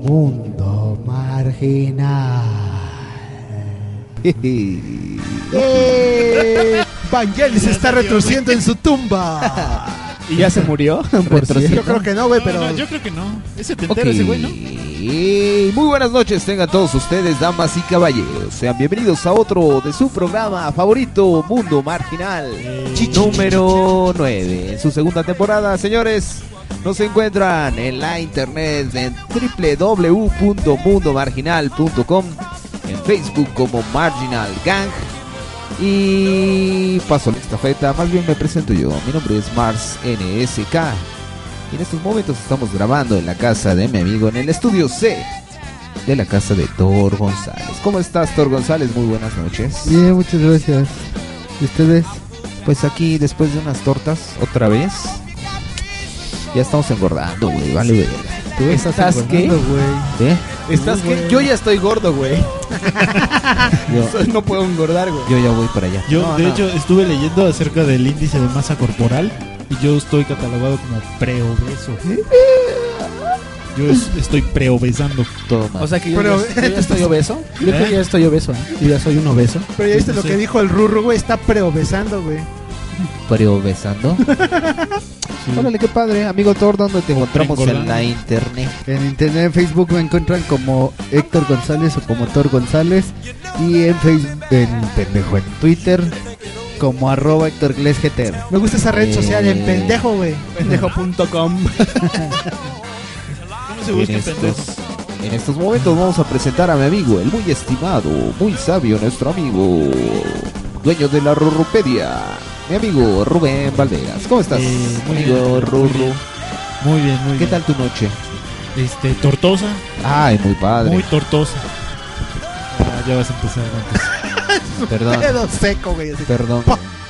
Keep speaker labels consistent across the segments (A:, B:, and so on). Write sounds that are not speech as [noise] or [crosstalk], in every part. A: Mundo
B: [laughs]
A: Marginal.
C: Vangel se Eh, está retorciendo en su tumba.
D: [laughs]
E: y ya se murió. [laughs] Por cierto.
C: Yo creo que no, güey, pero.
F: No, no, yo creo que no. Es setentero ese güey, ¿no?
B: Ok. Muy buenas noches tengan todos ustedes, damas y caballeros. Sean bienvenidos a otro de su programa favorito, Mundo Marginal, número 9. En su segunda temporada, señores, nos encuentran en la internet en www.mundomarginal.com, en Facebook como Marginal Gang. Y paso la estafeta, más bien me presento yo. Mi nombre es Mars NSK. Y en estos momentos estamos grabando en la casa de mi amigo en el estudio C de la casa de Thor González. ¿Cómo estás, Thor González? Muy buenas noches.
A: Bien, muchas gracias. ¿Y ustedes?
B: Pues aquí, después de unas tortas, otra vez, ya estamos engordando, güey. Vale, güey. ¿Tú estás qué? ¿Eh?
E: ¿Estás qué? Yo ya estoy gordo,
B: [laughs]
E: güey.
B: Yo,
E: No puedo engordar, güey.
B: yo ya voy para allá.
F: Yo,
E: No,
F: de
E: no.
F: hecho, estuve leyendo acerca del índice de masa corporal y yo estoy catalogado como preobeso. Yo es- estoy preobesando.
B: Todo mal.
E: O sea que yo,
C: Pero-
E: ya, yo ya estoy obeso. Yo creo que ya estoy obeso. ¿eh? Yo ya soy un obeso.
C: Pero ya viste lo
F: Sí.
C: que dijo el Rurro, güey. Está preobesando, güey.
B: Pero besando. Órale, qué padre. Amigo Thor, ¿dónde te encontramos en la internet?
A: En internet, en Facebook me encuentran como Héctor González o como Thor González. Y en Facebook, en pendejo, en Twitter, como arroba Héctor Gles GTR.
C: Me gusta esa red social
B: Eh.
C: en pendejo, güey.
B: [laughs]
E: Pendejo.com.
F: ¿Cómo se
B: En
F: busca, pendejo?
B: estos, en estos momentos vamos a presentar a mi amigo, el muy estimado, muy sabio, nuestro amigo, dueño de la Rurupedia, mi amigo Rubén Valderas. ¿Cómo estás,
F: Eh, muy
B: amigo
F: bien, muy
B: Rurru?
F: bien. Muy bien, muy bien.
B: ¿Qué tal tu noche?
F: Este, tortosa.
B: Ay, muy padre.
F: Muy tortosa. Ah, ya vas a empezar antes.
C: [laughs]
B: Perdón,
C: Pedo seco, güey. así.
B: perdón.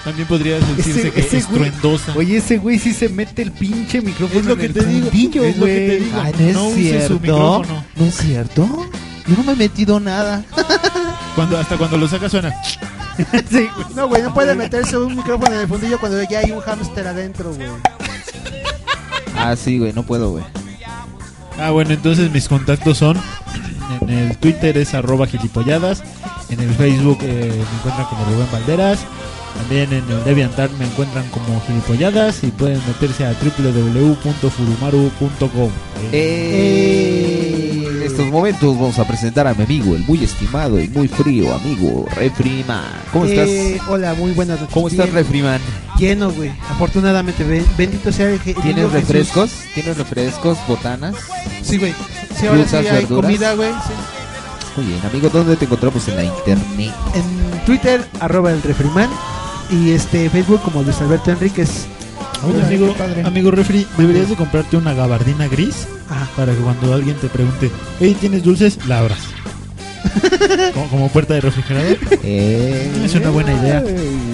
F: También podrías decirse
A: Ese-
F: que
A: ese güey-
F: estruendosa.
A: Oye, ese güey sí se mete el pinche micrófono
F: Es lo
A: en
F: que
A: el
F: te digo,
A: fundillo,
F: es lo que te
A: güey.
F: digo.
B: Ay, Ah, no es
F: No use su
B: cierto.
F: micrófono.
B: No es cierto. Yo no me he metido nada. [laughs]
F: Cuando, hasta cuando lo sacas suena.
A: Sí, güey.
C: No, güey, no puede meterse un micrófono en el fundillo cuando ya hay un hámster adentro, güey.
B: Ah, sí, güey, no puedo, güey.
F: Ah, bueno, entonces mis contactos son en el Twitter es arroba gilipolladas, en el Facebook eh, me encuentran como Rubén Valderas, también en el DeviantArt me encuentran como gilipolladas y pueden meterse a www.furumaru.com.
B: Eh, En estos momentos vamos a presentar a mi amigo, el muy estimado y muy frío amigo, Refriman. ¿Cómo estás?
C: Eh, hola, muy buenas noches.
B: ¿Cómo estás,
C: Bien,
B: Refriman?
C: Lleno, güey. Afortunadamente, ben- bendito sea el que.
B: ¿Tienes refrescos? ¿Tienes refrescos, botanas?
C: Sí, güey. Sí, ahora sí
B: Frutas,
C: hay
B: verduras.
C: comida, güey. sí.
B: Muy bien, amigo, ¿dónde te encontramos en la internet?
C: En Twitter, arroba el refrimán. Y este Facebook como Luis Alberto Enríquez.
G: Oye,
C: Ay,
G: amigo,
C: qué padre.
G: amigo refri, deberías
C: [laughs]
G: de comprarte una gabardina gris
C: Ajá.
G: para que cuando alguien te pregunte, hey, ¿tienes dulces? La
F: [laughs]
G: abras. como, como puerta de refrigerador.
B: Eh,
G: Es una buena idea.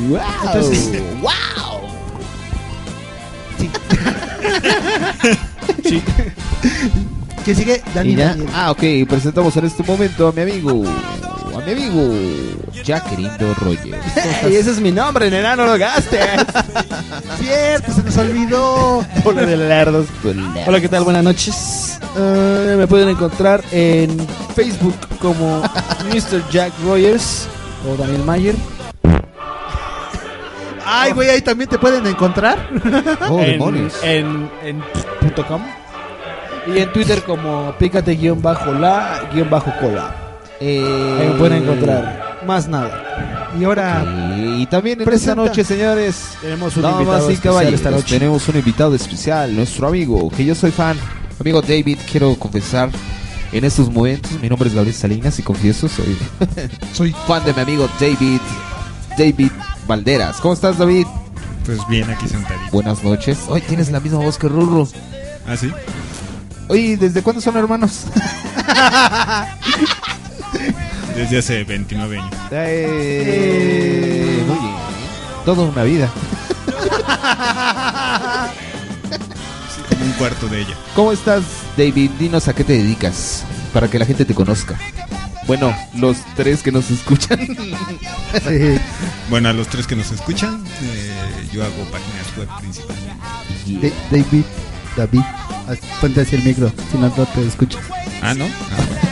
B: Wow,
C: Entonces-
B: wow.
C: ¿Quién sigue? Dani
B: Y ya-
C: Daniel.
B: ah, ok, presentamos en este momento a mi amigo, a mi amigo, Jaquerindo Rogers.
H: Y ese es mi nombre, nena, no lo [laughs] gastes.
C: Cierto, se nos olvidó.
H: Hola, de Lardos. Hola, ¿qué tal? Buenas noches. Eh, me pueden encontrar en Facebook
C: [laughs]
H: como Mr. Jack Rogers o Daniel Mayer.
C: Ay, güey, ahí también te pueden encontrar.
B: Oh,
H: en,
B: demonios.
H: En, en punto .com. Y en Twitter como pícate-la-cola. Ahí
B: Eh,
H: me pueden encontrar. Más nada.
C: Y ahora,
B: Y también en
C: Presenta.
B: esta noche, señores,
H: Tenemos un invitado
B: damas y
H: especial
B: caballeros,
H: esta noche.
B: tenemos un invitado especial, nuestro amigo, que yo soy fan. Amigo David, quiero confesar en estos momentos, mi nombre es Gabriel Salinas y confieso, soy, soy fan de mi amigo David, David Valderas. ¿Cómo estás, David?
I: Pues bien, aquí sentadito.
B: Buenas noches. Hoy tienes la misma voz que Rurro.
I: ¿Ah, sí?
B: Oye, ¿desde cuándo
I: [laughs]
B: son hermanos?
I: Desde hace 29 años.
B: Eh, muy bien. Toda una vida.
I: Sí, como un cuarto de
B: [laughs]
I: ella.
B: ¿Cómo estás, David? Dinos a qué te dedicas para que la gente te conozca. Bueno, los tres que nos escuchan.
I: Bueno, a los tres que nos escuchan, eh, yo hago páginas web principalmente.
E: Da- David, David, haz- ponte hacia el micro, si no, no te escuchas.
I: Ah, ¿no? Ah, bueno.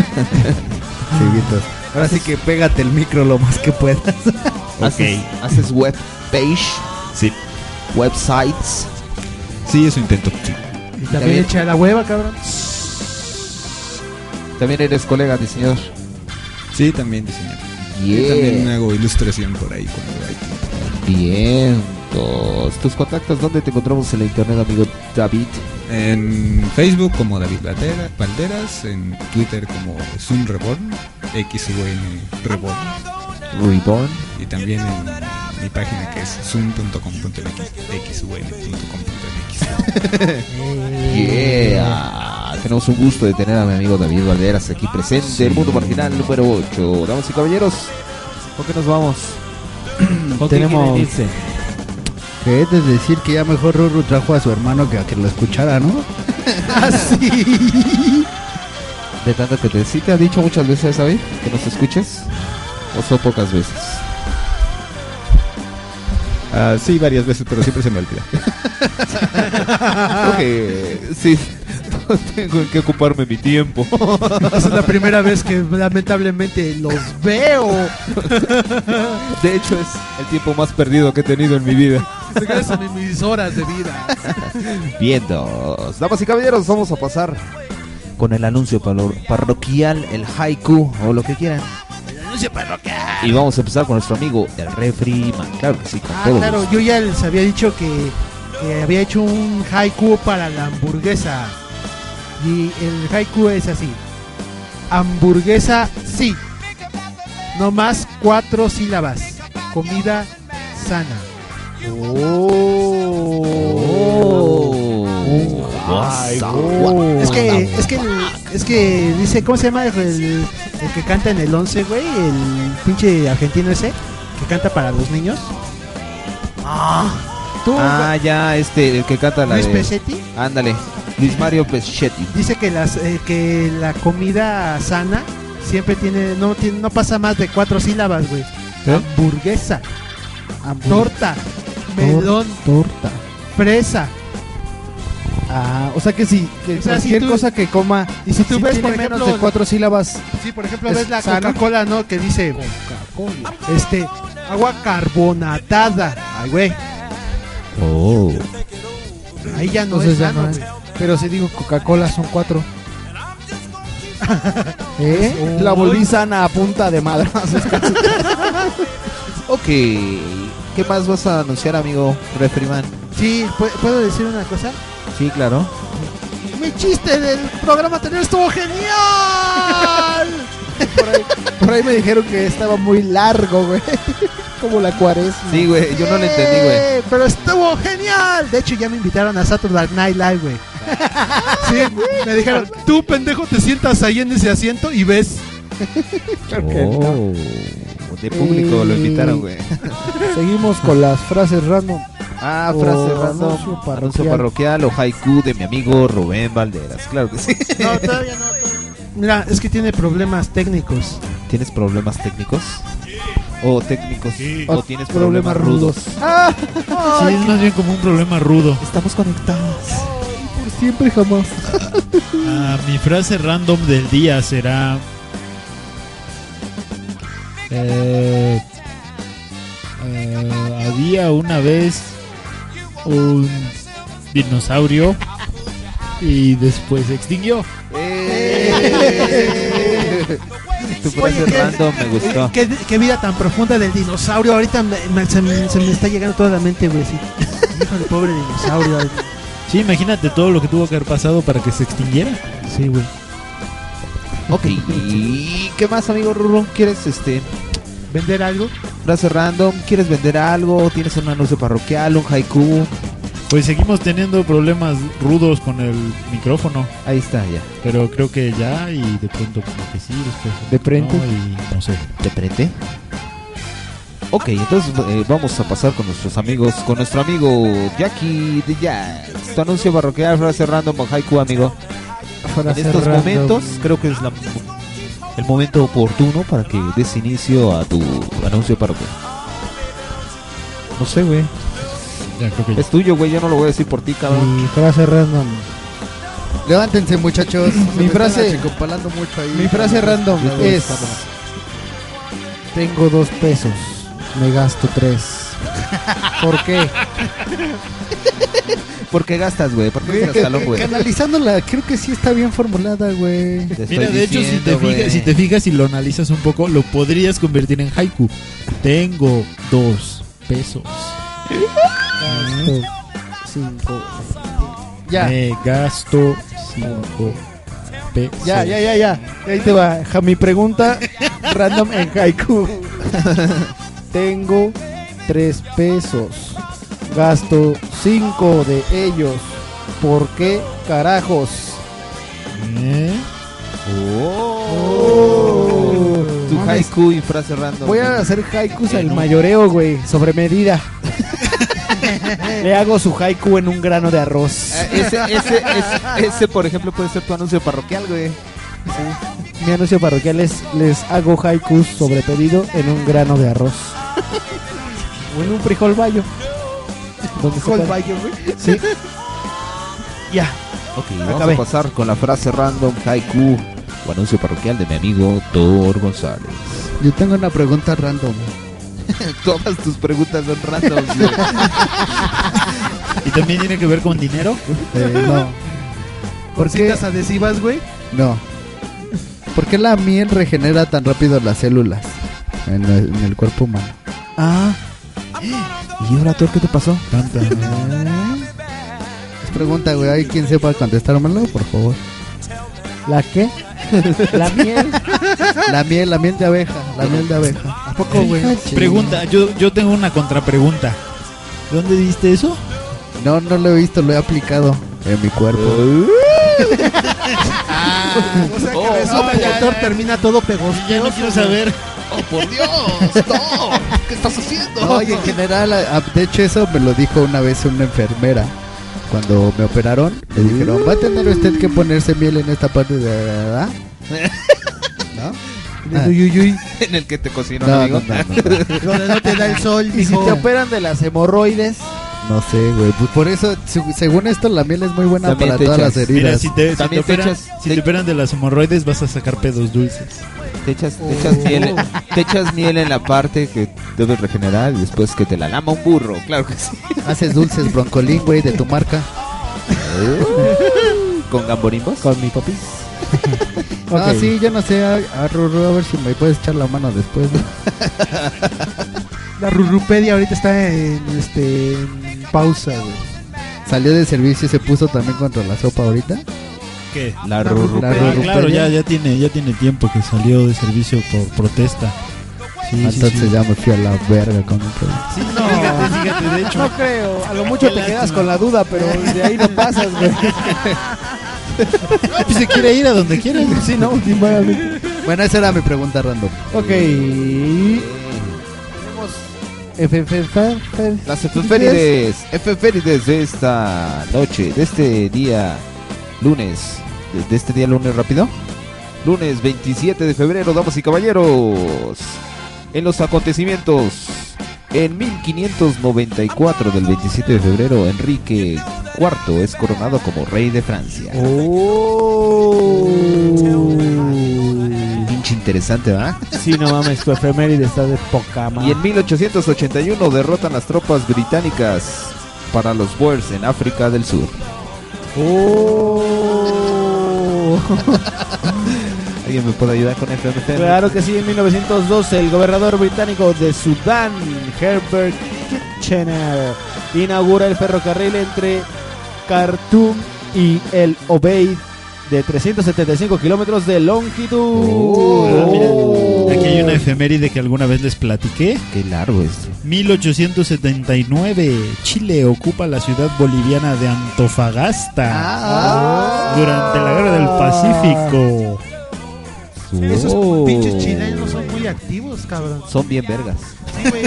E: [laughs] Sí, vientos. Ahora sí que pégate el micro lo más que puedas. [laughs]
B: Haces, haces web page,
I: Sí.
B: websites.
I: Sí, eso intento.
C: y también echa la hueva, cabrón.
B: También eres colega diseñador.
I: Sí, también diseñar. Yo también eh.
B: Bien.
I: hago ilustración por ahí cuando hay tiempo.
B: Bien. Tus contactos, ¿dónde te encontramos en la internet, amigo David?
I: En Facebook como David Valdera- Valderas, en Twitter como Zoom Reborn, XUN Reborn,
B: Reborn.
I: y también en mi página que es zoom.com.mx, xun.com.mx.
B: Yeah. Tenemos un gusto de tener a mi amigo David Valderas aquí presente. El mundo marginal número 8. Damas y caballeros, ¿por qué
C: [clears throat]
B: nos vamos?
H: Tenemos.
B: [laughs]
E: Que es de decir que ya mejor Ruru trajo a su hermano que a que lo escuchara, [laughs] ¿no?
B: Ah, De tanto que te sí te ha dicho muchas veces, David, que nos escuches. O son pocas veces.
I: Ah, sí, varias veces, pero siempre se me [laughs] olvida.
B: Ok, sí. [laughs] Tengo que ocuparme mi tiempo.
C: Esa es la primera vez que lamentablemente los [laughs] veo.
B: De hecho, es el tiempo más perdido que he tenido en mi vida.
C: Gracias a mis horas de
B: [laughs]
C: vida.
B: Viendo. Damas y caballeros, vamos a pasar con el anuncio palo- parroquial, el haiku o lo que quieran. Y vamos a empezar con nuestro amigo, el refri man. Claro que sí, con
C: Ah,
B: todo
C: claro,
B: gusto.
C: yo ya les había dicho que, que había hecho un haiku para la hamburguesa. Y el haiku es así. Hamburguesa sí. No más cuatro sílabas. Comida sana. Es que, es que, es que dice, ¿cómo se llama el, el que canta en el 11, güey? El pinche argentino ese, que canta para los niños. Ah, tú,
B: Ah, ya, este, el que canta la
C: Luis
B: de...
C: Pesetti,
B: Ándale, Luis Mario Peschetti.
C: dice que las, eh, que la comida sana siempre tiene, no tiene, no pasa más de cuatro sílabas,
H: ¿Eh?
C: güey. Hamburguesa, torta, melón,
E: Torta.
C: presa.
H: Ah, o sea que si que
C: O sea, si
H: cualquier
C: tú-
H: cosa que coma.
C: Y si tú
H: si
C: ves,
H: tiene
C: por
H: menos
C: ejemplo,
H: de cuatro sílabas.
C: Sí, por ejemplo,
H: ¿Es
C: ves la
H: sano?
C: Coca-Cola, ¿no? Que dice este agua carbonatada. Ay, güey,
B: Oh.
C: ahí ya no
H: Entonces
C: es
H: ya
C: sano,
H: no es.
C: güey.
H: Pero si digo Coca-Cola son cuatro. ¿Eh?
C: Oh.
H: La volví sana a punta de madre.
B: Ok, ¿qué más vas a anunciar, amigo Refriman?
C: Sí, ¿pu- ¿puedo decir una cosa?
B: Sí, claro.
C: Mi chiste del programa anterior estuvo genial.
E: por ahí, por ahí me dijeron que estaba muy largo, güey. [laughs] Como la cuaresma.
B: Sí, güey, yo no lo entendí, güey.
A: Eh, Pero estuvo genial. De hecho, ya me invitaron a Saturday Night Live, güey. Sí, me dijeron, tú pendejo te sientas ahí en ese asiento y ves.
B: Oh, de público lo
E: Eh,
B: invitaron, güey.
E: Seguimos con las frases random.
B: Ah,
E: o
B: frase
A: Oh.
B: random.
E: anuncio
B: Anuncio parroquial.
E: parroquial.
B: o haiku de mi amigo Rubén Valderas. Claro que sí.
A: No, todavía no. Mira, es que tiene problemas técnicos.
B: ¿Tienes problemas técnicos? ¿O técnicos? ¿O tienes
E: Problemas
B: problemas rudos?
E: rudos.
A: Ah.
F: Sí, es más bien como un problema rudo.
B: Estamos conectados.
E: Por siempre jamás. [laughs]
F: Ah, mi frase random del día será. eh, eh, había una vez un dinosaurio y después se extinguió.
B: tu frase
A: Eh. Oye, ¿qué?
B: random me gustó.
A: ¿Qué, qué vida tan profunda del dinosaurio. Ahorita me- me- se, me, se me está llegando toda la mente, güey. sí. Hijo del pobre dinosaurio.
F: Sí, imagínate todo lo que tuvo que haber pasado para que se extinguiera.
A: Sí, güey.
B: Ok, ¿y qué más, amigo Rurro? ¿Quieres este
A: ¿Vender algo?
B: frase random? ¿Quieres vender algo? ¿Tienes un anuncio parroquial? ¿Un haiku?
F: Pues seguimos teniendo problemas rudos con el micrófono,
B: Ahí está, ya.
F: pero creo que ya y de pronto como que sí, después
C: De frente.
F: no, y no sé.
B: ¿Te prete? Ok, entonces eh, vamos a pasar con nuestros amigos, con nuestro amigo Jackie de Jazz. Tu anuncio parroquial, frase random o haiku, amigo.
E: Frase
B: en estos
E: random.
B: momentos creo que es la- el momento oportuno para que des inicio a tu anuncio parroquial. No sé, güey.
F: Ya creo que ya.
B: Es tuyo, güey. Yo no lo voy a decir por ti, cabrón.
C: Mi frase random.
E: Levántense, muchachos.
C: Mi frase-
E: Comparando mucho ahí.
C: Mi frase random
E: Yo te-
C: es... Tengo dos pesos, me gasto tres. ¿Por
E: [laughs]
C: qué?
B: [laughs] ¿Por qué gastas, güey? ¿Por qué
E: Güey,
B: gastas talón, güey?
E: Canalizándola, creo que sí está bien formulada, güey.
B: Te estoy
F: Mira, de hecho, si te,
B: diciendo, güey.
F: fijas, si te fijas y lo analizas un poco, lo podrías convertir en haiku. Tengo dos
B: [laughs]
F: pesos.
C: Cinco.
E: Ya,
F: Me gasto cinco pesos.
C: Ya, ya, ya, ya. Ahí te va. Ja, mi
B: [laughs]
C: pregunta random en haiku. Tengo tres pesos. Gasto cinco de ellos. ¿Por qué carajos?
F: ¿Eh?
B: Oh. Tu
E: Mames.
B: haiku y frase random.
C: Voy a hacer haikus al mayoreo, güey. Sobre
B: [laughs]
C: medida. Le hago su haiku en un grano de arroz.
B: Eh, Ese, ese, ese, ese, por ejemplo, puede ser tu anuncio parroquial, güey.
C: Mi anuncio parroquial es les hago haikus sobre pedido en un grano de arroz. o en un frijol bayo. Donde se pueda. Sí. Ya.
B: Ok, vamos
C: Acabé.
B: a pasar con la frase random haiku o anuncio parroquial de mi amigo Thor González.
E: yo tengo una pregunta random.
B: [laughs] Todas tus preguntas son random. güey.
F: [laughs] ¿Y también tiene que ver con dinero?
E: Eh, no,
A: ¿Por citas adhesivas, güey?
E: no. ¿Por qué la miel regenera tan rápido las células en el, en el cuerpo humano?
B: ah. ¿Y ahora, Thor, qué te pasó?
F: Tanta.
E: Es pregunta, güey. Hay quien sepa contestármelo, por favor.
C: ¿La qué? La miel.
E: La miel, la miel de abeja, la miel de abeja. ¿A poco, güey?
F: Pregunta, yo, yo tengo una contrapregunta. ¿Dónde diste eso?
E: No, no lo he visto, lo he aplicado en mi cuerpo.
A: O sea que
C: Oh,
A: resulta
C: pues,
A: que el Thor termina todo pegoso.
F: Ya no quiero saber.
C: Oh,
E: No, y en general, a- a- de hecho eso me lo dijo una vez una enfermera. Cuando me operaron, le dijeron, va a tener usted que ponerse miel en esta parte de... ¿verdad?" ¿No? Ah,
B: [laughs] En el que te cocinó,
E: no,
B: amigo.
E: no, no, no, no.
A: Donde no te da el sol,
C: Y si
A: dijo.
C: te operan de las hemorroides,
E: No sé, güey. Pues por eso, se- según esto, la miel es muy buena
B: También
E: para
B: te
E: todas las
B: echas-
F: Mira,
E: heridas.
F: si te, si
B: También
F: te operan,
B: fechas.
F: si te operan de las hemorroides vas a sacar pedos dulces.
B: Te echas, [laughs] te, echas miel, te echas miel en la parte que debes regenerar y después que te la lama un burro. Claro que [laughs] sí.
E: Haces dulces broncolín, güey, de tu marca.
B: ¿Con gamborimbos?
C: con mi
B: [laughs]
C: popis.
E: Ah,
C: Ok.
E: sí, yo no sé, a, a Rorró, a ver si me puedes echar la mano después. ¿no?
A: La Rurupedia ahorita está en, este, en pausa, güey.
E: Salió de servicio y se puso también contra la sopa ahorita.
F: Oh, qué?
B: La
E: La
F: Ah,
B: rurrupe.
E: rurrupe.
F: claro, ya, ya tiene, ya tiene tiempo que salió de servicio por protesta. Sí, sí,
E: Entonces
F: sí.
E: ya me fui a la verga con el programa.
F: Sí, fíjate, fíjate, de hecho.
C: No creo, a lo mucho
F: Qué
C: te quedas
F: lástima.
C: con la duda, pero de ahí no pasas, [laughs] güey.
F: Ah, pues se quiere ir a donde quiera.
C: Sí,
E: [laughs]
C: no, últimamente.
E: Bueno, esa era mi pregunta random.
C: Ok. Tenemos.
B: Las efemérides, efemérides de esta noche, de este día lunes, de, de este día lunes rápido. Lunes 27 de febrero, damas y caballeros. En los acontecimientos, en 1594 del 27 de febrero, Enrique IV es coronado como rey de Francia.
C: Oh.
B: Pinche interesante, ¿verdad?
C: Sí, no mames, tu efeméride está de poca
B: Y
C: madre.
B: en 1881 derrotan las tropas británicas para los Boers en África del Sur.
C: Oh.
B: ¿Alguien me puede ayudar con FMC?
C: Claro que sí, en 1912 el gobernador británico de Sudán, Herbert Kitchener, inaugura el ferrocarril entre Khartoum y el Obeid de 375 kilómetros de longitud.
F: Ah,
B: Oh.
F: mira, aquí hay una efeméride que alguna vez les platiqué.
B: Qué largo es.
F: 1879, Chile ocupa la ciudad boliviana de Antofagasta durante la Guerra del Pacífico.
A: Esos
B: Oh.
A: pinches chilenos son muy activos, cabrón.
B: Son bien vergas.
A: Sí, güey.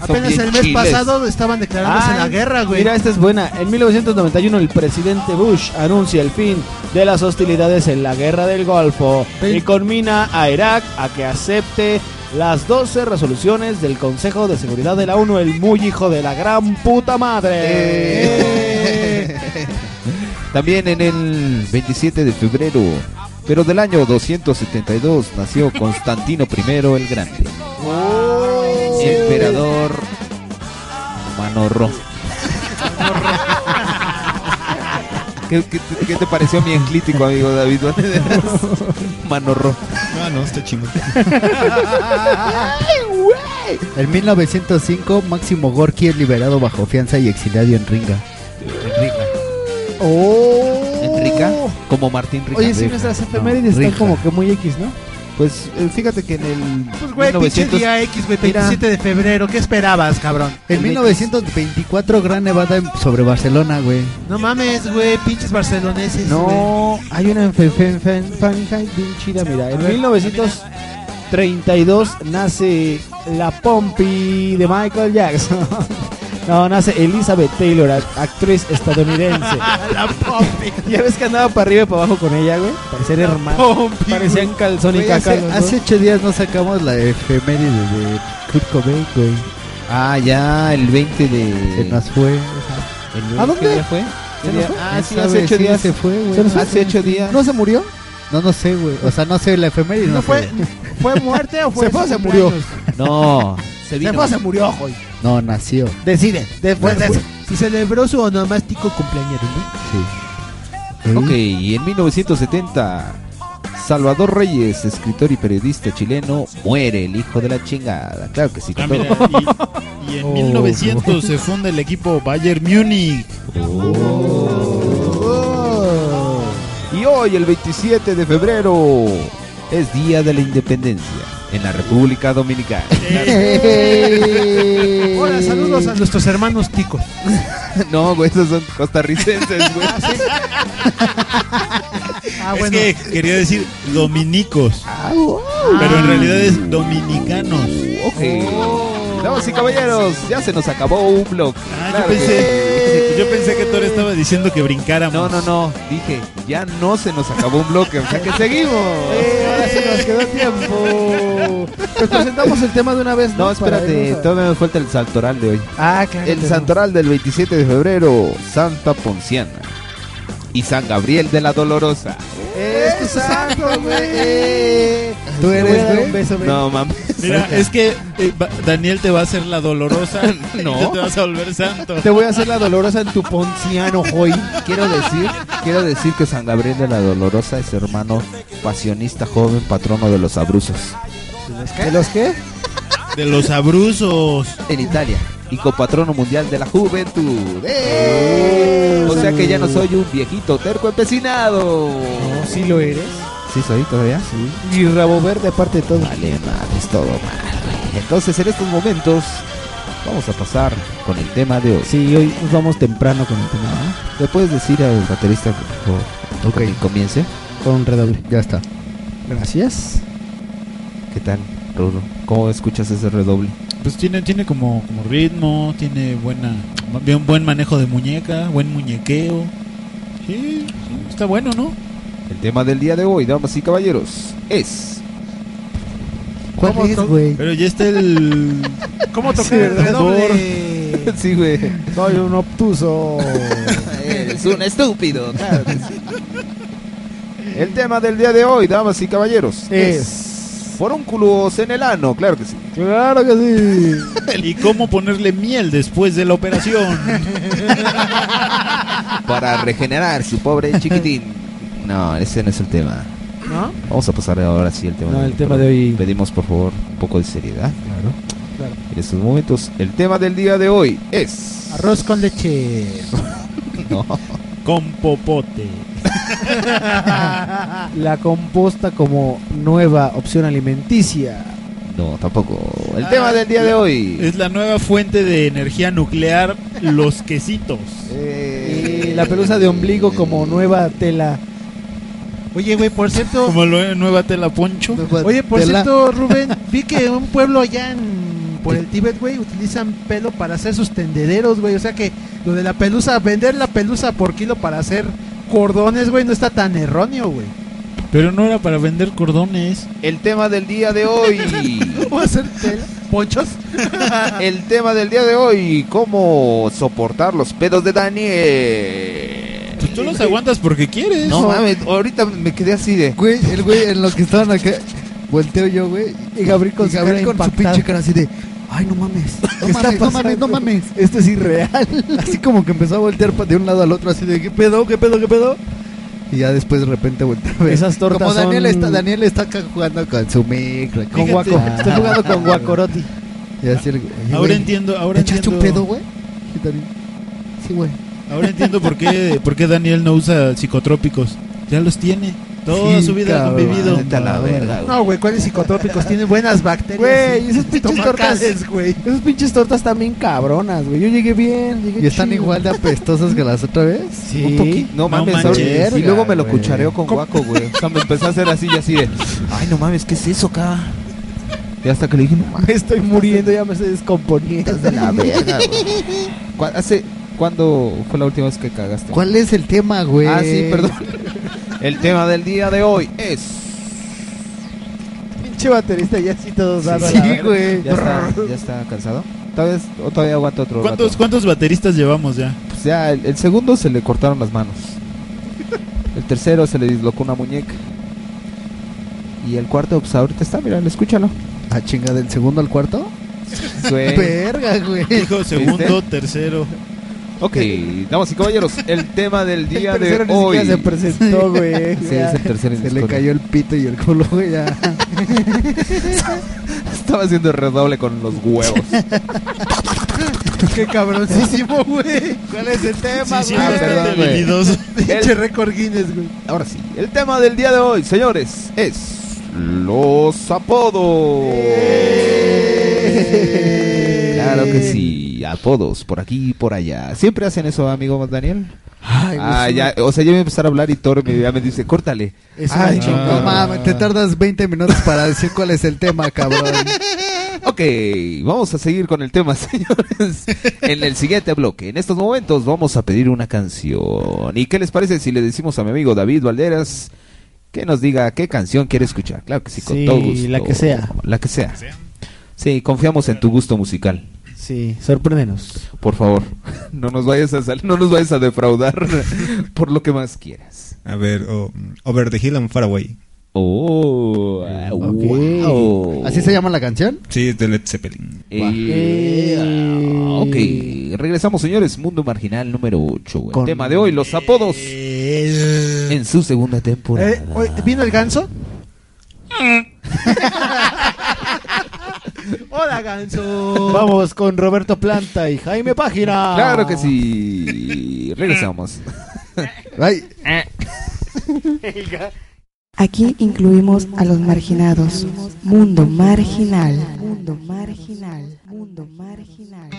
A: Apenas
B: bien
A: el mes
B: chiles.
A: pasado estaban declarándose
C: Ay,
A: la guerra, güey.
B: este
C: Mira, esta es buena. En 1991 el presidente Bush anuncia el fin de las hostilidades en la guerra del Golfo
A: Ven.
C: y conmina a Irak a que acepte las 12 resoluciones del Consejo de Seguridad de la ONU, el muy hijo de la gran puta
B: Eh.
C: Eh. madre.
B: También en el 27 de febrero, pero del año 272, nació
C: [laughs]
B: Constantino I el Grande.
C: Oh.
B: Emperador Manorro. ¿Qué, qué, te- qué te pareció mi anglítico, amigo David?
C: [laughs]
B: Manorro.
I: No, no, está chingón.
E: En 1905, Máximo Gorki es liberado bajo fianza y exiliado en Ringa.
B: Enrica, como Martín Rica.
C: Oh. Oye, sí, nuestras efemérides están como que muy X, ¿no?
B: Pues eh, fíjate que en el
A: Pues, güey, pinche
B: 1900
A: día X, güey,
B: Mira.
A: 27 de febrero. ¿Qué esperabas, cabrón?
E: En 1924, Gran Nevada en- sobre Barcelona, güey.
A: No mames, güey, pinches barceloneses. güey.
C: No, hay una en Fahrenheit bien chida, mira. En
A: ver,
C: 1932 nace la Pompi de Michael Jackson. [laughs] No, nace Elizabeth Taylor, act- actriz
A: [laughs]
C: estadounidense.
A: La pompi.
C: ya ves que andaba para arriba y para abajo con ella, güey. Parecían hermanos.
A: pompi, güey.
C: Parecían calzón y
E: Güey,
C: caca.
E: hace,
C: los dos.
E: hace ocho días no sacamos la efeméride de Kurt Cobain, güey.
B: Ah, ya el 20
E: Se
B: de
E: nos fue.
B: el-
C: ¿A dónde?
B: ¿qué día fue? ¿Qué
C: nos
B: día?
C: fue?
B: Ah, sí,
E: Esa
B: hace
E: vez
B: ocho
E: sí
B: días.
E: se fue, güey.
C: Se nos fue.
B: Hace ocho días.
C: ¿No se murió?
E: No, no sé, güey. O sea, no sé la efeméride. No,
A: ¿No
C: [laughs]
E: sé,
A: fue,
E: güey.
A: fue muerte o fue
C: Se fue o
A: su
C: se murió.
A: cumpleaños?
B: No, se
C: Se
B: vino.
C: fue, se murió, joy.
E: No, nació.
C: Decide.
A: Después de eso. Se celebró su onomástico cumpleañero, ¿no?
B: Ok, y en 1970 Salvador Reyes, escritor y periodista chileno, muere el hijo de la chingada. Claro que sí.
F: Ah,
B: con
F: mira,
B: todo. Oh.
F: y, y
B: [laughs]
G: Oh.
F: en 1900 se funda el equipo Bayern Múnich.
B: Oh. Y hoy, el 27 de febrero, es Día de la Independencia en la República Dominicana.
F: Eh,
C: [laughs]
A: Hola, saludos a nuestros hermanos ticos.
B: no, güey, esos son costarricenses, güey.
C: [laughs]
A: Ah,
F: es
A: bueno.
F: que quería decir dominicos, Pues,
B: Ah,
F: pero en realidad es dominicanos.
B: Ok. Damas y caballeros, ya se nos acabó un bloque.
F: Ah,
B: Claro
F: yo
B: que
F: pensé, yo pensé que Thor estaba diciendo que brincáramos.
B: No, no, no, dije, ya no se nos acabó un bloque, o sea que seguimos.
C: Eh, ahora sí nos quedó tiempo. Pues presentamos el tema de una vez. Para
B: No, espérate,
C: irnos a-
B: todavía me falta el santoral de hoy.
C: Ah, claro.
B: El
C: que no.
B: santoral del 27 de febrero, Santa Ponciana. Y San Gabriel de la Dolorosa.
C: Es tu santo, güey. Eh,
E: Tú
C: te voy a
E: eres,
C: dar
E: güey.
C: un beso, güey.
B: No mames.
F: Mira, es que eh, va- Daniel te va a hacer la dolorosa.
B: No.
F: no. te vas a volver santo.
C: Te voy a hacer la dolorosa en tu ponciano hoy.
B: Quiero decir, quiero decir que San Gabriel de la Dolorosa es hermano pasionista joven patrono de los abruzos
C: ¿De los qué?
F: De los abrusos.
B: en Italia y copatrono mundial de la juventud. ¡Eh! O sea demuestra que ya no soy un viejito terco empecinado.
H: No, sí lo eres.
B: ¿Sí soy todavía?
H: Y rabo verde aparte de todo.
B: Vale, madre, es todo mal. Entonces, en estos momentos, vamos a pasar con el tema de hoy.
H: Sí, hoy nos vamos temprano con el tema,
B: ¿Le puedes decir al baterista que
H: Ok.
B: comience?
H: ¿no? Con un redoble.
E: Ya está.
H: Gracias.
B: ¿Qué tal, Rudo? ¿Cómo escuchas ese redoble?
G: Pues tiene, tiene como, como ritmo, tiene buena, bien buen manejo de muñeca, buen muñequeo. Sí, sí, está bueno, ¿no?
B: El tema del día de hoy, damas y caballeros, es...
H: ¿Cuál
C: ¿Cómo
H: es,
C: to-
H: güey?
G: Pero ya está el...
C: ¿Cómo tocar
H: Sí,
C: el
H: redoble.
C: redoble?
B: [laughs] Sí, güey.
H: Soy un obtuso.
B: Eres un estúpido. claro que sí. [laughs] El tema del día de hoy, damas y caballeros, es... Forúnculos en el ano, claro que sí.
H: claro que sí.
B: [laughs]
G: ¿Y cómo ponerle miel después de la operación?
B: Para regenerar su pobre chiquitín. No, ese no es el tema.
H: ¿No?
B: Vamos a pasar ahora sí al tema.
H: No,
B: de-
H: el tema de hoy.
B: Pedimos por favor un poco de seriedad. Claro.
H: Claro.
B: En estos momentos, el tema del día de hoy es.
C: Arroz con leche.
B: [laughs] No.
G: Con popote.
H: La composta como nueva opción alimenticia.
B: No, tampoco. El
G: Ah,
B: tema del día de hoy.
G: Es la nueva fuente de energía nuclear, los quesitos.
H: Y la pelusa de ombligo [laughs] como nueva tela.
C: Oye, güey, por cierto,
G: Como lo nueva tela poncho.
C: oye, por
E: De la-
C: cierto, Rubén, vi que un pueblo allá en, por el Tíbet, güey, utilizan pelo para hacer sus tendederos, güey. O sea que lo de la pelusa, vender la pelusa por kilo para hacer cordones, güey, no está tan erróneo, güey.
G: Pero no era para vender cordones.
B: El tema del día de hoy.
C: [laughs] ¿Cómo hacer tela? ¿Ponchos?
B: [laughs] el tema del día de hoy. ¿Cómo soportar los pedos de Daniel?
G: Pues tú los aguantas porque quieres.
B: No mames, ahorita me quedé así de.
E: Güey, el güey en lo que estaban acá, volteo yo, güey.
H: Y Gabriel con
E: Y
H: su
E: Gabriel
H: cara
E: con su
H: impactado.
E: pinche cara así de, ay, no mames.
H: ¿Qué
E: No
H: está
E: mames, no mames,
H: pasando?
E: no mames.
H: Esto es irreal.
E: [laughs] Así como que empezó a voltear pa- de un lado al otro, así de, ¿qué pedo, qué pedo, qué pedo? Y ya después de repente volteó a ver.
H: Esas tortas
E: Como Daniel,
H: son-
E: está, Daniel está acá jugando con su micro.
H: Con
E: Fíjate.
H: guaco. Estoy jugando
E: [laughs]
H: con guacoroti.
E: Y así el güey, oye,
G: Ahora
E: güey,
G: entiendo,
E: ¿te
G: ahora
E: echaste
G: entiendo,
E: un pedo, güey? Y también, Sí, güey.
G: ahora entiendo por qué, por qué Daniel no usa psicotrópicos. Ya los tiene. Toda
E: Sí,
G: su vida ha
E: cabrón.
G: convivido.
B: Vete a la verga, güey.
C: [laughs] No, güey, ¿cuáles psicotrópicos? Tienen buenas bacterias.
H: Güey,
C: [laughs]
H: esas pinches tortas.
C: Tomacales, güey.
H: Esas pinches tortas están bien cabronas, güey. Yo llegué bien, llegué
E: ¿Y están
H: chido.
E: igual de apestosas que las otra vez?
H: Sí.
B: Un poquito, no,
G: No
B: mames,
G: manches.
B: ahorita- y luego me lo
E: Verga,
B: cuchareo con guaco, güey. O sea, me empecé a hacer así y así de, ay, no mames, ¿qué es eso, acá? Y hasta que le dije, no mames,
H: Me estoy muriendo, ya me estoy descomponiendo.
B: de la verga, güey. ¿Cu- hace- ¿Cuándo fue la última vez que cagaste?
E: ¿Cuál es el tema, güey?
B: Ah, sí, perdón. [laughs] El tema del día de hoy es.
H: Pinche baterista ya así todos dando
B: sí,
H: la verga.
E: güey.
B: ¿Ya está, ya está cansado? Todavía, es- o todavía aguanta otro
G: ¿Cuántos,
B: rato?
G: ¿Cuántos bateristas llevamos ya?
B: Pues ya, el, el segundo se le cortaron las manos. El tercero se le dislocó una muñeca. Y el cuarto, pues ahorita está, mira, escúchalo.
E: Ah, chinga, del segundo al cuarto.
B: [laughs] Güey.
E: Verga, güey.
G: Dijo segundo, tercero.
B: Ok, damas y caballeros, el
E: [laughs]
B: tema del
H: El
B: día de
H: tercero ni
B: hoy.
H: siquiera se presentó, güey.
B: Sí, es el tercero en
E: Se le
B: discordia.
E: cayó el pito y el culo, güey. ya.
B: [laughs] Estaba haciendo redoble con los huevos.
C: [laughs] Qué cabroncísimo, güey.
H: ¿Cuál es el tema,
G: Sí, sí,
B: güey.
G: bastante
B: Perdón, güey.
G: habilidoso.
C: Ah, Pinche récord Guinness, güey.
B: Ahora sí, el tema del día de hoy, señores, es los apodos.
C: Eh.
B: Claro que sí, apodos por aquí y por allá. Siempre hacen eso, amigo Daniel.
E: Ay, güey,
B: ah,
E: sí,
B: ya, o sea, yo voy a empezar a hablar y Toro me, ya me dice, córtale.
E: Ay,
G: una
E: no
G: chingada.
E: mames, te tardas 20 minutos para decir cuál es el tema, cabrón.
B: Ok, vamos a seguir con el tema, [laughs] señores. En el siguiente bloque, en estos momentos vamos a pedir una canción. ¿Y qué les parece si le decimos a mi amigo David Valderas que nos diga qué canción quiere escuchar? Claro que sí, con
H: Sí,
B: todo gusto.
H: la que sea.
B: La que sea. Sí, confiamos en tu gusto musical.
H: Sí, sorpréndenos.
B: Por favor, no nos vayas a sal- no nos vayas a defraudar por lo que más quieras.
I: A ver, o, mm, Over the Hill and Far Away.
B: Oh,
H: Ok.
B: wow.
E: ¿Así se llama la canción?
I: Sí, es de Led Zeppelin.
B: Eh, ah, ok, regresamos señores, Mundo Marginal número 8. El
H: Con-
B: tema de hoy, los apodos en su segunda temporada.
C: Eh, oye, ¿Vino el [laughs] ganso? Hola, ganso.
H: Vamos con Roberto Planta y Jaime Página.
B: Claro que sí. Regresamos.
J: Ay,
A: Aquí incluimos a los marginados. Mundo marginal. Mundo marginal. Mundo marginal.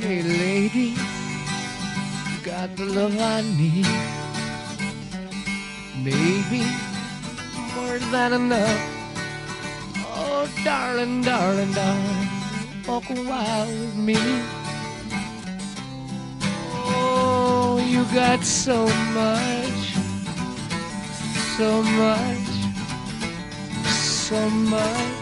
K: Hey, lady, you got the love I need. Maybe more than enough. Oh, darling, darling, darling, walk a while with me. Oh, you got so much, so much, so much.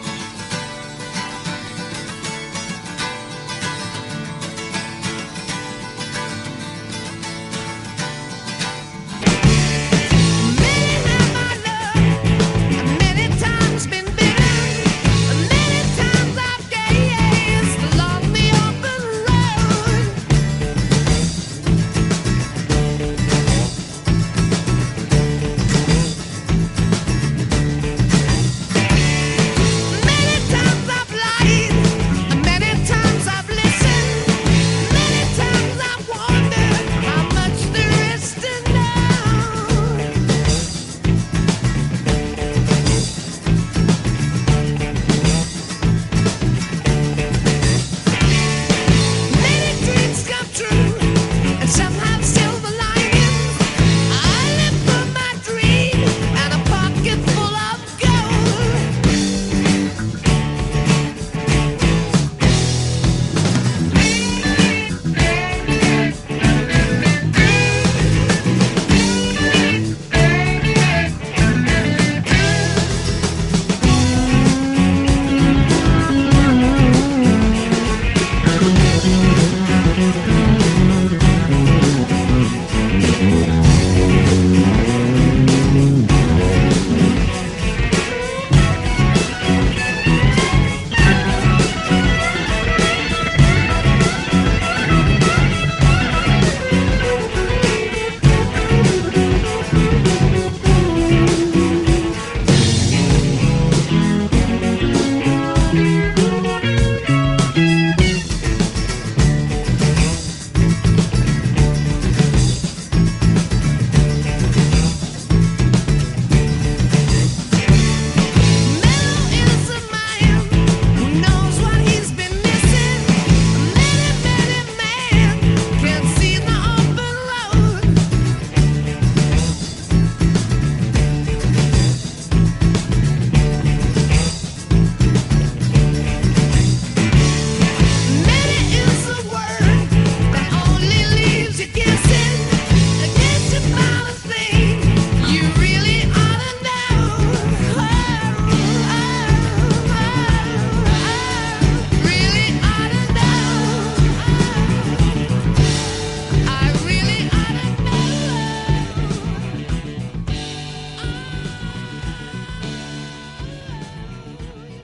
A: Mundo marginal.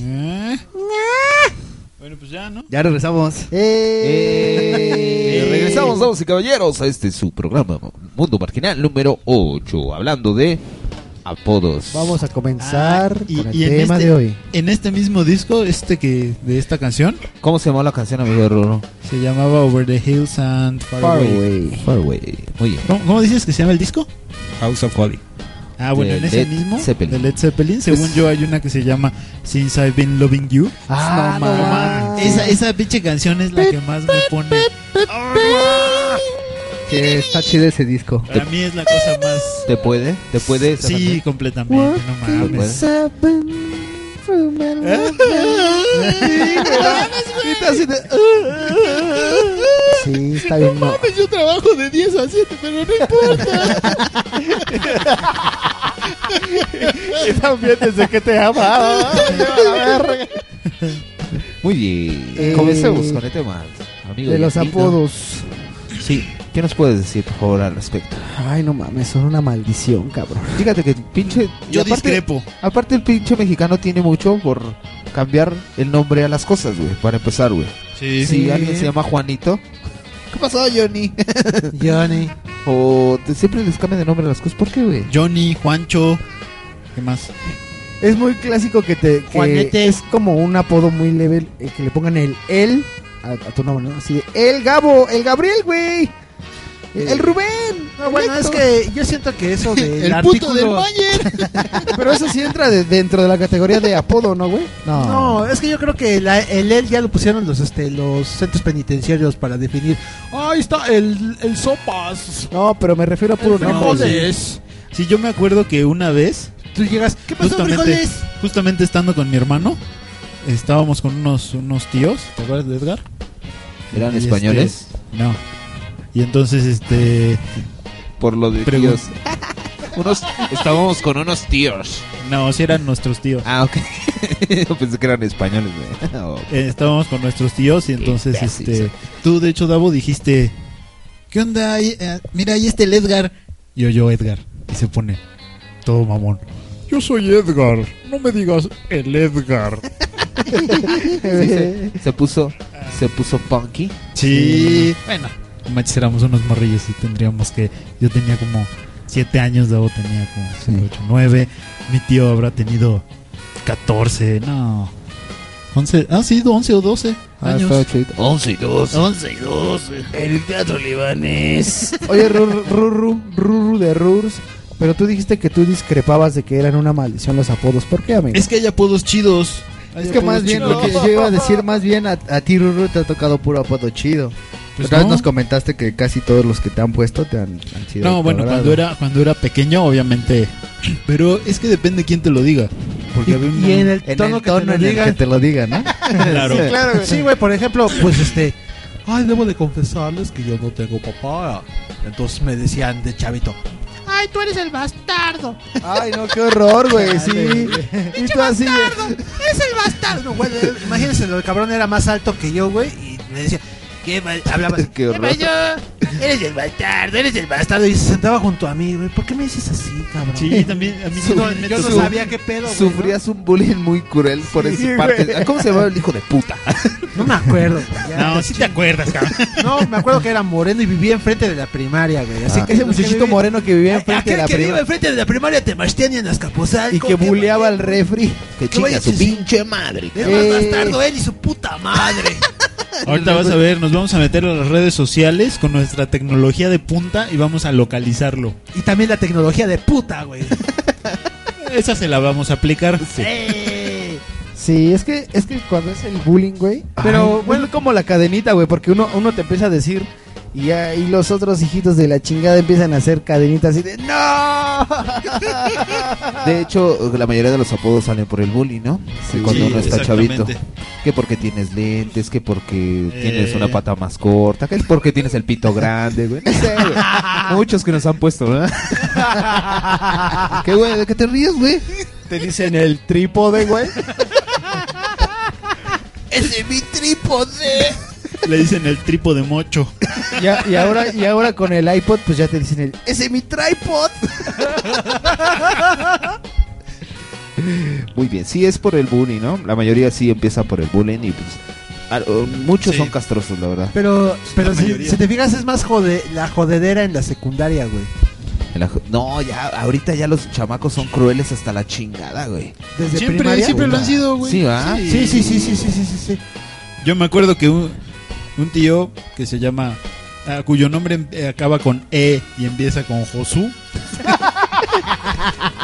J: ¿eh?
F: Bueno, pues ya, ¿no?
L: Ya regresamos.
B: Eh, regresamos, damas y caballeros, a este su programa Mundo Marginal número 8, hablando de apodos.
E: Vamos a comenzar
F: Y,
E: con el
F: y en,
E: tema
F: este,
E: de hoy.
F: en este mismo disco, este que de esta canción,
B: ¿Cómo se llamó la canción, amigo de Roro?
F: se llamaba Over the Hills and Far,
B: Far
F: Away.
B: Away. Far Away. Muy bien.
F: ¿Cómo, cómo dices que se llama el disco?
I: House of Holly.
F: Ah, bueno,
B: De
F: en ese
B: Led
F: mismo,
B: Zeppelin.
F: de Led Zeppelin, según
B: Es-
F: yo hay una que se llama Since I've Been Loving You.
E: Ah, no
F: Ah,
E: mames.
F: Esa, esa pinche canción es la que más me pone. Ah,
L: Que está chido ese disco.
F: Para mí es la cosa más.
B: ¿Te puede? ¿Te puede? esa
F: Sí,
B: canción?
F: completamente, no mames.
E: Sí, está bien. No,
F: Yo trabajo de 10 a 7, pero no importa. [laughs]
E: también desde que te amaba.
B: Muy bien.
E: Eh,
B: Comencemos con el tema, amigo.
E: De los
B: Yacito.
E: apodos.
B: Sí. ¿Qué nos puedes decir, por favor, al respecto?
E: Ay, no mames, son una maldición, cabrón.
B: Fíjate que el pinche. y
F: Yo
B: aparte-
F: discrepo.
B: Aparte el pinche mexicano tiene mucho por cambiar el nombre a las cosas, güey. Para empezar, güey.
F: Sí,
B: Si alguien se llama Juanito. ¿Qué pasó,
F: [laughs]
B: Johnny?
E: Johnny.
B: o te- siempre les cambian de nombre a las cosas. ¿Por qué, güey?
F: Johnny, Juancho. ¿Qué más?
E: Es muy clásico que te. que
F: Juanete.
E: es como un apodo muy leve eh, que le pongan el el a, a tu nombre, ¿no? Así de, el Gabo, el Gabriel, güey.
L: Eh.
E: El Rubén.
C: No, bueno, es
E: Héctor".
C: que yo siento que [laughs] eso del
L: El puto
C: artículo...
L: del
E: Pero eso sí entra de- dentro de la categoría de apodo, ¿no, güey?
F: Ah.
C: No, es que yo creo que la- el él ya lo pusieron los este los centros penitenciarios para definir. Ahí está el, el sopas.
E: No, pero me refiero a puro
C: el
E: nombre. güey.
C: frijoles.
F: Sí, yo me acuerdo que una vez
C: Tú llegas. ¿Qué pasó,
F: Justamente.
C: frijoles?
F: justamente estando con mi hermano, estábamos con unos, unos tíos, ¿te acuerdas de Edgar?
B: ¿Eran
F: Y este-
B: españoles?
F: no. Y entonces, este,
B: Por lo de
F: Pregun-
B: tíos. unos, estábamos con unos tíos.
F: no, si eran nuestros tíos.
B: Ah, ok. [laughs] Yo pensé que eran españoles, güey. Oh,
F: Eh, estábamos con nuestros tíos y entonces,
B: Imbécil,
F: este,
B: sí.
F: tú de hecho, Davo, dijiste, ¿qué onda? Ahí, eh, mira, ahí está el Edgar. Y oyó Edgar y se pone todo mamón. Yo soy Edgar, no me digas el Edgar.
B: sí, se, se puso se puso punky.
F: [laughs] Sí, bueno, no manches, éramos unos morrillos y tendríamos que. Yo tenía como 7 años, Davo tenía como 8, 9. Mi tío habrá tenido 14, no. 11, ah, sí, 11 o 12
E: Ah,
F: años.
E: estaba chido.
B: 11 y 2.
F: 11 y 12. El teatro libanés.
E: [laughs] Oye, Ruru, Ruru, Ruru de Rurs. Pero tú dijiste que tú discrepabas de que eran una maldición los apodos. ¿Por qué, amigo?
F: Es que hay apodos chidos. Hay
L: Es que más
F: apodos
L: bien,
F: chidos.
L: lo que yo iba a decir más bien, a, a ti, Ruru, te ha tocado puro apodo chido.
F: Pues
L: Otra vez
F: no.
L: nos comentaste que casi todos los que te han puesto te han, han sido.
F: No, bueno,
L: colorados.
F: cuando era, cuando era pequeño, obviamente. [clears throat] Pero es que depende quién te lo diga. Porque había un-
C: Y en el
L: En
C: tono,
L: el tono
C: que te
L: en
C: lo
L: el que
C: digan.
L: te lo digan, ¿no?
F: Claro.
C: [laughs] Sí, güey, por ejemplo, pues este. Ay, debo de confesarles que yo no tengo papá. Entonces me decían de chavito.
K: Ay, tú eres el bastardo.
E: Ay, no, qué horror, güey. Sí. Y tú así.
C: Es el bastardo, güey. Imagínense, el cabrón era más alto que yo, güey. Y me decía, ¿qué mal? Hablaba.
B: Qué horror.
C: Eres el bastardo, eres el bastardo. Y se sentaba junto a mí, güey. ¿Por qué me dices así, cabrón?
F: Sí, también. A mí
C: Yo no-
F: también me
C: yo no
F: tocó.
C: sabía qué pedo, güey.
B: Sufrías un bullying muy cruel por
E: Sí,
B: esa parte.
E: güey.
B: Ah, ¿Cómo se llamaba el hijo de puta?
C: No me acuerdo, güey. ya.
F: No, si te acuerdas, cabrón.
C: [laughs] No, me acuerdo que era moreno y vivía enfrente de la primaria, güey. Así
E: Ah,
C: que
E: ese muchachito moreno
C: [laughs]
E: que vivía enfrente de la
C: que vive
E: prima
C: enfrente de la primaria te mastean en Azcapotzalco.
E: y que buleaba al refri.
B: Que
C: No
B: chinga
C: vayas
B: su
C: a-
B: pinche madre.
C: Es más
E: Eh.
C: bastardo él y su puta madre.
F: [laughs] Ahorita vas a ver, nos vamos a meter a las redes sociales con nuestra tecnología de punta y vamos a localizarlo.
C: y también la tecnología de puta, güey.
F: Esa se la vamos a aplicar.
C: Eh.
E: Sí, es que, es que cuando es el bullying, güey.
C: Pero,
E: Pero bueno, como la cadenita, güey, porque uno, uno te empieza a decir. Y, ya- y los otros hijitos de la chingada empiezan a hacer cadenitas así de ¡No!
B: De hecho, la mayoría de los apodos salen por el bullying, ¿no? cuando uno está chavito.
F: exactamente.
B: Que porque tienes lentes, que porque tienes
F: Eh.
B: una pata más corta, que porque tienes el pito grande, güey. No sé, güey. Muchos que nos han puesto, ¿verdad? ¿Qué, güey? ¿De qué te ríes, güey?
E: Te dicen el trípode, güey.
B: ¡Ese es mi trípode!
F: Le dicen el tripo de mocho.
E: Y, a- y ahora, y ahora con el iPod, pues ya te dicen el
B: ¡Ese es mi tripod! Muy bien, sí es por el bullying, ¿no? La mayoría sí empieza por el bullying y pues Al- o- Muchos son castrosos, la verdad.
C: Pero, pero
B: La
C: si,
B: mayoría.
C: si te fijas, es más jode, la jodedera en la secundaria, güey.
B: En la ju- No, ya, ahorita ya los chamacos son crueles hasta la chingada, güey.
C: Desde
B: Siempre-
C: primaria.
B: siempre lo han
F: sido, güey.
B: Sí, ¿va?
C: Ah, Sí, sí, sí, sí, sí, sí, sí, sí.
F: Yo me acuerdo que un, un tío que se llama, ah, cuyo nombre em- eh, acaba con E y empieza con Josu, [laughs]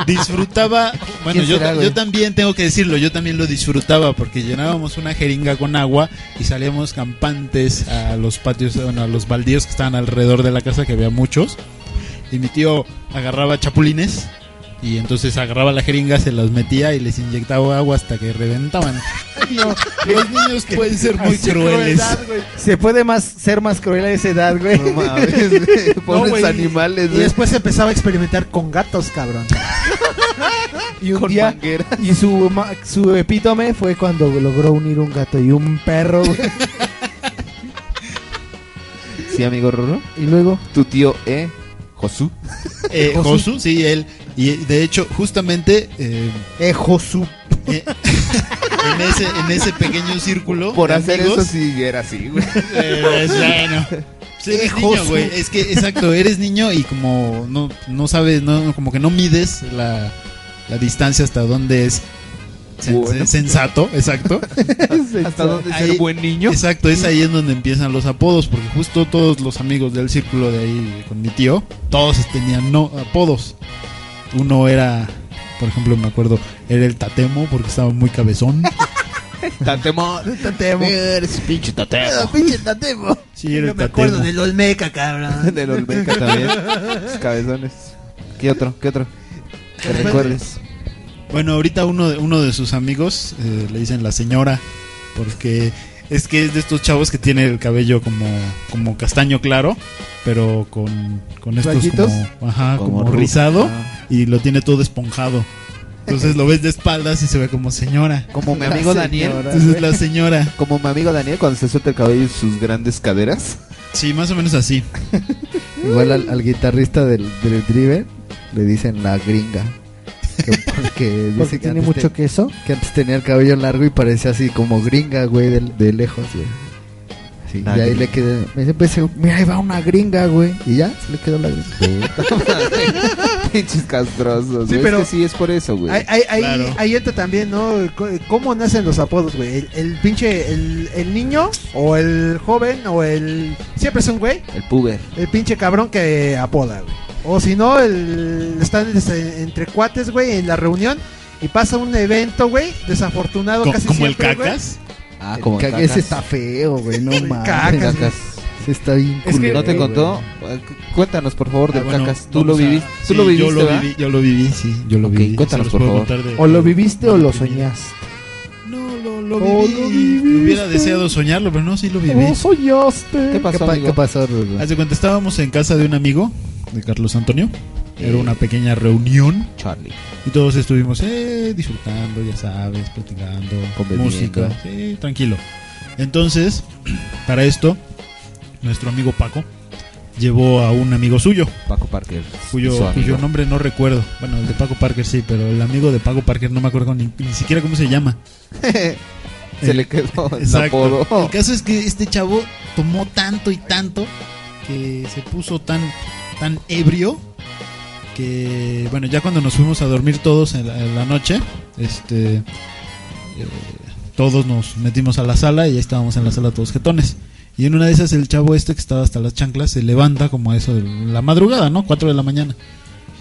F: disfrutaba, bueno,
M: ¿Quién
F: yo,
M: será,
F: ta-
M: güey?
F: yo también tengo que decirlo, yo también lo disfrutaba porque llenábamos una jeringa con agua y salíamos campantes a los patios, bueno, a los baldíos que estaban alrededor de la casa, que había muchos, y mi tío agarraba chapulines. Y entonces agarraba la jeringa, se las metía y les inyectaba agua hasta que reventaban. los niños pueden ser muy
A: Así,
F: crueles.
A: crueldad, güey. Se puede más ser más cruel a esa edad, güey. No
B: mames,
E: [laughs]
B: güey. Pobres
C: güey.
B: animales,
C: Y
B: güey.
C: después empezaba a experimentar con gatos, cabrón.
A: Y un día- y su, ma- su epítome fue cuando logró unir un gato y un perro, güey.
B: Sí, amigo Rorro.
A: Y luego.
B: Tu tío E,
F: [laughs]
B: Josu.
F: Eh, Josu, sí, él. Y de hecho, justamente. Eh,
A: Josu.
F: en, ese, en ese
C: [laughs]
F: pequeño círculo.
B: Por
F: de
B: hacer
F: amigos,
B: eso sí era así, güey.
F: [laughs] eh, pues, bueno. Pues eres
B: Josu.
F: niño, güey. Es que, exacto, eres niño y como no, no sabes, no, como que no mides la, la distancia hasta dónde es. sen-
B: Bueno.
F: Sensato, exacto.
B: [laughs] [laughs] Hasta donde ser
F: Ahí-
B: buen niño.
F: Exacto, es ahí en donde empiezan los apodos, porque justo todos los amigos del círculo de ahí con mi tío, todos tenían no, apodos. Uno era, por ejemplo, me acuerdo, era el tatemo porque estaba muy
B: [laughs]
F: cabezón.
B: Tatemo. Tatemo. Eres pinche tatemo.
C: [laughs] Pinche tatemo.
F: Sí, era
C: Yo
F: el
C: me acuerdo
F: tatemo.
C: del Olmeca, cabrón.
B: [laughs] Del Olmeca
C: [laughs]
B: también. Los [laughs] cabezones. ¿Qué otro? ¿Qué otro? Que recuerdes.
F: Bueno, ahorita uno de, uno de sus amigos eh, le dicen la señora, porque es que es de estos chavos que tiene el cabello como, como castaño claro, pero con, con estos
A: ¿Rayitos?
F: como, ajá,
B: Como
F: como,
B: ru-
F: rizado
B: ah.
F: y lo tiene todo esponjado. Entonces lo ves de espaldas y se ve como señora.
B: Como mi amigo
A: La
B: Daniel.
A: señora.
F: Entonces la señora.
B: Como mi amigo Daniel cuando se suelta el cabello y sus grandes [laughs] caderas.
F: Sí, más o menos así.
E: Igual al, al guitarrista del, del Driven le dicen la gringa. Que
A: [laughs]
E: Porque, dice
A: Porque tiene
E: antes
A: mucho
E: te-
A: queso.
E: que antes tenía el cabello largo y parecía así como gringa, güey, de, de lejos, güey. Sí,
B: La
E: y ahí
B: gringa.
E: le quedé. Me dice, pues, mira, ahí va una gringa, güey. Y ya, se le quedó la
F: [laughs]
E: gringa.
B: Pinches castrosos.
C: Sí,
B: güey.
C: pero-
B: Es que sí es por eso, güey.
C: Ahí, ahí- ahí-
F: Claro.
C: ahí entra también, ¿no? Co- ¿Cómo nacen los apodos, güey? El, el pinche, el, el niño, o el joven, o el... Siempre es un güey,
B: El puber.
C: el pinche cabrón que apoda, güey. O si no, el, están des- entre cuates, güey, en la reunión, y pasa un evento, güey, desafortunado
F: Co-
C: casi
F: como el
C: siempre, güey.
F: cacas.
B: Ah, como
E: Caca,
B: cacas.
E: Ese está feo, güey,
B: [laughs]
E: no mames.
C: Cacas.
B: Cacas.
E: Ese está bien
A: Es que-
E: culero,
B: ¿No te
E: güey.
B: contó? Cuéntanos, por favor,
F: Ah,
B: del
F: bueno,
B: cacas. Tú lo
F: vamos a-
B: viviste.
F: sí,
B: Tú lo
F: Yo
B: viviste,
F: lo
B: ¿verdad?
F: viví, yo lo viví, sí, yo lo
B: Ok,
F: viví.
B: cuéntanos,
F: Se los
B: por
F: puedo
B: favor.
F: contar de-
A: O lo viviste o lo
F: de mi vida.
A: soñaste.
F: No, lo, lo
A: Oh,
F: viví.
A: lo viviste.
F: Hubiera deseado soñarlo, pero no, sí lo viví.
A: O soñaste.
B: ¿Qué
E: ¿Qué,
B: pasó,
E: pa-
B: amigo?
E: qué pasó, Rulo?
F: Hace cuenta, estábamos en casa de un amigo, de Carlos Antonio. Era una pequeña reunión
B: Charlie.
F: y todos estuvimos eh, disfrutando, ya sabes, platicando,
B: Conviviendo.
F: música, sí, tranquilo. Entonces, [clears throat] para esto, nuestro amigo Paco llevó a un amigo suyo,
B: Paco
C: [laughs]
B: Parker.
F: cuyo, [laughs]
B: Su amigo.
F: cuyo nombre no recuerdo. Bueno, el de Paco Parker sí, pero el amigo de Paco Parker no me acuerdo ni, ni siquiera cómo se llama.
B: [laughs] Se le quedó
F: [laughs]
B: el
F: Exacto. El
B: apodo.
F: caso es que este chavo tomó tanto y tanto que se puso tan, tan ebrio que, bueno, ya cuando nos fuimos a dormir todos en la, en la noche, este, eh, todos nos metimos a la sala y ya estábamos en la sala todos jetones. Y en una de esas el chavo este que estaba hasta las chanclas se levanta como a eso de la madrugada, ¿no? 4 de la mañana.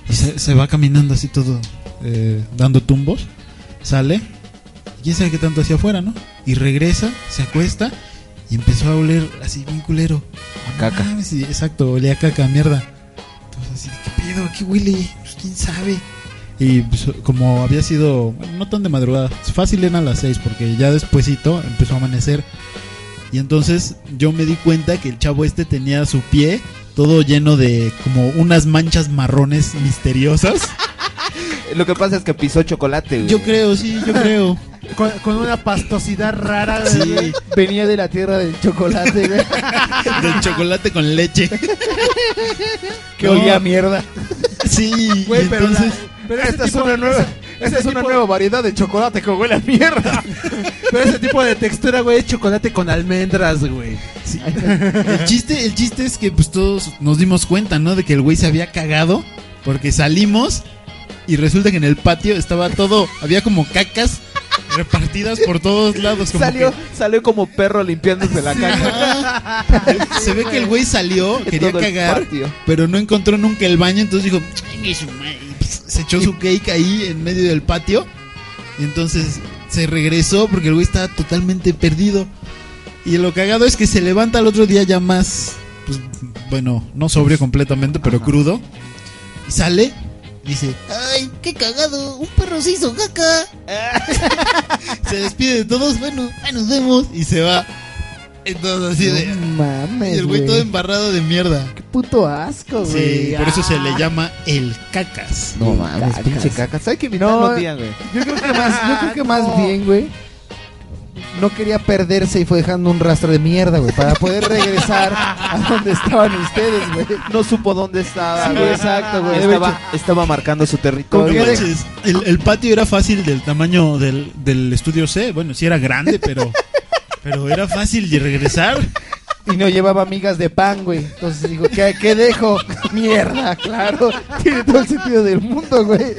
F: Y se, se va caminando así todo, eh, dando tumbos. Sale quién sabe qué tanto hacia afuera, ¿no? Y regresa, se acuesta y empezó a oler así bien culero.
B: A caca.
F: No mames, sí, exacto, olía a caca, a mierda. Entonces así, ¿qué pedo? ¿A ¿Qué huele? Pues quién sabe. Y pues, como había sido, bueno, no tan de madrugada, fácil eran las 6 porque ya despuesito empezó a amanecer. Y entonces yo me di cuenta que el chavo este tenía su pie todo lleno de como unas manchas marrones misteriosas. [laughs]
B: Lo que pasa es que pisó chocolate, güey.
F: Yo creo, sí,
C: [laughs]
F: yo creo.
C: Con, con una pastosidad rara,
F: Sí.
A: Venía de la tierra del
F: [laughs]
A: chocolate, güey.
F: Del chocolate con
A: [laughs]
F: leche.
A: que
F: No,
A: olía a mierda.
F: Sí,
C: Güey,
F: y
C: pero, la-
F: entonces.
C: pero este tipo- ese-
H: Esa es una nueva variedad de chocolate que huele a mierda.
C: [laughs] Pero ese tipo de textura, güey, es chocolate con almendras, güey.
F: El chiste, el chiste es que pues todos nos dimos cuenta, ¿no? De que el güey se había cagado porque salimos y resulta que en el patio estaba todo, había como cacas repartidas por todos lados. Como
B: Salió, salió como perro limpiándose la caca.
F: que- [laughs] se ve que el güey salió, quería
B: todo el
F: cagar,
B: patio.
F: pero no encontró nunca el baño, entonces dijo, "Chingue su madre", y, pues, se echó su cake ahí en medio del patio. Y entonces se regresó porque el güey estaba totalmente perdido. Y lo cagado es que se levanta al otro día ya más, pues, bueno, no sobrio completamente, pero crudo. Y sale, dice, ¡ay, qué cagado! ¡Un perro se hizo caca! se despide de todos, bueno, ahí nos vemos. Y se va. Entonces así de...
H: mames.
F: Y el güey todo embarrado de mierda.
H: Puto asco,
F: Sí,
H: güey. Ah.
F: por eso se le
E: Ah.
F: llama el cacas.
B: No mames,
H: cacas.
B: pinche caca. ¿Sabes qué?
H: No.
B: No, güey.
H: Yo creo que más, yo
F: [laughs]
H: creo
F: Ah,
H: que más bien, güey. No quería perderse y fue dejando un rastro de mierda, güey, para poder regresar a donde estaban ustedes, güey.
B: No supo dónde estaba,
H: Sí,
B: güey.
H: exacto,
F: Ah,
H: güey.
B: Estaba, estaba marcando su
F: No
B: territorio. güey.
F: manches, el, el patio era fácil del tamaño del, del estudio C. Bueno, sí era grande, pero, pero era fácil de regresar.
H: Y no llevaba migas de pan, güey. Entonces dijo, ¿qué, qué dejo? Mierda, claro. Tiene todo el sentido del mundo, güey.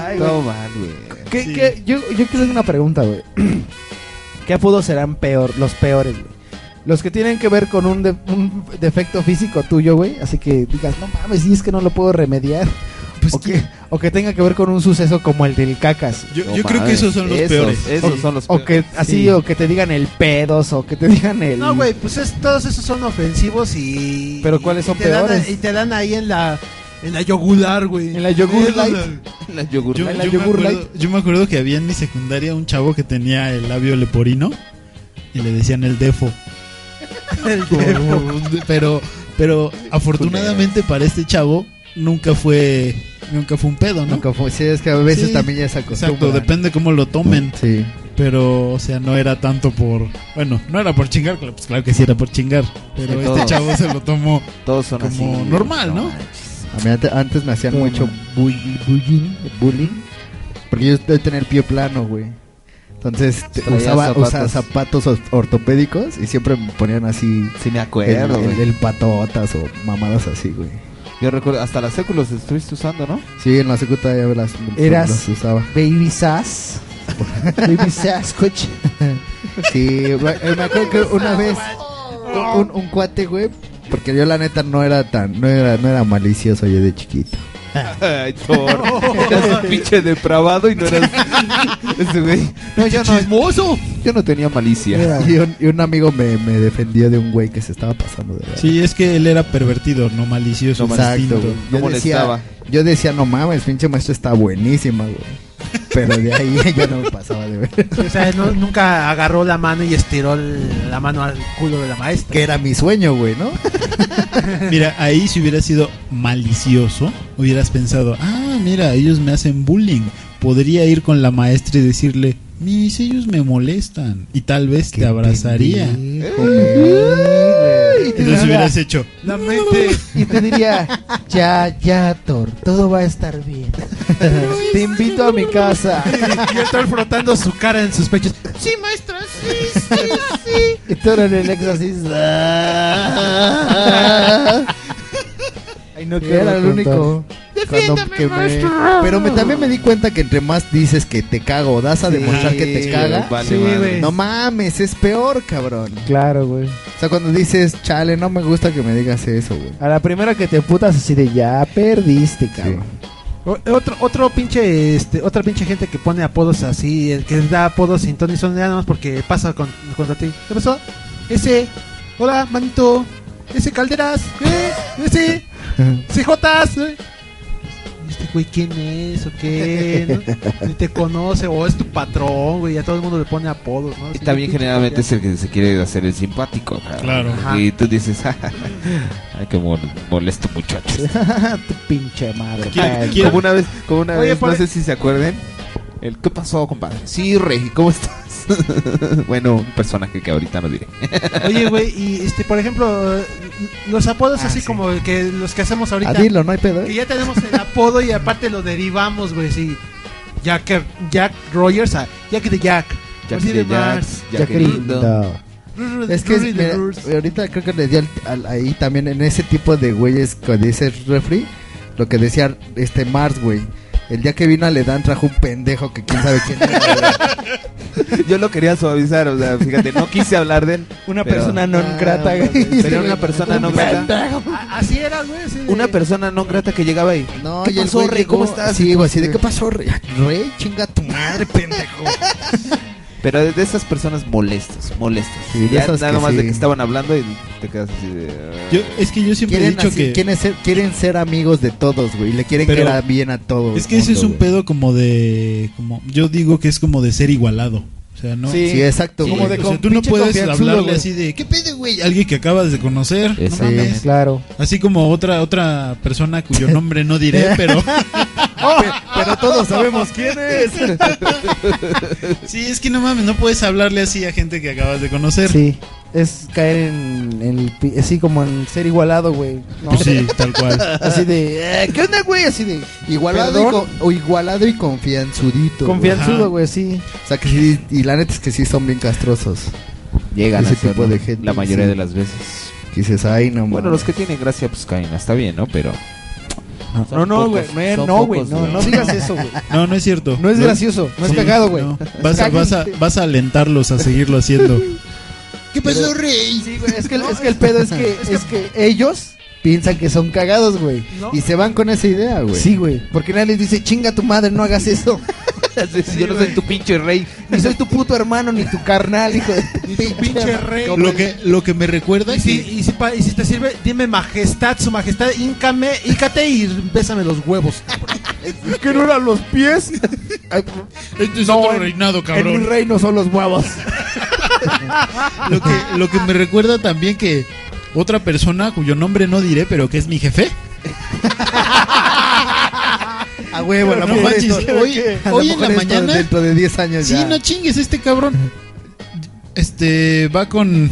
H: Ay, güey.
B: No man, güey.
H: ¿Qué-
F: Sí.
H: qué- yo, yo quiero hacer una pregunta, güey. [clears throat] ¿Qué apodos serán peor, los peores, güey? Los que tienen que ver con un, de- un defecto físico tuyo, güey. Así que digas, no mames, si es que no lo puedo remediar.
F: [laughs] Pues
H: o, que, o que tenga que ver con un suceso como el del cacas.
F: Yo,
B: No
F: yo creo que
B: mames,
F: esos son los
B: esos,
F: peores.
B: Esos
F: Sí.
B: son los
H: O
B: peores.
H: que así,
F: Sí.
H: o que te digan el pedos, o que te digan el.
C: No, güey, pues es- todos esos son ofensivos y.
H: Pero ¿cuáles
C: y
H: son
C: te dan a-
H: peores?
C: y te dan ahí en la, en la yogular, güey.
H: En la yogur light.
B: La yogur-
F: Yo,
H: Ay, la
F: yo me
H: yogur
F: acuerdo, yo me acuerdo que había en mi secundaria un chavo que tenía el labio leporino y le decían el
E: [laughs]
F: defo. [laughs] pero, pero afortunadamente para este chavo nunca fue, nunca fue un pedo, ¿no?
E: Nunca fue. Sí, es que a veces
F: Sí.
E: también ya se
F: Exacto,
E: acostumbra.
F: depende cómo lo tomen.
E: Sí.
F: Pero, o sea, no era tanto por. Bueno, no era por chingar, claro, pues claro que sí era por chingar. Pero
B: Sí,
F: este
B: todo.
F: chavo se lo tomó.
B: Todos
E: [laughs]
B: son
E: Pues
F: como
B: así. güey.
F: normal, ¿no?
B: manches.
E: A mí ante- antes me hacían
H: Toma.
E: mucho bullying, bullying, bullying, porque yo de tener pie plano, güey. Entonces te-
B: Traías
E: usaba
B: zapatos.
E: usaba zapatos or- ortopédicos y siempre me ponían así
B: Sí me
E: el,
B: acuerdo,
E: el-
B: güey.
E: el patotas o mamadas así, güey.
B: Yo recuerdo, hasta las séculos estuviste usando, ¿no?
E: Sí, en la secundaria ya las,
H: Eras-
E: las usaba.
H: Baby
E: [laughs]
H: Sass. Baby Sass, coche.
E: Sí, me eh, me acuerdo que una vez un, un cuate, güey, porque yo la neta no era tan no era no era malicioso yo de chiquito.
B: Ay, Thor. Eras un pinche depravado y no eras. [laughs] Ese güey.
E: No, yo
B: ¡Chismoso! Yo no tenía malicia.
E: Y un, y un amigo me, me defendió de un güey que se estaba pasando de verdad.
F: Sí, es que él era pervertido, no malicioso.
B: No
F: distinto.
E: Exacto, güey.
B: No
E: Yo
B: molestaba.
E: decía, yo decía, no mames, pinche maestra está buenísima, güey.
F: [laughs]
E: Pero de ahí [laughs] yo no me pasaba de ver.
C: [laughs] O sea, no- nunca agarró la mano y estiró el- la mano al culo de la maestra.
E: Que era mi sueño, güey, [laughs] ¿no?
F: Mira, ahí si hubieras sido malicioso, hubieras pensado, ah, mira, ellos me hacen bullying. Podría ir con la maestra y decirle, mis, ellos me molestan. Y tal vez te abrazaría.
E: Pendejo, [laughs] güey.
H: Y te
F: Entonces
H: diría,
F: hubieras hecho,
C: La mente.
H: y te diría, ya, ya, Thor, todo va a
F: [laughs]
H: estar bien. Te invito a mi casa.
C: [laughs] Y el Thor frotando su cara en sus pechos.
H: Y Thor en el exorcista. Ay, no,
E: Que era el único. cuando- que me- Pero me- también me di cuenta que entre más dices que te cago o das a demostrar que te caga,
B: Vale,
C: Sí,
B: madre.
C: güey.
E: no mames, es peor, cabrón.
H: Claro, güey.
E: O sea, cuando dices, chale, no me gusta que me digas eso, güey.
H: A la primera que te putas así de ya perdiste, cabrón.
C: O- Otro, otro pinche, este, otra pinche gente que pone apodos así, el que da apodos sin ton y son nada más porque pasa con, contra ti. ¿Qué pasó? Ese, hola, manito, ese calderas, ¿eh? [laughs] ese, CJs. ¿eh? ¿Y ¿Este güey quién es o qué? ¿No? Ni te conoce o es tu patrón, güey, a todo el mundo le pone apodos, ¿no?
B: Y
C: Así,
B: también
C: pinche
B: generalmente es
C: calderas.
B: el que se quiere hacer el simpático. cabrón.
F: Claro.
C: Ajá.
B: Y tú dices, [laughs] "Ja, ja, ja. ay, qué mon- molesto muchacho.
H: [laughs] tu pinche madre.
F: ¿Quién-
H: Ay,
F: quién-
B: Ah, Como una vez, como una
C: Oye,
B: vez, no
C: pare-
B: sé si se acuerden, El, ¿Qué pasó, compadre? Sí, Regi, ¿cómo estás? [laughs] bueno, un personaje que ahorita no diré.
C: Oye, güey, y este, por ejemplo, eh, los
B: Ah,
C: apodos así como el que los que hacemos ahorita.
E: Ah, dilo, no hay pedo, ¿eh?
C: Que ya tenemos el apodo y aparte lo derivamos, güey, sí. Jack, Jack Rogers, a Jack de Jack.
E: Pues
B: Jack
C: Percy
B: de Jack,
C: Mars.
B: Jack Jack lindo. lindo.
C: Rurr-
E: Es que
C: Rurr-
E: mira,
C: Rurr-
E: ahorita creo que le di al, al- ahí también en ese tipo de güeyes que dice refri, lo que decía este Mars, güey. El día que vino a Ledán trajo un pendejo que quién sabe [laughs] quién era.
B: Yo lo quería suavizar, o sea, fíjate, no quise hablar de él. Ah,
H: Una persona non grata, güey.
B: Sería una persona no grata.
C: A- Así era, güey. así de-
B: Una persona no grata que llegaba ahí.
E: No,
B: ¿Qué
E: y el
B: pasó,
E: güey
B: Rey? ¿Cómo
E: llegó
B: estás?
E: así, güey, así de, ¿qué pasó, Rey? Rey, chinga tu madre, pendejo.
B: Pero de esas personas molestas, molestas.
E: Sí, de
B: ya
E: esas
B: nada
E: que
B: más de
E: sí.
B: que estaban hablando y te quedas así de...
G: Yo- es que yo siempre he
E: Quieren,
G: dicho
E: así-
G: que.
E: quieren, ser, quieren ser amigos de todos, güey. y Le quieren
G: Pero-
E: quedar bien a todos.
G: es que ese es un
E: pedo
F: como de. Como, yo digo que es como de ser igualado. O sea, no.
E: Sí, Sí, exacto,
F: Como
E: güey.
F: de
E: O
F: sea,
E: sea,
F: tú no
E: pinche
F: puedes
E: confianzudo,
F: hablarle
E: güey.
F: así de. ¿Qué [laughs] pedo, güey? Alguien que acabas de conocer. no
E: Exacto.
F: mames.
E: Sí, claro.
F: Así como otra otra persona cuyo nombre no
E: [laughs]
F: diré, pero.
E: pero todos sabemos quién es.
F: [laughs] sí, es que no mames, no puedes hablarle así a gente que acabas de conocer.
H: Sí, es caer en, en el pi- así como en ser igualado, güey. ¿no?
F: Pues Sí, tal cual.
H: [laughs] Así de, eh, ¿qué onda, güey? Así de,
E: Igualado y,
H: ¿Perdón?
E: co- o igualado y confianzudito. güey.
H: Confianzudo,
E: Ajá.
H: güey, sí.
E: O sea, que sí, y la neta es que sí son bien castrosos.
B: Llegan
E: Ese
B: a ser,
E: tipo
B: ¿no?
E: de gente.
B: La mayoría
E: sí.
B: de las veces.
E: Que dices, ay, no
B: Bueno,
E: mames".
B: los que tienen gracia, pues caen, está bien, ¿no? Pero...
H: No, no, güey, no, es-
B: son
H: no, güey,
B: pocos,
H: no,
B: güey.
H: no digas eso, güey.
F: [laughs] No, no es cierto.
H: No es gracioso, no es cagado, güey. [laughs]
F: Vas, a,
H: Cáguense.
F: vas, a, vas a alentarlos a seguirlo
H: [laughs]
F: haciendo. ¿Qué pasó, Rey?
H: Sí, güey, es que, el- es que el pedo
F: [laughs]
H: es que, es que ellos
E: piensan que son cagados, güey.
H: ¿No?
E: Y se van con esa idea, güey.
H: Sí, güey.
E: Porque nadie les dice, chinga tu madre, no hagas [laughs] eso.
B: Sí, yo no soy tu pinche rey.
H: ni soy tu puto hermano ni tu carnal, hijo de
C: Pinche rey.
F: Lo que, lo que me recuerda
C: Y si, y, si pa- y si te sirve, dime majestad, su majestad, íncame, ícate y bésame los [laughs] huevos.
H: que no eran los pies. Ay,
F: Este es
H: No,
F: otro
H: en-
F: reinado,
H: en mi
F: cabrón.
H: reino son los huevos.
F: Lo que, lo que me recuerda también que otra persona cuyo nombre no diré, pero que es mi jefe.
E: A huevo,
F: No
E: la mujer
F: manches,
E: esto-
F: hoy-
E: a lo
F: hoy en la
E: mejor esto
F: mañana-
E: Dentro de 10 años
F: Sí,
E: ya.
F: no chingues, este cabrón. Este va con.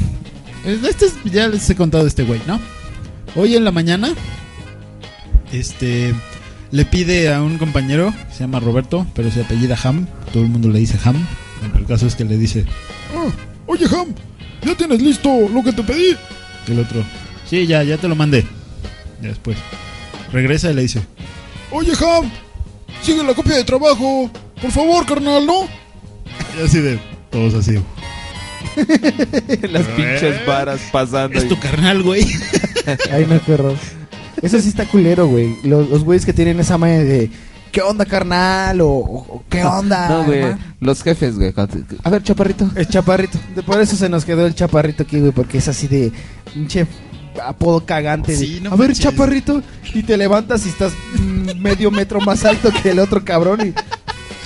F: Este es- ya les he contado de este güey, ¿no? Hoy en la mañana, este le pide a un compañero, se llama Roberto, pero se apellida Ham. Todo el mundo le dice Ham. Bueno, el caso es que le dice: "Ah, Oye, Ham, ya tienes listo lo que te pedí. Y el otro: Sí, ya, ya te lo mandé. Ya después regresa y le dice: Oye, Ham, sigue la copia de trabajo. Por favor, carnal, ¿no? Y así de, todos así.
B: Las pinches varas pasando.
F: Es
B: y-
F: tu carnal, güey.
E: [laughs]
H: Ay, no, qué horror. Eso sí está culero, güey. Los, los güeyes que tienen esa madre de, ¿qué onda, carnal? O, o, ¿qué onda?
B: [laughs] No, güey.
H: hermano?
B: Los jefes, güey. cuando te- A ver, chaparrito.
H: El chaparrito. De- por eso se nos quedó el chaparrito aquí, güey, porque es así de pinche apodo cagante. de,
F: Sí, no
H: a ver,
F: manches.
H: chaparrito. Y te levantas y estás mm, medio metro más alto que el otro cabrón. Y,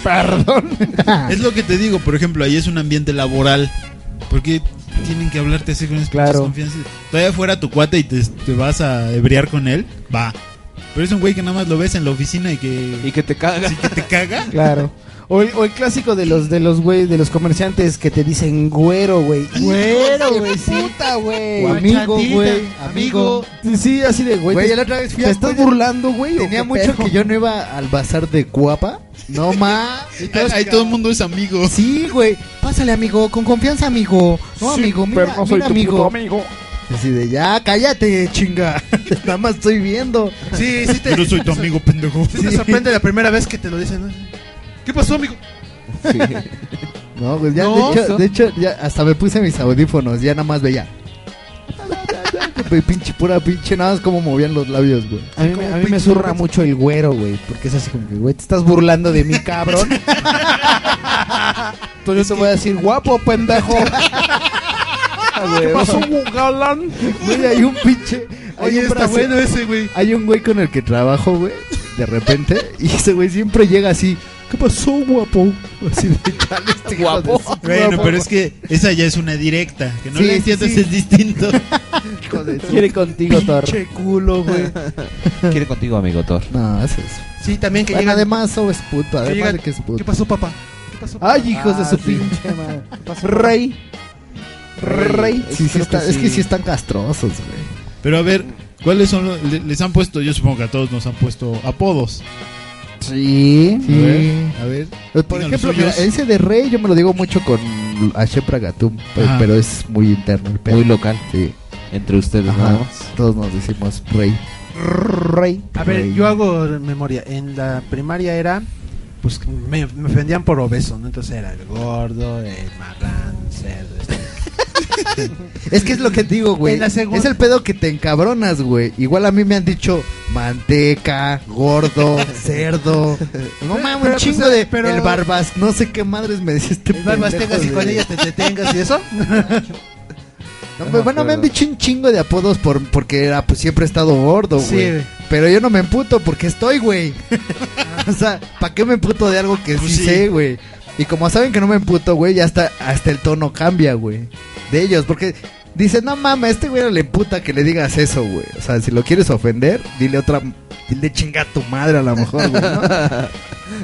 H: Perdón.
F: [laughs] Es lo que te digo, por ejemplo, ahí es un ambiente laboral. Porque tienen que hablarte así con esas
H: Claro.
F: pinches confianzas. Todavía fuera tu cuate y te, te vas a ebrear con él, va. Pero es un güey que nada más lo ves en la oficina y que,
B: Y que te cagas.
F: así que te
E: [laughs]
F: caga.
H: Claro. O el, o el clásico de los de los güey de los comerciantes que te dicen güero, güey. Güero, güey, sí.
E: puta, güey.
H: O amigo,
C: Chatita,
H: güey.
C: Amigo.
H: Sí, así de güey.
E: Güey,
H: te-
E: la otra vez fui
H: ¿Te
E: a-
H: estás burlando, güey?
E: Tenía mucho que yo no iba al bazar de Cuapa.
H: [laughs]
E: No más.
F: Ahí, ahí todo el mundo es amigo.
E: Sí, güey. Pásale, amigo. Con confianza, amigo. No, amigo. Mira, mira, amigo.
F: [laughs]
E: Así de ya, cállate, chinga. [laughs] Nada más estoy viendo.
C: Sí, sí
F: [laughs]
C: te,
F: Yo soy tu amigo, pendejo.
C: [laughs] sí te sorprende la primera vez que te lo dicen. ¿no? ¿Qué pasó, amigo?
B: Sí.
E: No, güey, ya,
C: No,
E: de hecho,
C: eso.
E: de hecho, ya hasta me puse mis audífonos. Ya nada más veía. Güey, pinche pura pinche. Nada más como movían los labios, güey.
H: A mí, me- a mí me zurra mucho el güero, güey. Porque es así como que, güey, te estás burlando de mí,
C: [laughs]
H: cabrón. Entonces yo te voy a decir, guapo,
C: [laughs]
H: pendejo. Ah, ¿Qué pasó, galán?
E: Güey, hay un pinche. hay
C: Oye,
E: un
C: está
E: brasileño-
C: bueno ese, güey.
E: Hay un güey con el que trabajo, güey, de repente, y ese güey siempre llega así,
H: ¿Qué pasó, guapo? Así de chale,
F: este hijo de su- [laughs] Bueno, pero es que esa ya es una directa. Que no
H: Sí,
F: la entiendas
H: sí.
F: es
H: [laughs]
F: distinto.
H: Quiere contigo, Thor.
C: Pinche culo, güey.
B: Quiere contigo, amigo Thor.
E: No, eso es.
C: Sí, también que
E: Bueno,
C: llegan-
E: además, oh, es puto. Además
C: llegan-
E: de que es puto.
C: ¿Qué pasó, papá? ¿Qué pasó, Ah, papá?
E: Ay, hijos de su pinche
H: madre.
E: Rey. Rey. Sí, sí
F: Creo
E: está-
F: que
E: es que
F: sí.
E: sí están castrosos, güey.
F: Pero a ver, ¿cuáles son los, le- les han puesto? Yo supongo que a todos nos han puesto apodos.
E: Sí. Pues,
F: A ver, a ver.
E: Por
F: Digan los
E: ejemplo, mira,
F: suyos.
E: ese de Rey yo me lo digo mucho con Ashepra Gatum, pe-
F: Ajá.
E: pero es muy interno. el pedo.
B: Muy local.
E: Sí.
B: Entre ustedes
E: Ajá,
B: nada más.
E: Todos nos decimos Rey. Rey.
C: A ver, yo hago memoria. En la primaria era. Pues me, me ofendían por obeso, ¿no? Entonces era el gordo, el marrán, cerdo. este.
E: [laughs] Es que es lo que digo, güey.
C: En la segun-
E: Es el pedo que te encabronas, güey. Igual a mí me han dicho manteca, [laughs] gordo, cerdo. No mames, un
C: Pero,
E: chingo
C: pues,
E: de.
C: pero-
E: El barbas, no sé qué madres me decía este
C: El barbas
E: pendejo
C: tengas y
E: de-
C: con ella te detengas y
E: [laughs]
C: eso.
E: No,
C: Ah,
E: pues, bueno, me han dicho un chingo de apodos por, porque era, pues, siempre he estado gordo,
C: Sí,
E: güey.
C: güey.
E: Pero yo no me emputo porque estoy, güey. [laughs] o sea, ¿para qué me emputo de algo
C: Pues
E: que sí, sé, güey? Y como saben que no me emputo, güey, ya hasta, hasta el tono cambia, güey. De ellos, porque dicen, no mames, este güey no le emputa que le digas eso, güey. O sea, si lo quieres ofender, dile otra. Dile chinga a tu madre a lo mejor,
C: [laughs]
E: güey. ¿no?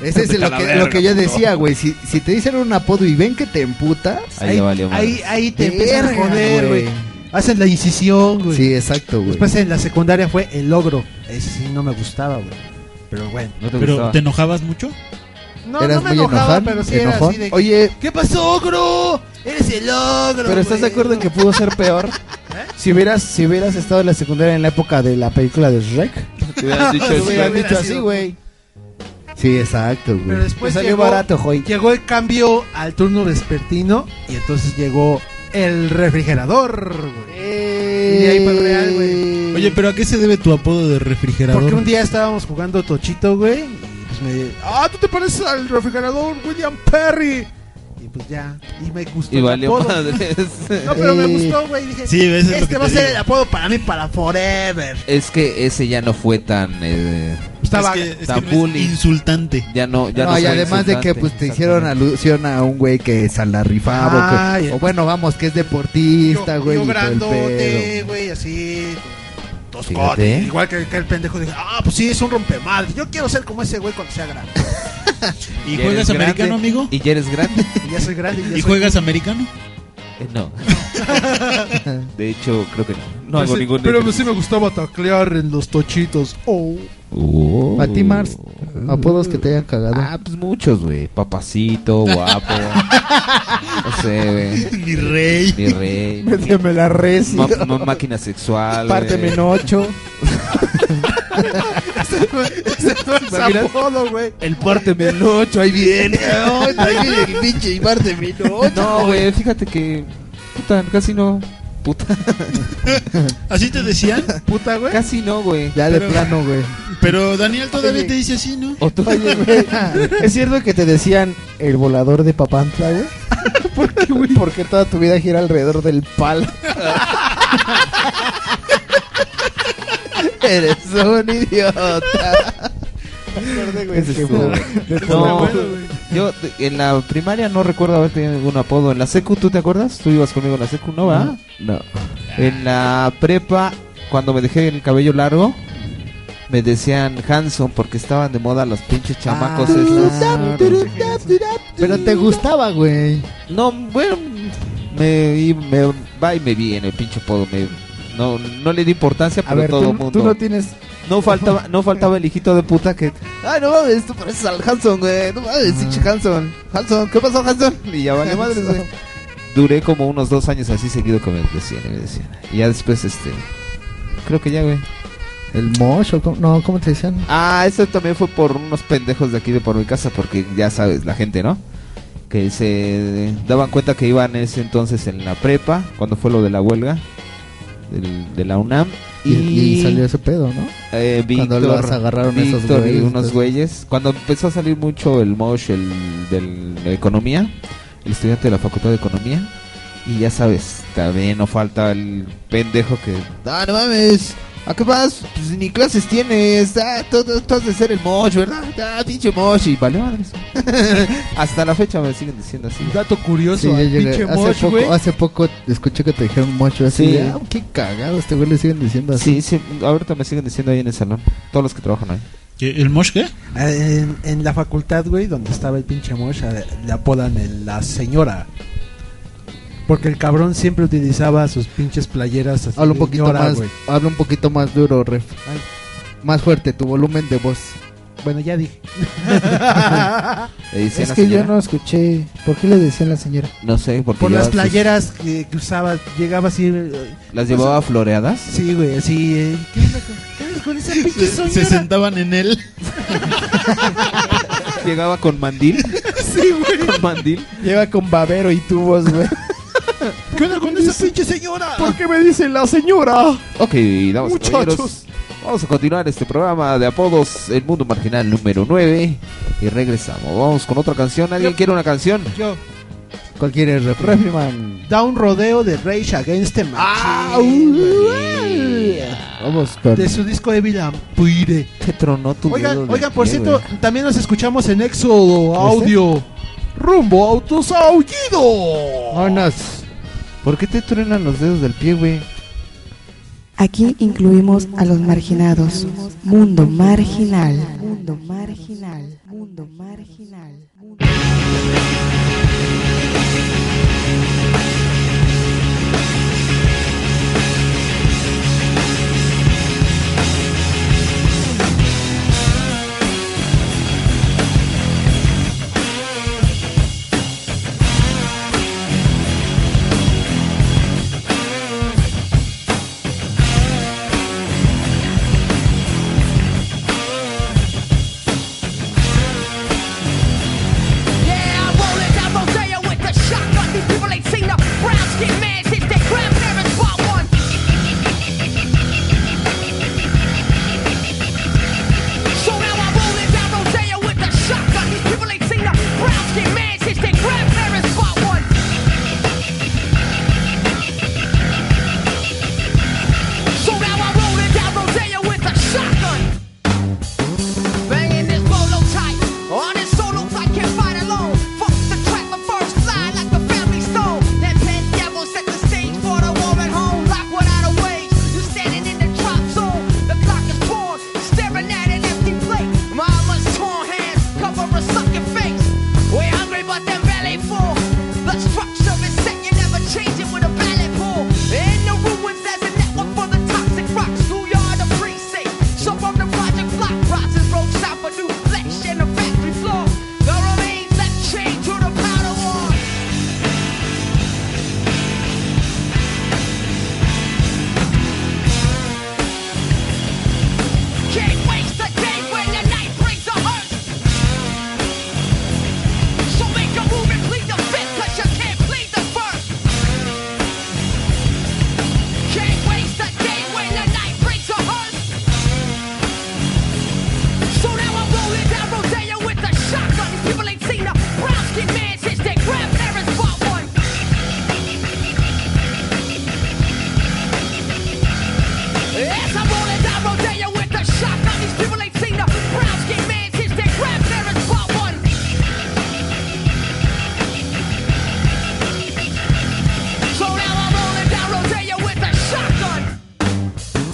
E: Ese es
C: Vete a
E: lo
C: la
E: que,
C: verga,
E: lo que yo
C: puto.
E: decía, güey. Si, si te dicen un apodo y ven que te emputas,
C: Ahí ya valió madre. ahí- ahí te empiezan a
E: Verga,
C: joder, güey. Hacen la incisión, güey.
E: Ah, Sí, exacto, güey.
C: Después en la secundaria fue el logro. Ese sí no me gustaba, güey. Pero bueno.
G: Pero, ¿te enojabas mucho?
C: No, no me enojaba, pero sí era así de.
H: Oye.
C: ¿Qué pasó, ogro? Eres el ogro.
H: Pero ¿estás de acuerdo en que pudo ser peor?
C: ¿Eh?
H: Si hubieras, si hubieras estado en la secundaria en la época de la película de Shrek,
E: [laughs]
B: Te
C: [laughs]
B: hubieran
H: [laughs]
B: dicho
H: Te
B: así,
H: hubieran
B: güey.
H: dicho así, güey.
E: Sí, exacto, güey.
C: Pero después
H: Te salió
C: Pues llegó,
H: barato, joy.
C: llegó el cambio al turno vespertino y entonces llegó el refrigerador, güey. Y de ahí para el real,
H: Eh.
C: güey.
F: Oye, pero ¿a qué se debe tu apodo de refrigerador?
C: Porque un día estábamos jugando Tochito, güey. Y pues me. ¡Ah, tú te pareces al refrigerador, William Perry! Y pues ya. Y me gustó.
B: Y
C: el
B: valió
C: apodo.
B: madres.
C: No, pero me
B: Eh.
C: gustó, güey. Dije:
B: Sí, ves, es lo
C: Este
B: que
C: va a
B: te
C: ser
B: digo.
C: el apodo para mí, para Forever.
B: Es que ese ya no fue tan. eh,
C: Estaba-
B: tan
C: Es que- es que
B: tan
C: no es
B: bullying.
F: insultante.
B: Ya no, ya no,
E: no, y
B: fue
E: además de que
B: insultante.
E: pues te hicieron alusión a un güey que se la rifaba, o
C: Ay,
E: que- o bueno, vamos, que es deportista,
C: Yo-
E: güey.
C: yo
E: y todo el
C: grandote,
E: pedo.
C: güey, así.
E: Fíjate.
C: Toscote. Igual que, que el pendejo dije, ah, pues sí, es un rompemadre. Yo quiero ser como ese güey cuando sea
E: [laughs]
C: grande.
F: ¿Y
B: Ya
F: juegas
B: eres grande,
F: americano, amigo?
B: ¿Y ya eres grande?
C: Y ya soy grande. ya
F: ¿Y
C: soy-
F: juegas americano?
B: Eh, no. De hecho, creo que no. [laughs] No
C: Pues
B: hago
C: sí,
B: ningún.
C: Pero sí me gustaba taclear en los tochitos. Oh.
E: A ti, Mars,
B: Oh.
C: [laughs]
E: apodos que te hayan cagado. Ah,
B: pues muchos, güey. Papacito, guapo. no sé, güey.
F: Mi rey.
B: Mi rey.
H: Méteme la res.
B: Ma- ma- máquina sexual. güey.
H: Párteme en
B: [laughs]
H: ocho.
C: Imagina-
B: El párteme en ocho, ahí viene.
E: Ay, trae el pinche y párteme en ocho,
B: No, güey, fíjate que. Puta, casi no. Puta.
F: ¿Así te decían?
C: Puta, güey.
B: Casi no, güey.
E: Ya de
F: Pero-
B: [laughs]
E: plano, güey.
F: Pero Daniel todavía
E: Oye.
F: te dice así,
E: [laughs]
F: ¿no?
B: O tú-
F: [laughs]
H: Oye, güey, ¿es cierto que te decían el volador de Papantla,
B: [laughs]
H: güey? ¿Por qué, güey? Porque toda tu vida gira alrededor del
B: [laughs]
H: palo.
E: Eres un idiota.
H: Ese
B: Ese
H: estuvo-
B: estuvo- No, yo de- en la primaria no recuerdo haber tenido ningún apodo. En la secu, ¿tú te acuerdas? Tú ibas conmigo en la secu, ¿no, va? No. En la prepa, cuando me dejé el cabello largo, me decían Hanson porque estaban de moda los pinches
H: Ah,
B: chamacos esos.
E: Pero te gustaba, güey.
B: No, bueno, me, y me va y me vi en el pinche apodo. Me, no, no le di importancia,
H: A
B: pero
H: ver,
B: todo
H: tú,
B: mundo.
H: tú no tienes...
B: No faltaba, no faltaba el hijito de puta que. Ay, Ah, no mames, tú pareces al Hanson, güey. No mames, pinche Hanson. Hanson, ¿qué pasó, Hanson? Y ya vale madre, güey. Duré como unos dos años así seguido que me decían y me decían. Y ya después, este. Creo que ya, güey.
E: El mocho, ¿cómo- no, ¿cómo te decían?
B: Ah, eso también fue por unos pendejos de aquí de por mi casa, porque ya sabes, la gente, ¿no? Que se daban cuenta que iban en ese entonces en la prepa, cuando fue lo de la huelga del- de la UNAM.
E: Y, y salió ese pedo, ¿no?
B: Eh,
E: Cuando
B: Víctor-
E: los agarraron esos
B: Víctor
E: güeyes,
B: y unos
E: pues.
B: güeyes. Cuando empezó a salir mucho el Mosh, el de la economía, el estudiante de la facultad de economía. Y ya sabes, también no falta el pendejo que. ¡Ah, no mames! ¿A qué vas? Pues ni clases tienes. Ah, tú, tú- tú has de ser el mosh, ¿verdad? Ah, pinche mosh. Y vale, madres. [laughs] Hasta la fecha me siguen diciendo así.
C: Dato curioso, ¿eh?
E: Sí, yo llegué- hace,
B: ah,
E: poco, hace poco escuché que te dijeron mocho así.
B: Sí.
E: de, "Ah, qué cagado, este güey le siguen diciendo así.
B: Sí, sí, ahorita me siguen diciendo ahí en el salón. Todos los que trabajan ahí.
C: ¿E-, ¿El Mosh qué? Ah, En, en la facultad, güey, donde estaba el pinche Mosh, a- le apodan el- la señora. Porque el cabrón siempre utilizaba sus pinches playeras así
E: Habla
C: de
E: un poquito
C: ñora,
E: más,
C: güey.
E: habla un poquito más duro, ref. Más fuerte tu volumen de voz.
C: Bueno, ya
H: [laughs]
C: dije.
B: Le dicen
H: Es
B: la
H: que yo
B: señora.
H: no escuché. ¿Por qué le decían la señora?
B: No sé, porque
C: Por las
B: llevaba sus-
C: playeras que, que usaba, llegaba así. eh,
B: ¿Las llevaba floreadas?
C: Sí, güey, así. eh,
F: Se, se sentaban en él.
E: [laughs]
B: Llegaba con mandil.
C: [laughs] sí, güey.
B: Con mandil.
H: Lleva con babero y tubos, güey.
C: ¿Qué onda con esa pinche señora?
H: ¿Por qué me dicen la señora?
B: Ok, damas y
H: Muchachos.
B: caballeros, Vamos a continuar este programa de apodos El Mundo Marginal número 9. Y regresamos. Vamos con otra canción. ¿Alguien quiere una canción?
C: Yo.
E: ¿Cuál quieres, ref?
H: Refriman.
C: Da un rodeo de Rage Against the Machine.
H: Vamos con.
C: de su disco Evil Empire.
B: Te tronó tu dedo
C: Oigan,
B: de
C: oigan, por
B: pie,
C: cierto,
B: güey. ¿Este?
C: también nos escuchamos en Éxodo Audio. Rumbo a Autos Aullido.
B: [laughs]
E: Vámonos.
B: ¿Por qué te truenan los dedos del pie, güey?
J: Aquí incluimos a los marginados. Mundo marginal. Mundo marginal. Mundo marginal. Mundo
A: Yeah, I'm rolling down Rodeo with the shotgun. These people ain't seen no brown skin man since their grandparents bought one. So now I'm rolling down Rodeo with the shotgun. These people ain't seen no brown skin man since their grandparents bought one. So now I'm rolling down Rodeo with the shotgun. Banging this bolo tight. On this solo fight, can't fight alone. Fuck the track, but first fly like the family stone. That pet devil set the stage for the war at home. Lock without a wage. You standing in the drop zone. The clock is torn. Staring at an empty plate. Mama's torn hands cover a sucking face. We're hungry, but them belly full. The structure is set, you never change it with a ballet pull. In the ruins, there's a network for the toxic rocks. Who you are, the precinct. So from the project block, process road south, a new flesh and a factory floor. The remains that chained to the powder war. Can't waste the day when the night brings a hurt. So make a move and plead the fifth, cause you can't plead the first. Can't waste the day when the night brings a hurt. So now I'm rolling down Rodeo with a shotgun. These people ain't seen a brown skin man since their grandparents bought one. Yes, I'm rolling down Rodeo with a shotgun. These people ain't seen a brown skin man since their grandparents bought one. So now I'm rolling down Rodeo with a shotgun.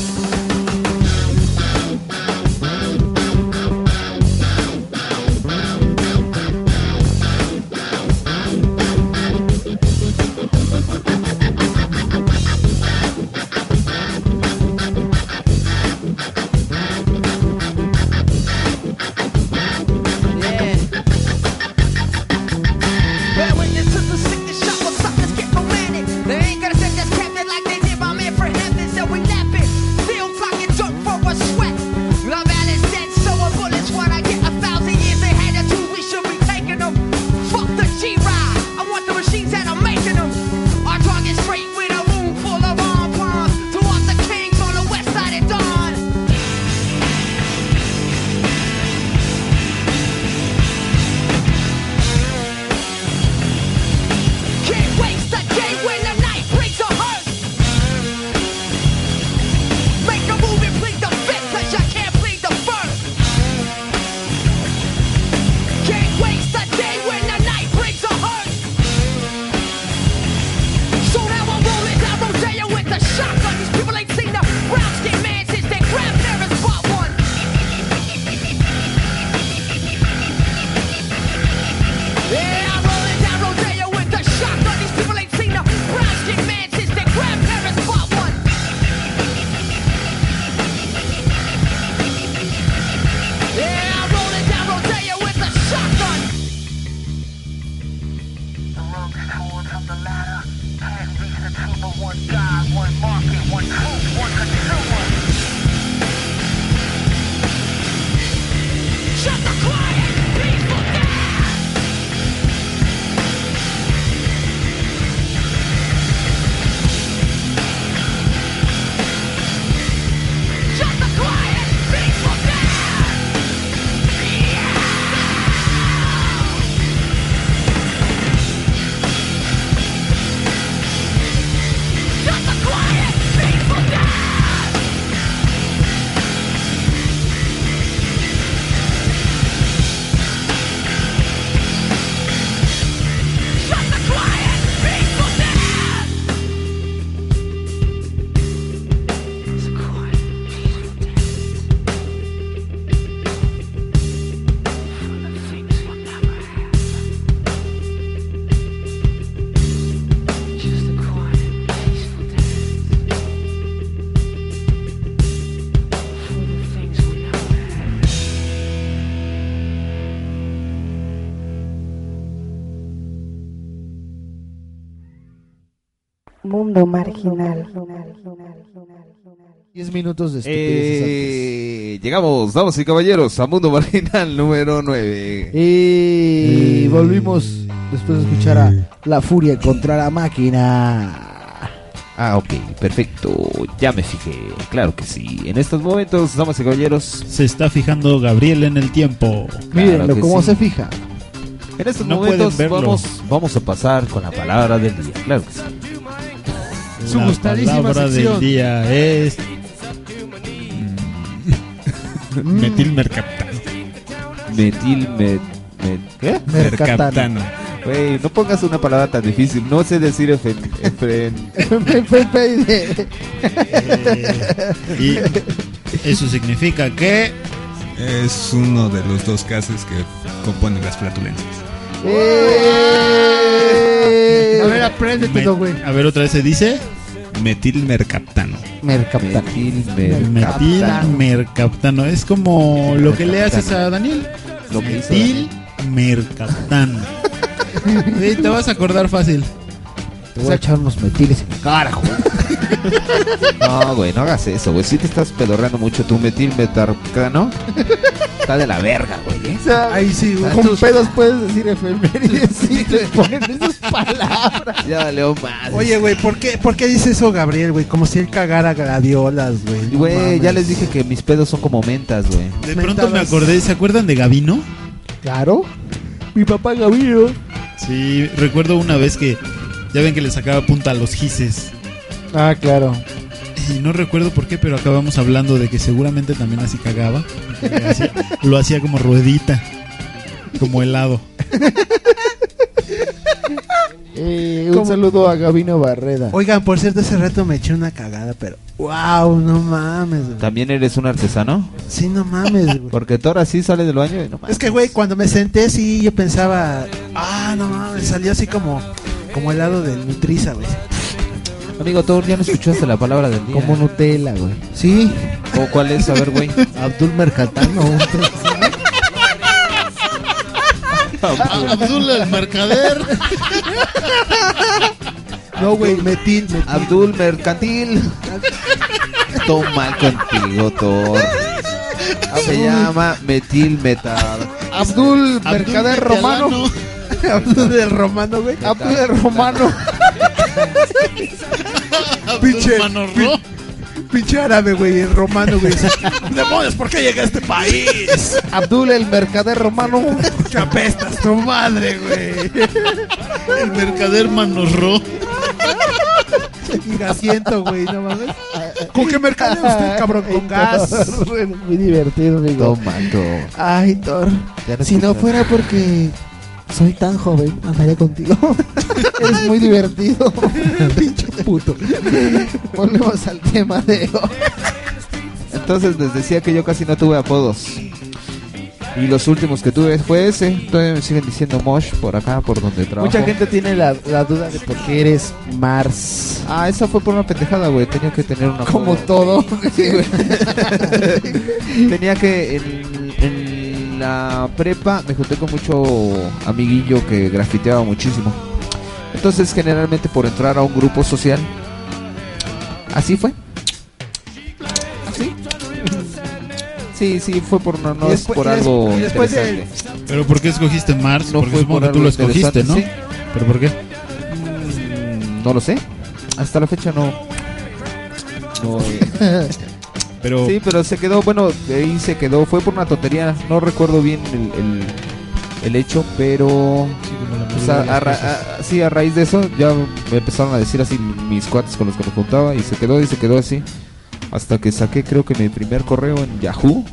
A: Yeah. Yeah, witnesses are sick and shot, but suckers get romantic. They ain't gonna set this cabinet like they did my man for heaven, so we nap it. Still clocking dirt for a sweat. Love Alice dead, so a bullet's what I get. A thousand years ahead of two, we should be taking them. Fuck the G-Ride, I want the machines that are making them. Our target straight with a room full of armed bombs. To walk the kings on the west side at dawn.
J: Mundo marginal.
E: 10 minutos de
B: Eh, llegamos, damas y caballeros, a Mundo Marginal número 9. eh,
E: Y volvimos después de escuchar a La Furia contra la máquina.
B: Ah, ok, perfecto. Ya me fijé. Claro que sí. En estos momentos, damas y caballeros. Se está fijando Gabriel en el tiempo.
E: Mírenlo, cómo se fija.
B: En estos
E: No pueden
B: momentos
E: verlo.
B: vamos, vamos a pasar con la palabra del día. Claro que sí.
F: Su La gustadísima palabra sección. del día es-
E: Mm. [laughs]
F: Metilmercaptano.
B: Metil met, met- ¿qué?
E: Mercaptano.
B: Güey, no pongas una palabra tan difícil. No sé decir efe- efe-
I: [laughs]
C: [laughs]
F: Y eso significa que
I: Es uno de los dos gases que componen las flatulencias.
B: [laughs]
E: A
C: ver, apréndetelo, güey.
F: A ver, otra vez se dice.
I: Metilmercaptano.
E: Mercaptano.
F: Metilmercaptano. Es como lo que le haces a Daniel.
B: Lo que hizo
F: Metilmercaptano.
A: Sí, te vas a acordar fácil.
E: Te voy a echar unos metiles en carajo.
B: No, güey, no hagas eso, güey. Si te estás pedorreando mucho tu metil
E: [laughs]
B: metarcano, está de la verga, güey. ¿eh?
E: Ahí sí, Con pedos puedes decir efemérides y te ponen esas
H: [laughs]
E: palabras.
B: Ya valió
C: [laughs]
B: más.
C: Oye, güey, ¿por qué, ¿por qué dice eso Gabriel, güey? Como si él cagara gladiolas, güey. No
B: Güey, ya
C: mames.
B: les dije que mis pedos son como mentas, güey.
F: De pronto me acordé, ¿se acuerdan de Gavino?
E: Claro. Mi papá Gavino.
F: Sí, recuerdo una vez que ya ven que le sacaba punta a los gises.
E: Ah, claro.
F: Y no recuerdo por qué, pero acabamos hablando de que seguramente también así cagaba. [laughs] Lo
C: [laughs]
F: hacía, lo hacía como ruedita, como helado.
E: Eh, un saludo a Gabino Barreda.
C: Oigan, por cierto, hace rato me eché una cagada, pero... ¡Wow! No mames, güey.
B: ¿También eres un artesano?
C: Sí, no mames,
B: [laughs]
C: güey.
B: Porque Thor así sale del baño y no mames.
C: Es que, güey, cuando me senté sí, yo pensaba... Ah, no mames, salió así como... Como el lado del Nutriza, güey.
B: Amigo Thor, ya no escuchaste la palabra del día.
E: Como Nutella, güey.
C: Sí.
B: ¿O cuál es? A ver, güey.
E: Abdul Mercatano.
A: Abdul el mercader.
C: [laughs] No, güey, metil, metil.
B: Abdul
C: [laughs]
B: Mercantil. Toma contigo, Thor. Ah, Se llama metil metal.
E: Abdul
C: [laughs]
E: Mercader Romano. Abdul del Romano, güey. Abdul del Romano.
C: [laughs] Pinche,
A: Mano
C: pin- pinche árabe, güey, el romano,
B: [laughs]
C: güey.
A: ¡Demonios, por qué llegué a este país!
E: Abdul el Mercader Romano.
A: ¡Qué apestas tu madre, güey! El mercader manorro.
C: Gasiento, güey, no mames. ¿Con qué mercadea usted, cabrón? Con gas.
E: Muy divertido, amigo.
B: Toma, Thor.
E: Ay, Thor.
B: Ya no
E: si no
B: escuchas.
E: fuera porque soy tan joven, andaría contigo. Eres muy [laughs] divertido. Pinche puto. Volvemos al tema de hoy.
B: Entonces les decía que yo casi no tuve apodos. Y los últimos que tuve fue ese. Todavía me siguen diciendo Mosh por acá, por donde trabajo.
E: Mucha gente tiene la, la duda de por qué eres Mars.
B: Ah, esa fue por una pendejada, güey. Tenía que tener una.
E: Como todo.
B: Sí, güey. [laughs] Tenía que. En, en la prepa me junté con mucho amiguillo que grafiteaba muchísimo. entonces generalmente por entrar a un grupo social. Así fue. Así. Sí, sí, fue por no, no
F: Y
B: es
F: después-
B: por
F: y des-
B: algo
F: y después de-
B: interesante.
F: Pero ¿por qué escogiste Mars?
B: No
F: Porque
B: fue
F: supongo
B: por
F: que tú
B: algo
F: lo escogiste, ¿no?
B: interesante, Mm,
F: ¿Pero por qué?
B: No lo sé. Hasta la fecha no. no eh.
F: Pero-
B: Sí, pero se quedó, bueno, ahí se quedó. Fue por una tontería. No recuerdo bien el, el- el hecho, pero. pues, a-
F: mayoría de las
B: a ra-
F: cosas.
B: a- sí, a raíz de eso ya me empezaron a decir así mis cuates con los que me juntaba y se quedó y se quedó así. Hasta que saqué, creo que mi primer correo en Yahoo.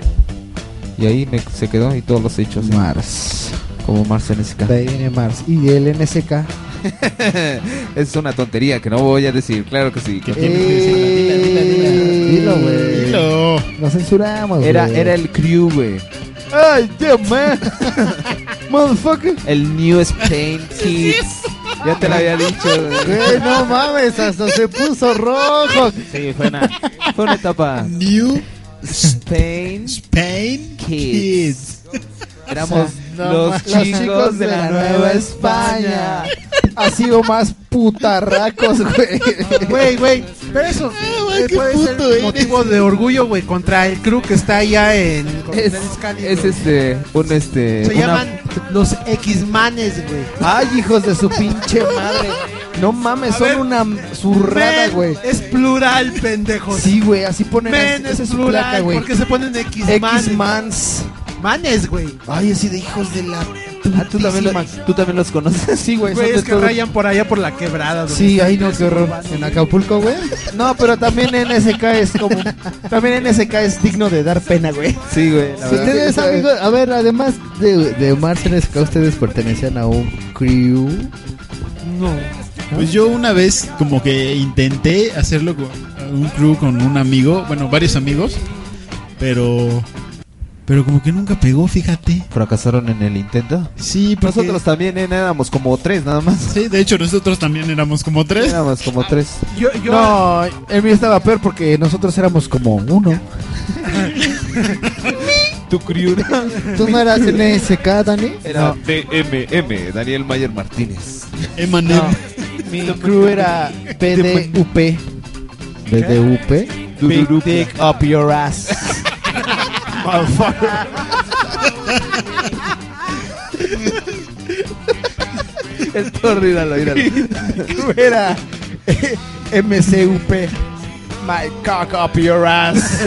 B: Y ahí me- se quedó y todos los hechos. Mars. Como Mars en ese
E: De ahí viene Mars. Y el NSK.
B: [laughs] es una tontería que no voy a decir, claro que sí. Eh,
E: Eh, Dilo, güey. Lo censuramos,
B: Era,
E: güey.
B: era el crew, güey.
E: ¡Ay, damn, man! Motherfucker.
B: El New Spain Kids. Ya te lo había dicho.
I: Güey, no mames, hasta se puso rojo.
B: Sí, fue una, fue
E: [laughs]
B: una etapa.
F: New
B: Spain,
F: Spain
B: Kids. Éramos
E: O sea, no
B: los,
E: mames.
B: chicos de la Nueva
E: España. Ha sido más putarracos, güey.
C: Güey, güey, pero eso eh, puede ser motivo de orgullo, güey, contra el crew que está allá en
B: Es, es este, un este.
C: Se
B: una-
C: llaman los X-Manes, güey.
E: Ay, hijos de su pinche madre. No mames, son una zurrada,
C: Men
E: güey.
C: Es plural, pendejos.
E: Sí, güey, así ponen
C: Men
E: así- esa
C: es
E: su placa,
C: plural,
E: güey.
C: porque se ponen X-Manes.
E: X-Mans.
C: Manes, güey.
E: Ay, así de hijos de la.
B: Ah, tú también, lo- tú también los conoces.
E: Sí, güey,
C: Güey,
E: son
C: es
E: de
C: que
E: todo-
C: rayan por allá por la quebrada, güey.
E: Sí, ay, no, qué horror. En Acapulco, güey. No, pero también NSK es como. También NSK es digno de dar pena, güey.
B: Sí, güey. la
I: Si
B: verdad.
I: ustedes,
E: sí,
I: amigos, a ver, además de, de Mars en SK, ustedes pertenecían a un crew.
C: [laughs] No.
F: Pues yo una vez como que intenté hacerlo con un crew con un amigo, bueno, varios amigos, pero pero como que nunca pegó, fíjate.
B: Fracasaron en el intento.
F: Sí, porque-
B: Nosotros también eh, éramos como tres nada más.
F: Sí, de hecho nosotros también éramos como tres.
B: Éramos como tres.
C: Yo, yo,
E: No, el mío estaba peor porque nosotros éramos como uno.
B: Tu crew
I: ¿Tú no
B: [laughs]
I: eras NSK, Dani?
B: era DMM, Daniel Mayer Martínez.
F: Emanem.
E: Mi crew era PDUP.
I: ¿BDUP?
E: Big dick up your ass. Motherfucker.
B: Está horrible, míralo.
E: Crew era [laughs] MCUP. My cock
B: [laughs]
E: up your ass.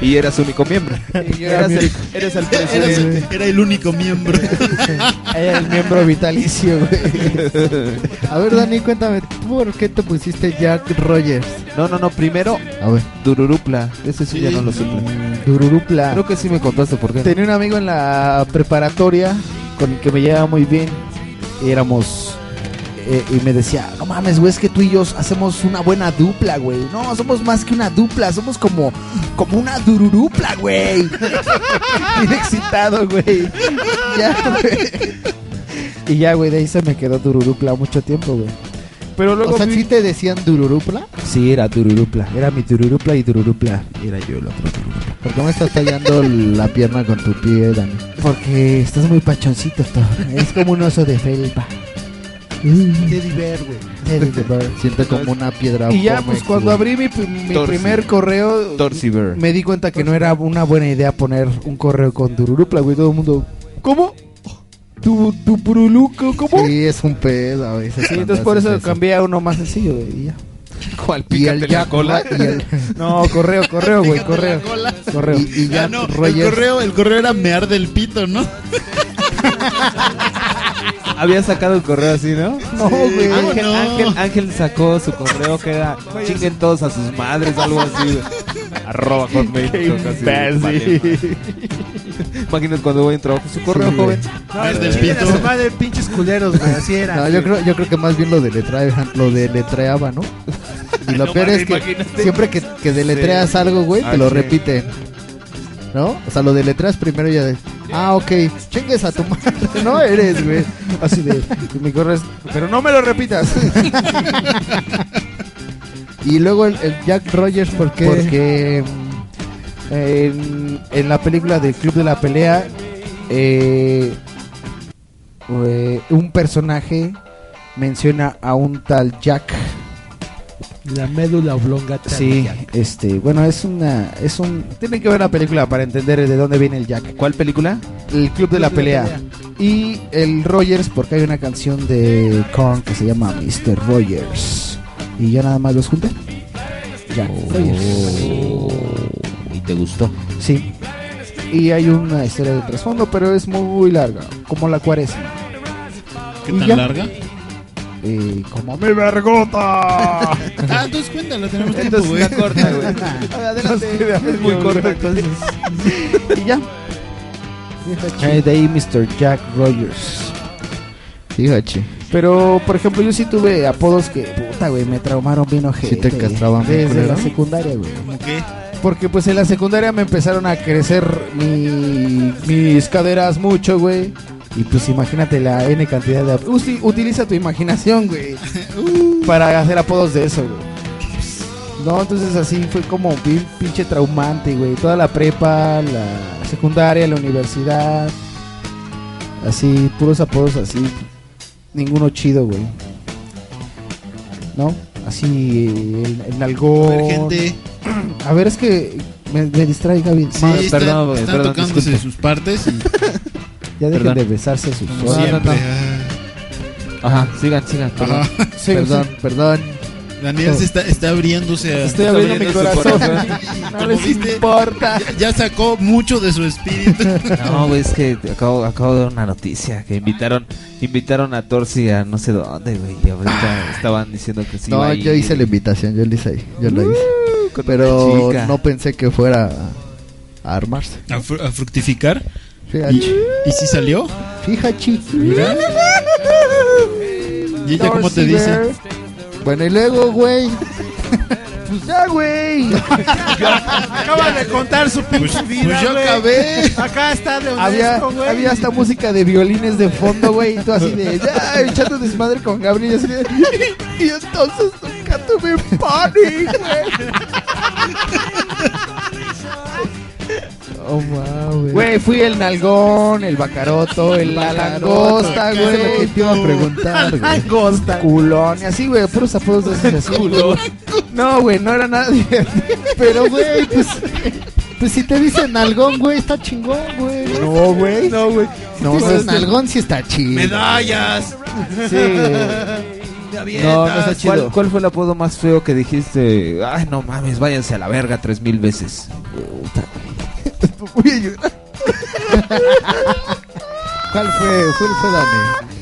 B: Y eras único miembro.
E: Y yo era
B: [laughs] Eras
E: mi-
B: el, eres el
F: Era,
B: presidente.
F: era el único miembro.
E: Era el miembro vitalicio, güey.
I: A ver, Dani, cuéntame, ¿tú ¿por qué te pusiste Jack Rogers?
B: No, no, no, primero
I: A ver,
B: Dururupla. Ese sí, ya no lo supe.
E: Dururupla.
B: Creo que sí me contaste por qué.
E: Tenía un amigo en la preparatoria con el que me llevaba muy bien. Éramos. eh, y me decía, no mames, güey, es que tú y yo hacemos una buena dupla, güey. No, somos más que una dupla, somos como, como una dururupla, güey. [laughs] Bien excitado, güey. [laughs] Ya, güey. Y ya, güey, de ahí se me quedó dururupla mucho tiempo, güey. Pero
I: o sea, ¿sí te decían Dururupla?
E: Sí, era dururupla. Era mi dururupla y dururupla. Era yo el otro dururupla.
I: ¿Por qué me estás tallando la pierna con tu pie, Dani?
E: Porque estás muy pachoncito, Thor. [laughs] Es como un oso de felpa. Mm.
C: Teddy Bear, güey.
I: Siento como una piedra.
E: Y ya,
I: come
E: pues
I: cu-
E: cuando abrí mi, pri- mi
B: Torsi.
E: primer correo,
B: Torciber.
E: me di cuenta que no era una buena idea poner un correo con dururupla, güey. Todo el mundo, ¿cómo? ¿Tu, tu puruluco? ¿Cómo? Sí,
I: Sí, es un pedo a veces. cuando
E: entonces por
I: haces
E: eso cambié a uno más sencillo, güey. y ya.
I: Y
B: ¿Cuál
I: el
B: pícate la
I: Jack
B: cola?
I: Ro- y
B: [laughs]
I: el-
E: No, correo, correo, güey, correo. Correo.
I: Y, y
F: Ah,
I: Jack
F: no, el
I: Rogers.
F: correo, el correo era mear del pito, ¿no?
B: Había sacado el correo así, ¿no?
E: No, güey.
B: Ángel,
F: no.
B: Ángel, Ángel sacó su correo que [laughs] era chinguen todos a sus madres o algo así. güey. [laughs] Arroba hotmail. Vale,
I: [laughs]
B: madre. Imagínate cuando voy a entrar su correo,
I: Sí, güey.
B: joven.
C: No,
F: Bear
C: es
F: del
C: de
F: pito.
C: madre, pinches culeros, güey. Así era.
I: No,
C: güey.
I: yo creo, yo creo que más bien lo deletreaban, lo deletreaba, ¿no? Y lo peor es que siempre que, que deletreas algo, güey, te
B: Ay,
I: lo
B: sí.
I: repiten. ¿No? O sea, lo deletreas primero y ya de, ah, ok, chingues a tu madre, no eres, güey.
E: Así de, mi correo es, pero no me lo repitas.
I: [laughs] Y luego el, el Jack Rogers, ¿por qué?
E: Porque mm, en, en la película del Club de la Pelea, eh, eh, un personaje menciona a un tal Jack.
N: La médula oblonga. tal
E: Sí,
N: Jack.
E: este, bueno, es una, es un, tienen que ver la película para entender de dónde viene el Jack.
B: ¿Cuál película?
E: El Club de la Pelea. Y el Rogers, porque hay una canción de Korn que se llama Mr. Rogers. Y yo nada más los junté. Jack Rogers.
B: ¿Y te gustó?
E: Sí. Y hay una historia de trasfondo, pero es muy larga, como la cuaresma.
F: ¿Qué
E: Y
F: tan
E: ya.
F: larga?
E: Eh, como mi vergota.
F: Ah, entonces cuéntala, tenemos tiempo,
E: Entonces,
F: güey.
E: una corta,
B: [laughs]
E: güey.
B: Es muy corta, entonces.
E: y ya. Eh, de ahí Mr. Jack Rogers.
C: Fíjate.
E: Pero, por ejemplo, yo sí tuve apodos que, puta, güey, me traumaron bien ojete.
C: ¿Sí te castraban bien
E: Desde la
C: culero?
E: secundaria, güey.
F: ¿Cómo qué?
E: Porque, pues, en la secundaria me empezaron a crecer mi- mis caderas mucho, güey. Y, pues, imagínate la N cantidad de... ap- Usi- utiliza tu imaginación, güey. para hacer apodos de eso, güey. No, entonces así fue como bien pinche traumante, güey. Toda la prepa, la secundaria, la universidad. Así, puros apodos así. Ninguno chido, güey. ¿No? Así, el, el nalgón.
F: A ver, gente.
E: A ver, es que me, me distrae, Gaby.
F: Sí, están, están tocándose sus partes. y-
E: Ya dejen
B: Perdón.
E: de besarse sus
F: Como
E: ojos.
F: siempre. Ah.
B: Ajá, sigan, sigan.
F: [laughs]
B: Perdón,
F: Ajá.
E: Sí,
C: perdón,
E: sí.
C: perdón.
F: Daniel se está, está abriéndose a...
E: Estoy abriendo mi corazón. No
F: Como
E: les
F: viste,
E: importa.
F: ya- ya sacó mucho de su espíritu.
B: [laughs] No, güey, es que acabo, acabo de ver una noticia que invitaron invitaron a Torsi a no sé dónde, güey.
I: [laughs]
B: Y ahorita estaban diciendo que sí. iba
C: No,
B: a
C: yo
B: ir.
C: hice la invitación, yo lo hice ahí, yo lo hice.
E: Uh,
B: con una
C: Pero
B: chica.
C: no pensé que fuera a armarse.
F: A, fru- a fructificar.
C: Fíjate.
F: ¿Y, y si salió?
C: Fíjate.
E: [laughs]
F: Mira. ¿Y ella cómo te dice?
C: Bueno, y luego, güey.
E: Pues ya, güey.
N: Acaba de contar su
F: Pues,
N: pinche vida.
F: pues yo
N: güey.
F: acabé.
N: Acá está de
E: Había,
N: honesto, güey.
E: había hasta música de violines de fondo, güey, y tú así de, ya, echando desmadre con Gabriel, y así de, y entonces nunca tuve party, güey.
C: Oh, wow,
E: Güey, fui el nalgón, el bacaroto, el la langosta,
C: Eso es lo que
E: güey.
C: te iba a
E: [laughs]
C: preguntar, güey.
E: Langosta. Culón, y así, güey, puros apodos de esos así. No, güey, no era nadie.
C: Pero, güey, pues. Pues si te dicen algón, güey, está chingón, güey.
E: No, güey. No, güey.
C: No,
E: No,
C: si te
E: no,
C: dicen
E: es
C: algón, sí está chido.
F: ¡Medallas!
E: Sí, güey.
B: No, no está chido. ¿Cuál, cuál fue el apodo más feo que dijiste? Ay, no mames, váyanse a la verga tres mil veces.
C: ¿Cuál fue? ¿Cuál fue, Dani?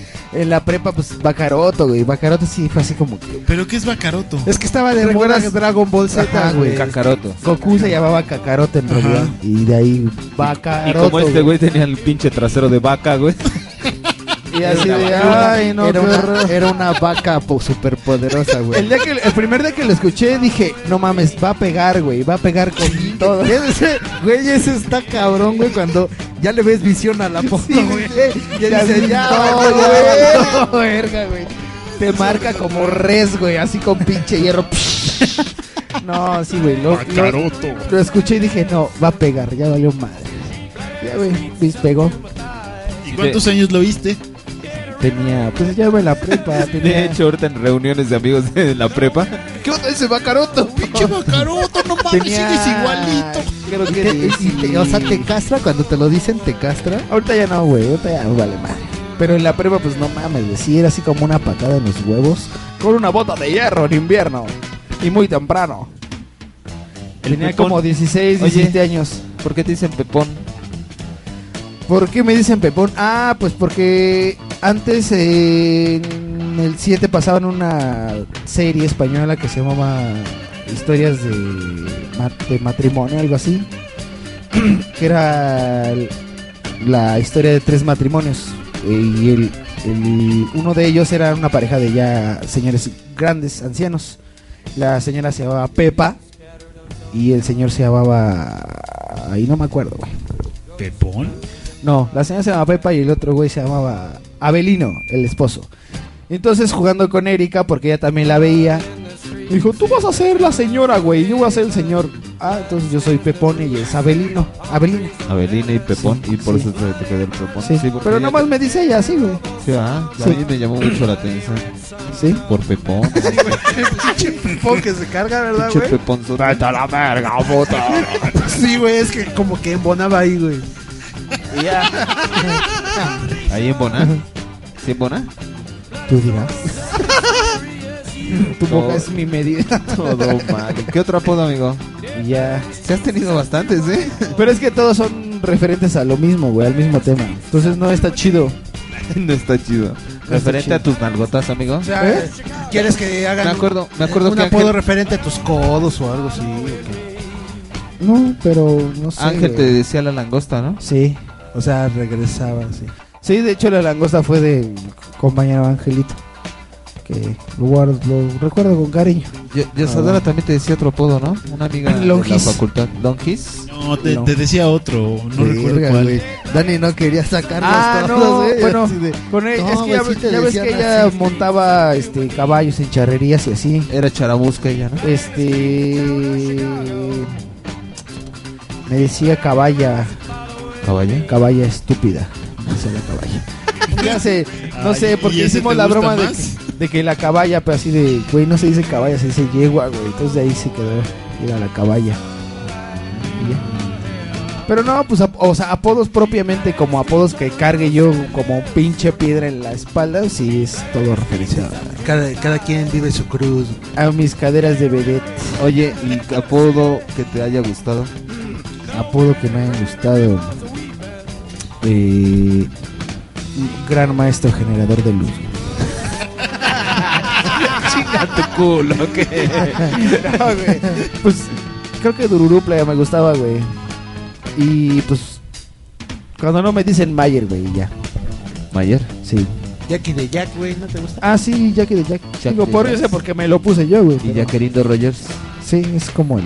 E: En la prepa, pues, bacaroto, güey. Bacaroto sí fue así como que.
F: ¿Pero qué es Bacaroto?
E: Es que estaba de
C: ¿Recuerdas?
E: moda Dragon Ball Z,
C: Ajá,
E: güey.
B: Cacaroto.
E: Goku se llamaba Kakaroto en realidad. Y de ahí
B: Y
E: Bacaroto.
B: como este güey tenía el pinche trasero de vaca, güey.
E: Y así
B: Era
E: de,
C: una-
E: ay, no,
C: era,
E: qué
C: una,
E: horror".
C: era una vaca po- superpoderosa,
E: El,
C: güey.
E: día que, el primer día que lo escuché dije, no mames, va a pegar, güey, va a pegar con todo. [laughs]
C: Y ese- Güey, ese está cabrón, güey, cuando ya le ves visión a la foto, güey. [laughs] Y él
E: Ya
C: dice,
E: sí,
C: ya,
E: no,
C: valió,
E: ya
C: verga".
E: valió, verga, güey. Te marca como res, güey, así con pinche hierro. [laughs] No, sí, güey, lo, lo, lo escuché y dije, no, va a pegar, ya valió madre. Ya, güey, pues pegó.
F: ¿Y cuántos años lo viste?
E: Tenía, pues ya me la prepa, tenía...
B: [laughs] De hecho, ahorita en reuniones de amigos de la prepa.
E: ¿qué onda ese bacaroto?
F: ¡Pinche Bacaroto! ¡No mames,
E: Tenía-
F: sigues igualito!
E: [laughs] Creo
C: Y
E: que
C: te- y
E: sí.
C: te- o sea, te castra cuando te lo dicen, te castra.
E: Ahorita ya no, güey. Ahorita ya vale madre. Pero en la prueba, pues no mames, güey. Sí, era así como una patada en los huevos. Con una bota de hierro en invierno. Y muy temprano.
B: El
E: Tenía
B: Pepón.
E: como 16,
B: Oye.
E: 17 años.
B: ¿Por qué te dicen pepón?
E: ¿Por qué me dicen Pepón? Ah, pues porque antes eh, en el 7 pasaban una serie española que se llamaba Historias de, ma- de Matrimonio, algo así. [clears throat] que era el- la historia de tres matrimonios. eh, y el, el- uno de ellos era una pareja de ya señores grandes, ancianos. La señora se llamaba Pepa y el señor se llamaba... Ahí no me acuerdo, güey.
F: ¿Pepón?
E: No, la señora se llamaba Pepa y el otro güey se llamaba Abelino, el esposo. Entonces jugando con Erika, porque ella también la veía, dijo, tú vas a ser la señora, güey, yo voy a ser el señor. Ah, entonces yo soy Pepone y es Abelino. Abelino.
B: Avelina y Pepón, y por eso te, te quedó el Pepón.
E: Sí.
B: porque
E: [laughs] Pero
B: ella-
E: nomás me dice ella, sí, güey.
B: Sí, ah,
E: Sí.
B: A mí me llamó mucho la atención.
E: ¿Sí?
B: Por Pepón.
F: Pinche pipón que se carga, ¿verdad,
B: Pinche
F: güey?
B: Pepón. Vete a la verga,
F: Sí, güey, es que como que embonaba ahí, güey.
C: [laughs]
B: Ahí en Boná. ¿Sí en Boná?
E: Tú
B: [laughs]
E: dirás. Tu
B: Todo-
E: boca es mi medida.
B: Todo mal. ¿Qué otro apodo, amigo?
E: Ya.
B: Se has tenido bastantes, ¿eh?
E: Pero es que todos son referentes a lo mismo, güey, al mismo tema. Entonces no está chido.
B: [laughs] No está chido. Referente
E: chido.
B: a tus nalgotas, amigo.
F: O sea,
E: ¿Eh?
F: ¿quieres que hagan
B: Me acuerdo- me acuerdo
F: un
B: que
F: apodo
B: Ángel-
F: referente a tus codos o algo así? o qué?
E: No, pero no sé.
B: Ángel te
E: güey.
B: decía la langosta, ¿no?
E: Sí.
F: O sea, regresaba, sí.
E: Sí, de hecho la langosta fue de compañero Angelito. Que lo, guardo, lo recuerdo con cariño.
B: Yo-
E: Ah.
B: Yasodora Ah, también te decía otro apodo, ¿no? Una amiga de la
E: Longis.
B: facultad. ¿Longis?
F: No, te,
E: No.
F: te decía otro, no recuerdo
C: Verga,
F: cuál.
C: güey. Dani no quería sacarlos
E: Ah,
C: todos,
E: no,
C: güey,
E: bueno,
C: así de-
E: Con él,
C: No,
E: es que
C: güey,
E: ya,
C: sí te
E: ya ves
C: decían
E: que ella
C: así.
E: montaba este caballos en charrerías y así.
B: Era charabusca ella, ¿no?
E: Este me decía caballa,
B: Caballa.
E: caballa estúpida. Me decía la caballa. Ya sé, no
F: Ay,
E: sé,
F: ¿y
E: porque
F: ese
E: hicimos
F: te
E: la
F: gusta
E: broma de
F: más?
E: que, de que la caballa, pero así de, güey, no se dice caballa, se dice yegua, güey. Entonces de ahí se quedó, era la caballa. Y ya. Pero no, pues, ap- o sea, apodos propiamente como apodos que cargue yo como un pinche piedra en la espalda, sí es todo referenciado.
F: Cada, cada quien vive su cruz.
E: A mis caderas de vedette.
B: Oye, ¿y apodo que te haya gustado?
E: apodo que me ha gustado. Eh, gran maestro generador de luz.
B: Chinga tu culo, ¿qué?
E: [laughs] No, güey. [laughs] Pues creo que Dururupla me gustaba, güey. Y pues cuando no me dicen Mayer, güey, ya.
B: Mayer.
E: Sí.
F: Jackie de Jack, güey, ¿no te gusta?
E: Ah, sí, Jackie de Jack.
B: Jackie
E: Digo,
B: de
E: por
B: Jack.
E: yo sé porque me lo puse yo, güey.
B: Y
E: pero-
B: ya queriendo Rogers,
E: Sí, es como el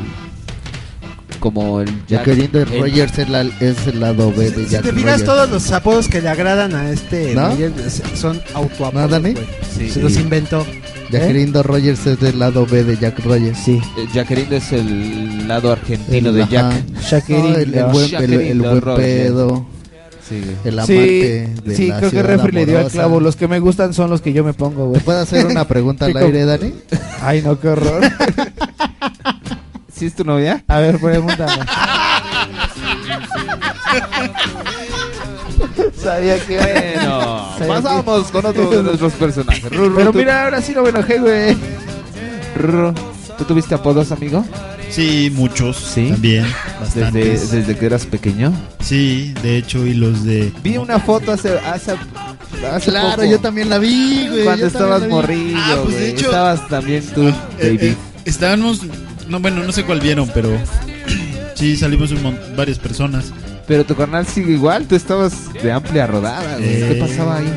B: como el
C: Ya
B: Jack.
C: queriendo
B: el-
C: Rogers es, la- es el lado B de
F: Si
C: Jack
F: te fijas,
C: Rogers.
F: todos los apodos que le agradan a este
C: ¿No?
F: Mayer es- son
C: ¿No,
F: autoapodos,
C: Dani?
F: güey. Se los inventó.
C: Ya
E: ¿Eh?
C: queriendo Rogers es del lado B de Jack Rogers.
E: sí.
B: eh, ya queriendo es el lado argentino
C: El-
B: de
C: ajá.
B: Jack.
E: Shakiri.
C: Ah, No, el, el buen, el- el buen
B: Rogers.
C: pedo,
B: Sí, güey.
C: el
E: sí,
C: amante de
E: sí
C: la
E: creo que
C: ciudad
E: Refri le dio al
C: amorosa.
E: clavo. Los que me gustan son los que yo me pongo,
C: ¿Te
E: güey.
C: puedo hacer una
E: [laughs]
C: pregunta al
E: Chico.
C: aire, Dani?
E: Ay, no, qué horror.
B: [laughs] ¿Sí es tu novia?
E: A ver, pregúntame. Sabía que
B: Bueno,
E: Sí.
B: pasamos con otro de nuestros personajes. Rurru,
E: Pero
B: tú-
E: mira, ahora sí no me enojé, güey.
B: Rurru, ¿tú tuviste apodos, amigo?
F: Sí, muchos.
B: Sí.
F: También,
B: Desde,
F: bastantes.
B: desde que eras pequeño.
F: Sí, de hecho, y los de...
B: Vi una foto hace. hace, hace
C: Claro,
B: poco,
C: yo también la vi, güey.
B: Cuando
C: yo
B: estabas
C: también la vi.
B: morrillo,
F: Ah, pues, de
B: güey,
F: hecho-
B: estabas también tú,
F: Eh,
B: baby.
F: eh, estábamos, no bueno, no sé cuál vieron, pero [clears throat] sí salimos un mon- varias personas.
B: Pero tu carnal sigue igual, tú estabas de amplia rodada, güey. ¿Qué
F: Eh,
B: pasaba ahí?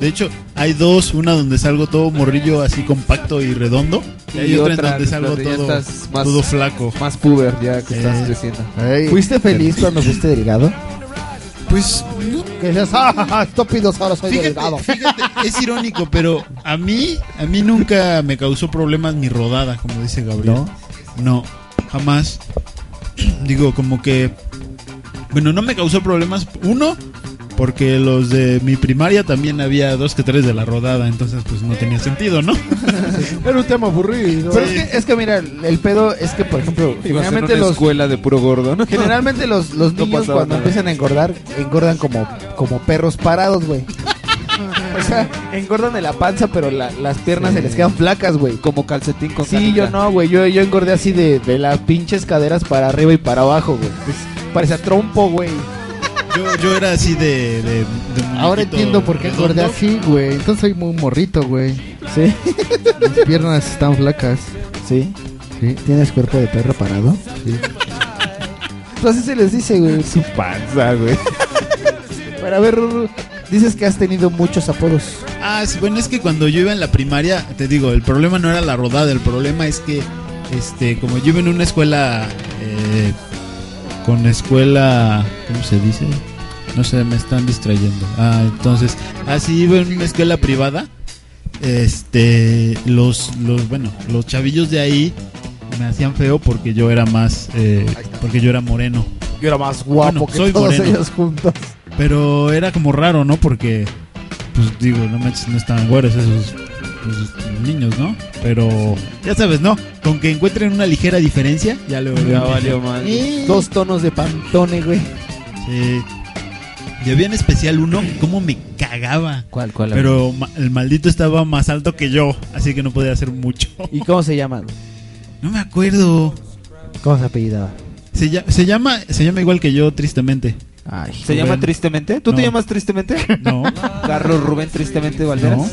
F: De hecho, hay dos, una donde salgo todo morrillo así compacto y redondo, y, hay otra, en donde salgo
B: ya
F: todo,
B: estás más,
F: todo flaco.
B: más puber, ya que estás
F: Eh.
B: creciendo.
C: Ay,
E: ¿Fuiste feliz cuando fuiste delgado?
F: Pues no,
E: Que dices, ah, ja, ja, estúpidos, ahora soy
F: fíjate,
E: delgado. [laughs]
F: fíjate, es irónico, pero a mí a mí nunca me causó problemas mi rodada, como dice Gabriel. No, jamás. [clears throat] Digo, como que. Bueno, no me causó problemas. Uno, porque los de mi primaria también había dos que tres de la rodada. Entonces, pues no tenía sentido, ¿no? [laughs]
O: Era un tema aburrido.
E: Pero es que, es que mira, el pedo es que, por ejemplo,
B: Iba a ser una
E: generalmente los,
B: escuela de puro gordo, ¿no?
E: generalmente los, los
B: No
E: niños
B: pasaba
E: cuando
B: nada.
E: empiezan a engordar, engordan como, como perros parados, güey. [laughs] O sea, engordan de la panza, pero la- las piernas se les quedan flacas, güey.
B: Como calcetín con
E: Sí,
B: canica.
E: yo no, güey. Yo, yo engordé así de, de las pinches caderas para arriba y para abajo, güey. Pues, parecía trompo, güey.
F: Yo, yo era así de. de- de muñequito
C: Ahora entiendo por qué
F: redondo.
C: acordé así, güey. Entonces soy muy morrito, güey.
E: Sí,
C: Mis piernas están flacas.
E: sí.
C: Sí.
E: ¿Tienes cuerpo de perro parado?
C: Sí.
E: Pues así se les dice, güey. Su panza, güey. Pero a ver, Ruru, dices que has tenido muchos apodos.
F: Ah, sí, bueno, es que cuando yo iba en la primaria, te digo, el problema no era la rodada, el problema es que, este, como yo iba en una escuela, eh, con escuela, ¿cómo se dice? No sé, me están distrayendo. Ah, entonces, así iba en una escuela privada, este, los, los, bueno, los chavillos de ahí me hacían feo porque yo era más, eh, porque yo era moreno.
C: Yo era más guapo
F: Bueno,
C: que
F: soy
C: todos
F: moreno.
C: ellos juntos.
F: Pero era como raro, ¿no? Porque, pues digo, no manches, no están güeros esos pues, niños, ¿no? Pero, ya sabes, ¿no? Con que encuentren una ligera diferencia, ya lo
C: Ya
B: [laughs]
C: valió madre. Dos tonos de pantone, güey.
F: Sí.
P: Y había en especial uno, ¿cómo me cagaba?
C: ¿Cuál, cuál?
F: Pero ma- el maldito estaba más alto que yo, así que no podía hacer mucho.
C: ¿Y cómo se llama?
P: No me acuerdo.
C: ¿Cómo se apellidaba?
F: Se, lla- se llama se llama igual que yo, tristemente.
B: ¿Se llama tristemente? ¿Tú te llamas
A: [laughs]
B: tristemente?
E: [laughs]
F: No.
B: Carlos Rubén tristemente Valderas.
F: No.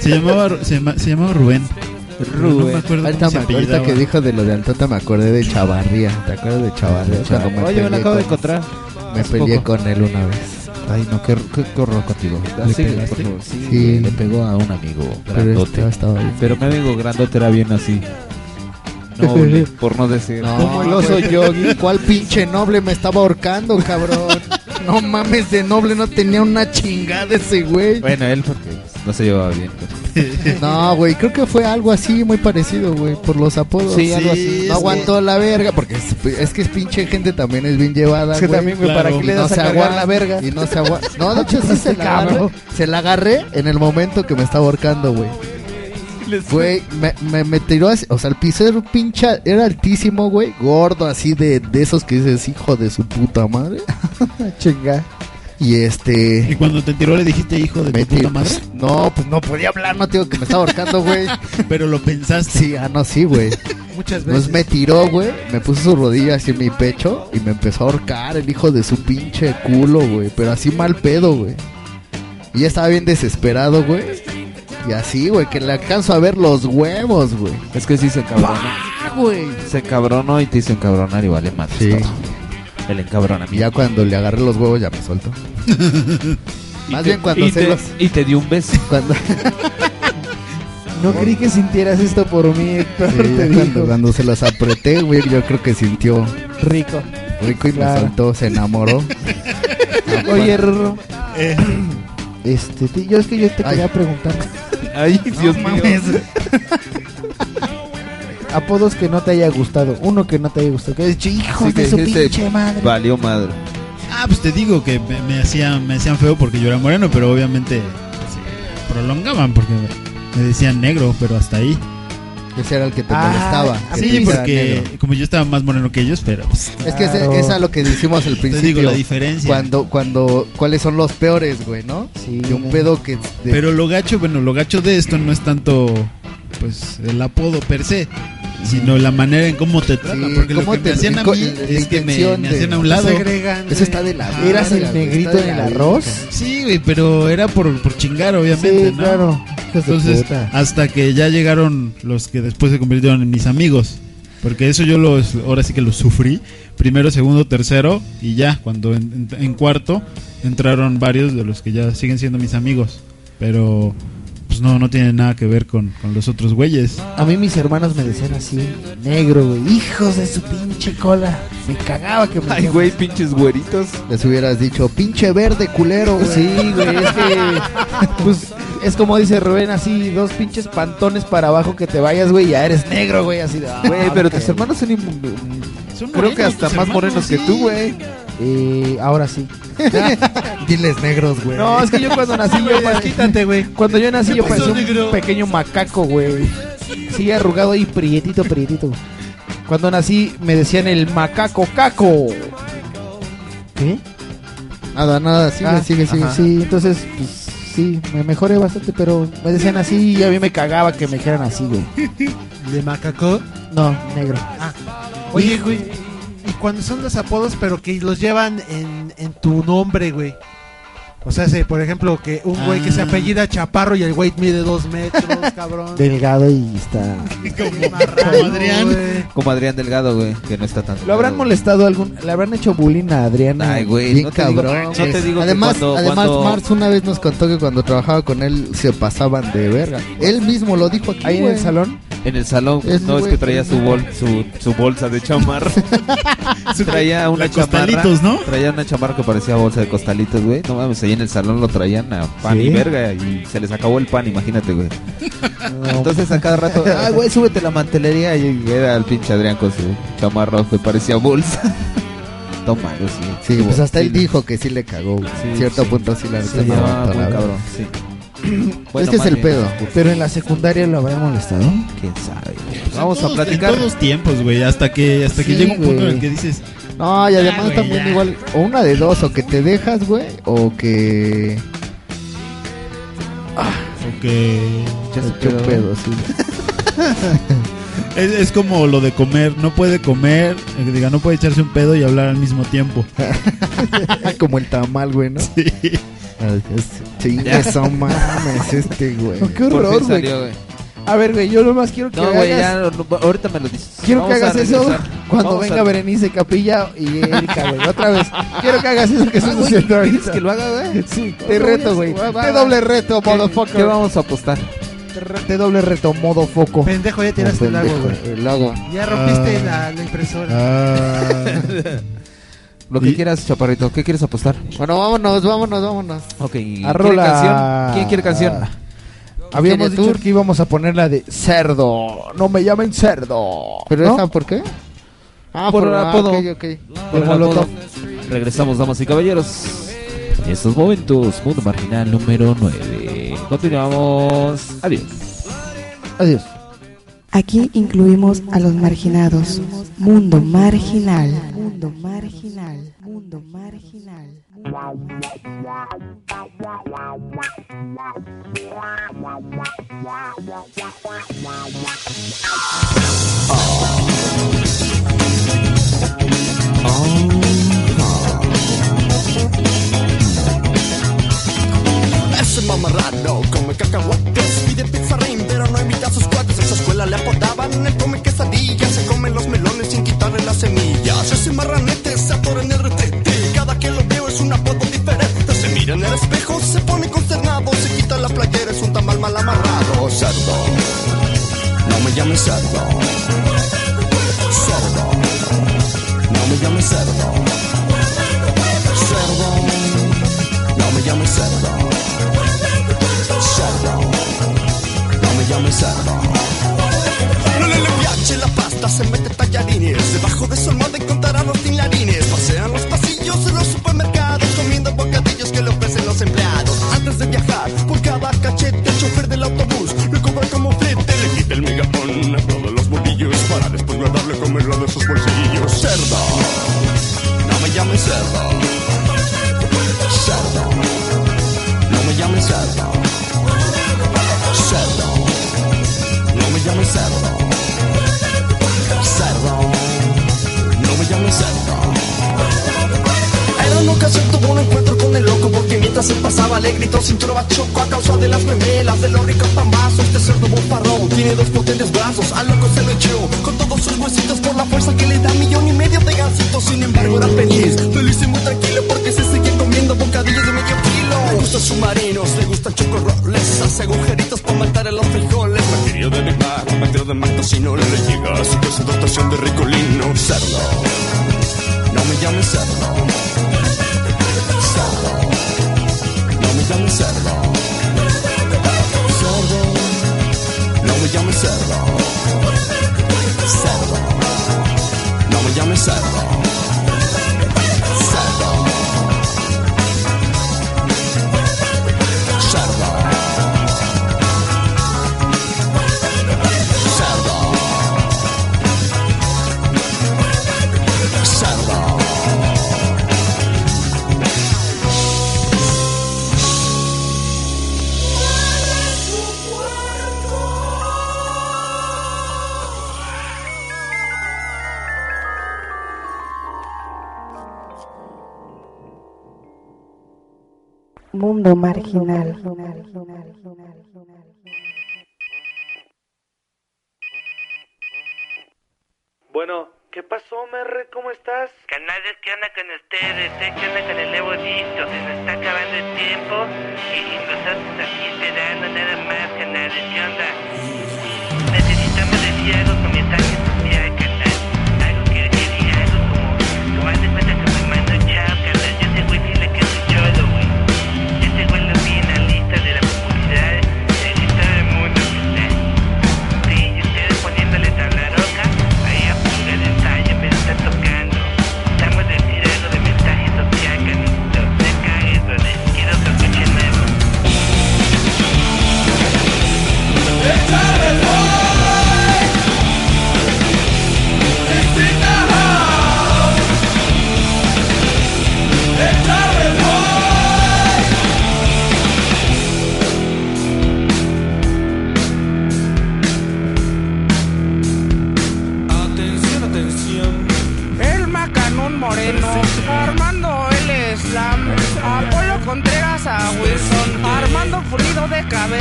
F: Se llamaba, Ru- se llama- se llamaba Rubén. Pero No me acuerdo
E: ahorita,
F: cómo se
E: me- ahorita
F: apellidaba.
E: que dijo de lo de Antota me acordé de Chavarría. ¿Te acuerdas de Chavarría? Cuando me
B: Oye, me lo
E: peleé
B: acabo de
E: con-
B: encontrar.
E: Me
B: hace
E: peleé
B: poco.
E: con él una vez.
B: Ay, no, qué, qué, qué horror contigo.
E: ¿Le
B: Sí,
E: pegaste?
B: por favor, sí,
E: Sí.
B: le pegó a un amigo
E: Pero
B: grandote.
E: estaba- estaba bien.
B: Pero mi amigo grandote era bien así.
E: [laughs]
B: Noble, por no decir.
E: Como [laughs] el oso yogi. ¿Cuál pinche noble me estaba ahorcando, cabrón? No mames, de noble no tenía una chingada ese güey.
B: Bueno, él porque no se llevaba bien.
E: [laughs] No, güey, creo que fue algo así, muy parecido, güey, por los apodos.
B: Sí, algo así. es que-
E: No aguantó la verga, porque es, es que es pinche gente también es bien llevada.
C: Es que también, güey, ¿para qué le
E: Y
C: das a cargar
E: aguan-
C: la verga?
E: Y no se aguanta. No, de hecho, sí se la, agarré,
C: Cabrón.
E: se la agarré en el momento que me estaba ahorcando, güey. Güey, me, me, me tiró así, o sea, el piso era un pinche, era altísimo, güey, gordo, así de, de esos que dices, hijo de su puta madre. [laughs] Chinga. Y este...
F: Y cuando te tiró le dijiste hijo de
E: Me
F: tu puta
E: tiró-
F: madre.
E: No, pues no podía hablar, no, tío, que me estaba ahorcando, güey.
F: [laughs] Pero lo pensaste.
E: Sí, ah, no, sí, güey.
A: Muchas
E: Pues
B: [laughs]
A: veces.
E: me tiró, güey, me puso su rodilla así en mi pecho y me empezó a ahorcar el hijo de su pinche culo, güey. Pero así mal pedo, güey. Y ya estaba bien desesperado, güey. Y así, güey, que le alcanzo a ver los huevos, güey.
B: Es que sí se encabronó.
E: Ah, güey.
B: Se encabronó y te hizo encabronar y vale más. Sí. El
E: Y
B: encabronamiento.
E: ya cuando le agarré los huevos ya me soltó. Más
B: Y
E: bien
B: te-
E: cuando
B: y
E: se
B: te-
E: los...
B: Y te dio un beso.
E: Cuando...
C: [laughs] No creí que sintieras esto por mí, [laughs] Héctor.
E: Sí,
C: te
E: ya
C: digo.
E: cuando, cuando se los apreté, güey, yo creo que sintió
B: [laughs]
C: Rico.
E: rico y
C: Claro.
E: me soltó, se enamoró.
C: Oye, Rorro.
F: Eh.
C: Este, te- yo es que [clears throat] yo te
E: Ay.
C: quería preguntar.
B: Ay, Dios mío.
C: Apodos que no te haya gustado. Uno que no te haya gustado. Que es hijo
B: Así que
C: de su
B: dijiste,
C: pinche madre.
B: [laughs] Valió madre.
F: Ah, pues te digo que me, me hacían, me hacían feo porque yo era moreno, pero obviamente se prolongaban porque me, me decían negro, pero hasta ahí.
E: Ese era el que te
C: Ah,
E: molestaba.
C: a
E: que
F: Sí,
C: mí
E: te
C: sí.
E: dijera
F: porque
E: negro.
F: como yo estaba más moreno que ellos, pero pues,
E: Es que
C: Claro.
E: ese- es a lo que decimos al
F: te
E: principio.
F: digo la diferencia.
E: Cuando, cuando, ¿cuáles son los peores, güey, no?
C: Sí,
E: De un
C: no.
E: pedo que... de-
F: Pero lo gacho, bueno, lo gacho de esto no es tanto pues el apodo per se, sino la manera en cómo te tratan.
E: Sí,
F: porque lo
E: cómo
F: que
E: te-
F: me hacían a
E: co-
F: mí
E: la
F: es que me,
E: intención
F: me
E: de-
F: hacían a un
A: Los
F: lado.
A: agregan,
E: Eso está de la
F: Ajá.
E: verga,
C: ¿Eras el
E: güey,
C: negrito
E: está de
C: en
E: la
C: el
E: verga.
C: arroz?
F: Sí, güey, pero era por, por chingar, obviamente,
C: Sí,
F: ¿no?
C: claro. Hijos de
F: Entonces,
C: puta.
F: hasta que ya llegaron los que después se convirtieron en mis amigos. Porque eso yo los, ahora sí que los sufrí. Primero, segundo, tercero. Y ya, cuando en, en- en cuarto entraron varios de los que ya siguen siendo mis amigos. Pero, pues no, no tiene nada que ver con, con los otros güeyes.
C: A mí mis hermanos me decían así, negro, güey. [laughs] Hijos de su pinche cola. Me cagaba que me
B: Ay,
C: decían
B: güey, pinches güeritos.
E: Les hubieras dicho, pinche verde culero, güey.
C: Sí, güey, es que. Pues es como dice Rubén, así, dos pinches pantones para abajo que te vayas, güey, ya eres negro, güey, así de. ah,
B: Güey, pero
C: ok.
B: tus hermanos son inmundo-
F: Son
B: Creo que
F: morenos
B: hasta
F: tus
B: más
F: hermanos,
B: morenos que
F: sí.
B: tú, güey.
C: Eh, ahora sí.
E: [laughs] Diles negros, güey.
C: No, es que yo cuando nací, yo. pare-
A: Quítate, güey.
C: Cuando yo nací, yo
A: ¿Qué pasó,
C: parecía un
A: negro?
C: pequeño macaco, güey. Sí, arrugado y prietito, prietito. Cuando nací, me decían el macaco caco. ¿Qué?
E: Nada, nada, [laughs] sigue,
C: Ah,
E: sigue, sigue.
C: ajá. Sí, entonces, pues sí, me mejoré bastante, pero me decían así y a mí me cagaba que me dijeran así, güey.
A: De macaco. Ah.
C: No, negro.
A: Oye, güey. Y cuando son los apodos, pero que los llevan en, en tu nombre, güey. O sea, si, por ejemplo, que un güey que se
F: Ah.
A: apellida Chaparro y el güey mide dos
C: [laughs]
A: metros, cabrón.
C: Delgado y
F: [laughs]
C: está.
A: Marrano,
P: Adrián.
A: güey.
B: Como Adrián Delgado, güey, que no está tan.
C: ¿Lo habrán
B: delgado.
C: molestado algún? ¿Le habrán hecho bullying a Adriana?
B: Ay, güey,
E: Bien
B: no te digo,
E: cabrón.
B: no te digo que
E: además,
B: cuando-
E: además
B: cuando-
E: Mars una vez nos contó que cuando trabajaba con él se pasaban de verga. Él mismo lo dijo aquí,
C: Ahí en
E: güey.
C: el salón.
B: En el salón,
E: Es
B: no es
E: güey.
B: que traía su, bol- su, su bolsa de
F: [laughs]
B: chamarra. traía una
F: la
B: chamarra.
F: costalitos, ¿no?
B: Traía una chamarra que parecía bolsa de costalitos, güey. No mames, ahí en el salón lo traían a pan
F: Sí.
B: y verga y se les acabó el pan, imagínate,
F: [laughs]
B: güey. Entonces a cada [laughs] rato, ay, güey, súbete la mantelería. Y era el pinche Adrián con su chamarra, que parecía bolsa. [laughs] Toma, yo sí.
E: Sí, pues hasta él
B: Sí, no.
E: dijo que sí le cagó. güey.
B: Sí,
E: cierto
B: sí.
E: punto sí la
B: Sí,
E: neta, no
B: ah,
E: aguantó
B: muy
E: la-
B: cabrón, sí.
E: Es
B: Bueno,
E: que es
B: más
E: el
B: bien.
E: pedo.
H: Pero en la secundaria lo habrá molestado.
B: ¿Quién sabe?
H: Vamos a
F: todos-
H: platicar.
F: En todos tiempos, güey. Hasta que, hasta que
E: Sí,
F: llega un punto en
E: güey.
F: el que dices.
E: No, y además
F: güey,
E: también
F: ya.
E: igual, o una de dos, o que te dejas, güey, o que... ah,
F: O que.
E: Ya se quedó. pedo, [laughs] sí.
F: Es, es como lo de comer, no puede comer, eh, que diga, no puede echarse un pedo y hablar al mismo tiempo.
E: [laughs] como el tamal, güey, ¿no?
F: [laughs] Sí.
E: Chingue, so mames, este, güey.
H: [laughs] Qué horror, güey. A ver, güey, yo lo más quiero que
B: No, güey, ya,
H: hagas-
B: no, no, ahorita me lo dices.
H: Quiero
B: Vamos
H: que
B: a
H: hagas eso
B: regresar.
H: cuando
B: Vamos
H: venga
B: a-
H: Berenice Capilla y Erika, güey. Otra vez. Quiero que hagas
B: Ah,
H: eso que estás haciendo ahorita.
B: que lo haga, güey?
H: [laughs] Sí, te
B: Otra
H: reto,
B: vez,
H: güey.
B: va, va,
H: Te
B: va.
H: doble reto,
B: ¿Qué-
H: motherfucker.
B: ¿Qué vamos a apostar?
H: Te re- Te doble reto, modo foco.
C: Pendejo, ya tiraste el agua, güey.
E: El agua.
C: Ya rompiste
H: Ah.
C: la, la impresora.
B: Lo que quieras, chaparrito. ¿Qué quieres apostar?
E: Bueno, vámonos, vámonos, vámonos. Ah.
B: Ok. ¿Quién
H: A
B: quiere
H: rola.
B: canción? ¿Quién quiere canción?
H: Ah. Habíamos
B: ¿Tiene
H: dicho
B: tour?
H: que íbamos a poner la de cerdo. No me llamen cerdo.
E: ¿Pero
H: ¿No?
E: esa por qué? Ah,
H: Por el
E: ah,
H: apodo.
E: ok, ok.
B: Por
H: De
B: el apodo.
H: Molotov.
B: Regresamos, damas y caballeros. En estos momentos, Mundo Marginal número 9. Continuamos. Adiós.
H: Adiós.
J: Aquí incluimos a los marginados. Mundo marginal. Mundo marginal. Mundo marginal.
Q: Ese mamarrano come cacahuates, pide pizza ring, pero no invita a sus cuates. En su escuela le apodaban, él come quesadillas, se come los melones sin quitarle las semillas. Ese marranete se atora en el retrete, cada que lo veo es un apodo diferente. Se mira en el espejo, se pone consternado, se quita la playera, es un tamal mal amarrado. Cerdo, no me llames cerdo. Cerdo, no me llames cerdo. Cerdo. No me llames cerdo. Cerdo. No me llames cerdo. No le le piache la pasta, se mete tallarines. Debajo de su almohada encontrará los tinlarines. Pasean los pasillos de los supermercados, comiendo bocadillos que le ofrecen los empleados. Antes de viajar, por cada cachete, el chofer del autobús le cobra como flete. Le quita el megapón a todos los bolillos para después guardarle comerlo de sus bolsillos. Cerdo. No me llames cerdo. Cerdo, no me llames cerdo. Cerdo, no me llames cerdo. Cerdo, no me llames cerdo. Era una ocasión tuvo un encuentro con el loco porque mientras se pasaba le gritó sin trova choco a causa de las memelas, de los ricos pambazos. Este cerdo bofarrón tiene dos potentes brazos, al loco se lo echó con todos sus huesitos por la fuerza que le da millón y medio de gansitos. Sin embargo era feliz, feliz y muy tranquilo porque se seguía comiendo bocadillos de medio kilo. Le gustan submarinos, le gustan chocorroles, hace agujeritos para matar a los frijoles. Me quería de Mac, me quería de Mac, si no le llega a su presentación de ricolino. Cerdo, no me llames cerdo. Cerdo, no me llames cerdo. Cerdo, no me llames cerdo. Cerdo, no me llames cerdo. Cerdo. Cerdo. Cerdo. Cerdo.
J: Mundo marginal.
R: Bueno, ¿qué pasó, Merre? ¿Cómo estás?
S: Canales, ¿qué onda con ustedes? eh? ¿Qué onda con el nuevo disco? Se nos está acabando el tiempo y, y nosotros aquí esperando nada más, canales. ¿Qué onda? Necesitamos eh, ¿eh?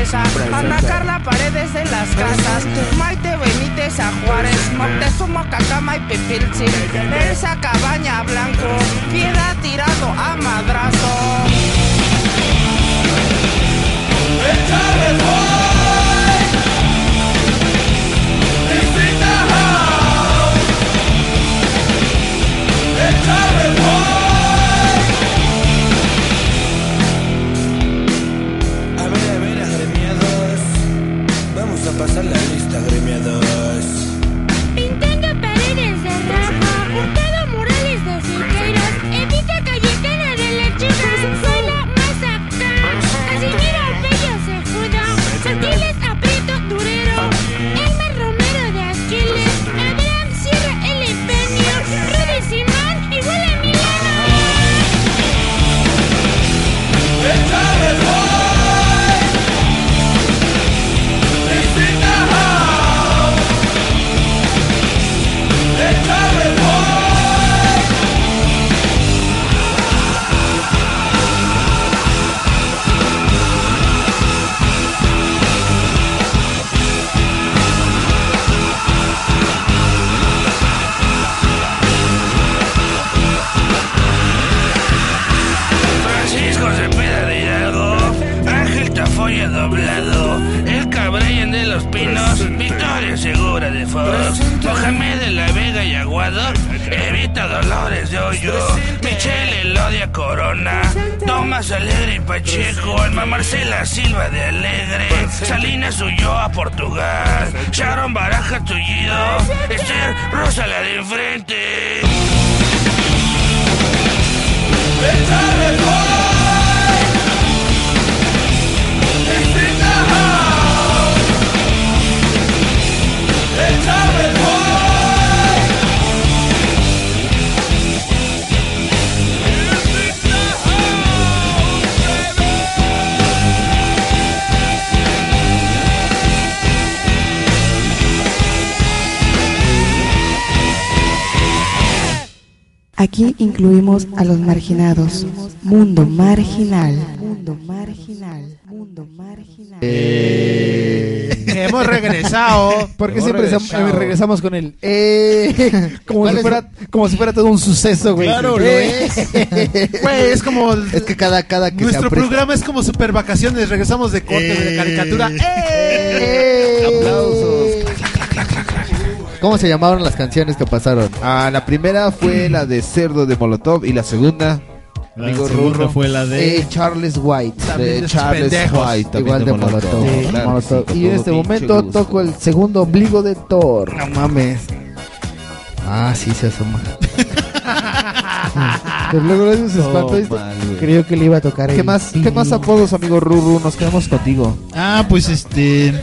T: sorpresa. Ana Carla Paredes de las Casas, Maite Benítez a Juárez, Moctezuma Cacama y Pepilci, Elsa Cabaña a Blanco, Piedad tirado a Madrazo.
U: A ver, a ver, agremiados. Vamos a pasar la lista, agremiados.
V: Pintando paredes de Rafa, Hurtado murales de Siqueiros, Evita Cayetana de la Chica, Sola Mazacá, Casimiro Arpello Cejudo, Santiles Aprieto Durero, Elmer Romero de Aquiles, Abraham Sierra L. Peña, Rudy Simón y Willa Milano.
K: Francisco Cepeda de Hidalgo, Ángel Tafoya Doblado, El Cabrellan de los Pinos, Victoria Segura de Fox, Mohamed de la Vega y Aguado, Evita Dolores de Hoyo, Michelle Elodia Corona, Tomás Alegre y Pacheco, Alma Marcela Silva de Alegre, Salinas Ulloa Portugal, Sharon Baraja Tullido, Esther Rosa la de enfrente.
J: Aquí incluimos a los marginados. Mundo marginal. Mundo marginal. Mundo marginal. Eh. [laughs]
C: Hemos regresado.
H: Porque
C: Hemos
H: siempre
C: regresado.
H: se- eh, regresamos con el eh, como, si fuera, como si fuera todo un suceso, güey.
C: Claro, lo
H: Eh.
C: es. Güey, es como. Es que
E: cada, cada
H: que se
C: Nuestro
H: aprieta.
C: programa es como super vacaciones. Regresamos de corte, de caricatura.
H: Eh.
E: ¿Cómo se llamaron las canciones que pasaron?
B: Ah, la primera fue la de Cerdo de Molotov y la segunda,
G: La segunda fue la de-
B: Eh, Charles White.
H: También
B: de
H: los
B: Charles
H: pendejos.
B: White. también
E: Igual de Molotov.
B: Molotov,
H: Sí,
B: claro,
H: Molotov.
B: sí,
H: y
B: todo
H: en este
B: pinche
H: momento
B: gusto.
H: toco el segundo ombligo de Thor. No mames.
E: Ah, sí, se asoma.
H: Pero luego lo se espantó y
E: No, mal, güey.
H: creyó que le iba a tocar
B: ¿Qué más, ¿Qué más apodos, amigo Ruru? Nos quedamos contigo.
F: Ah, pues este.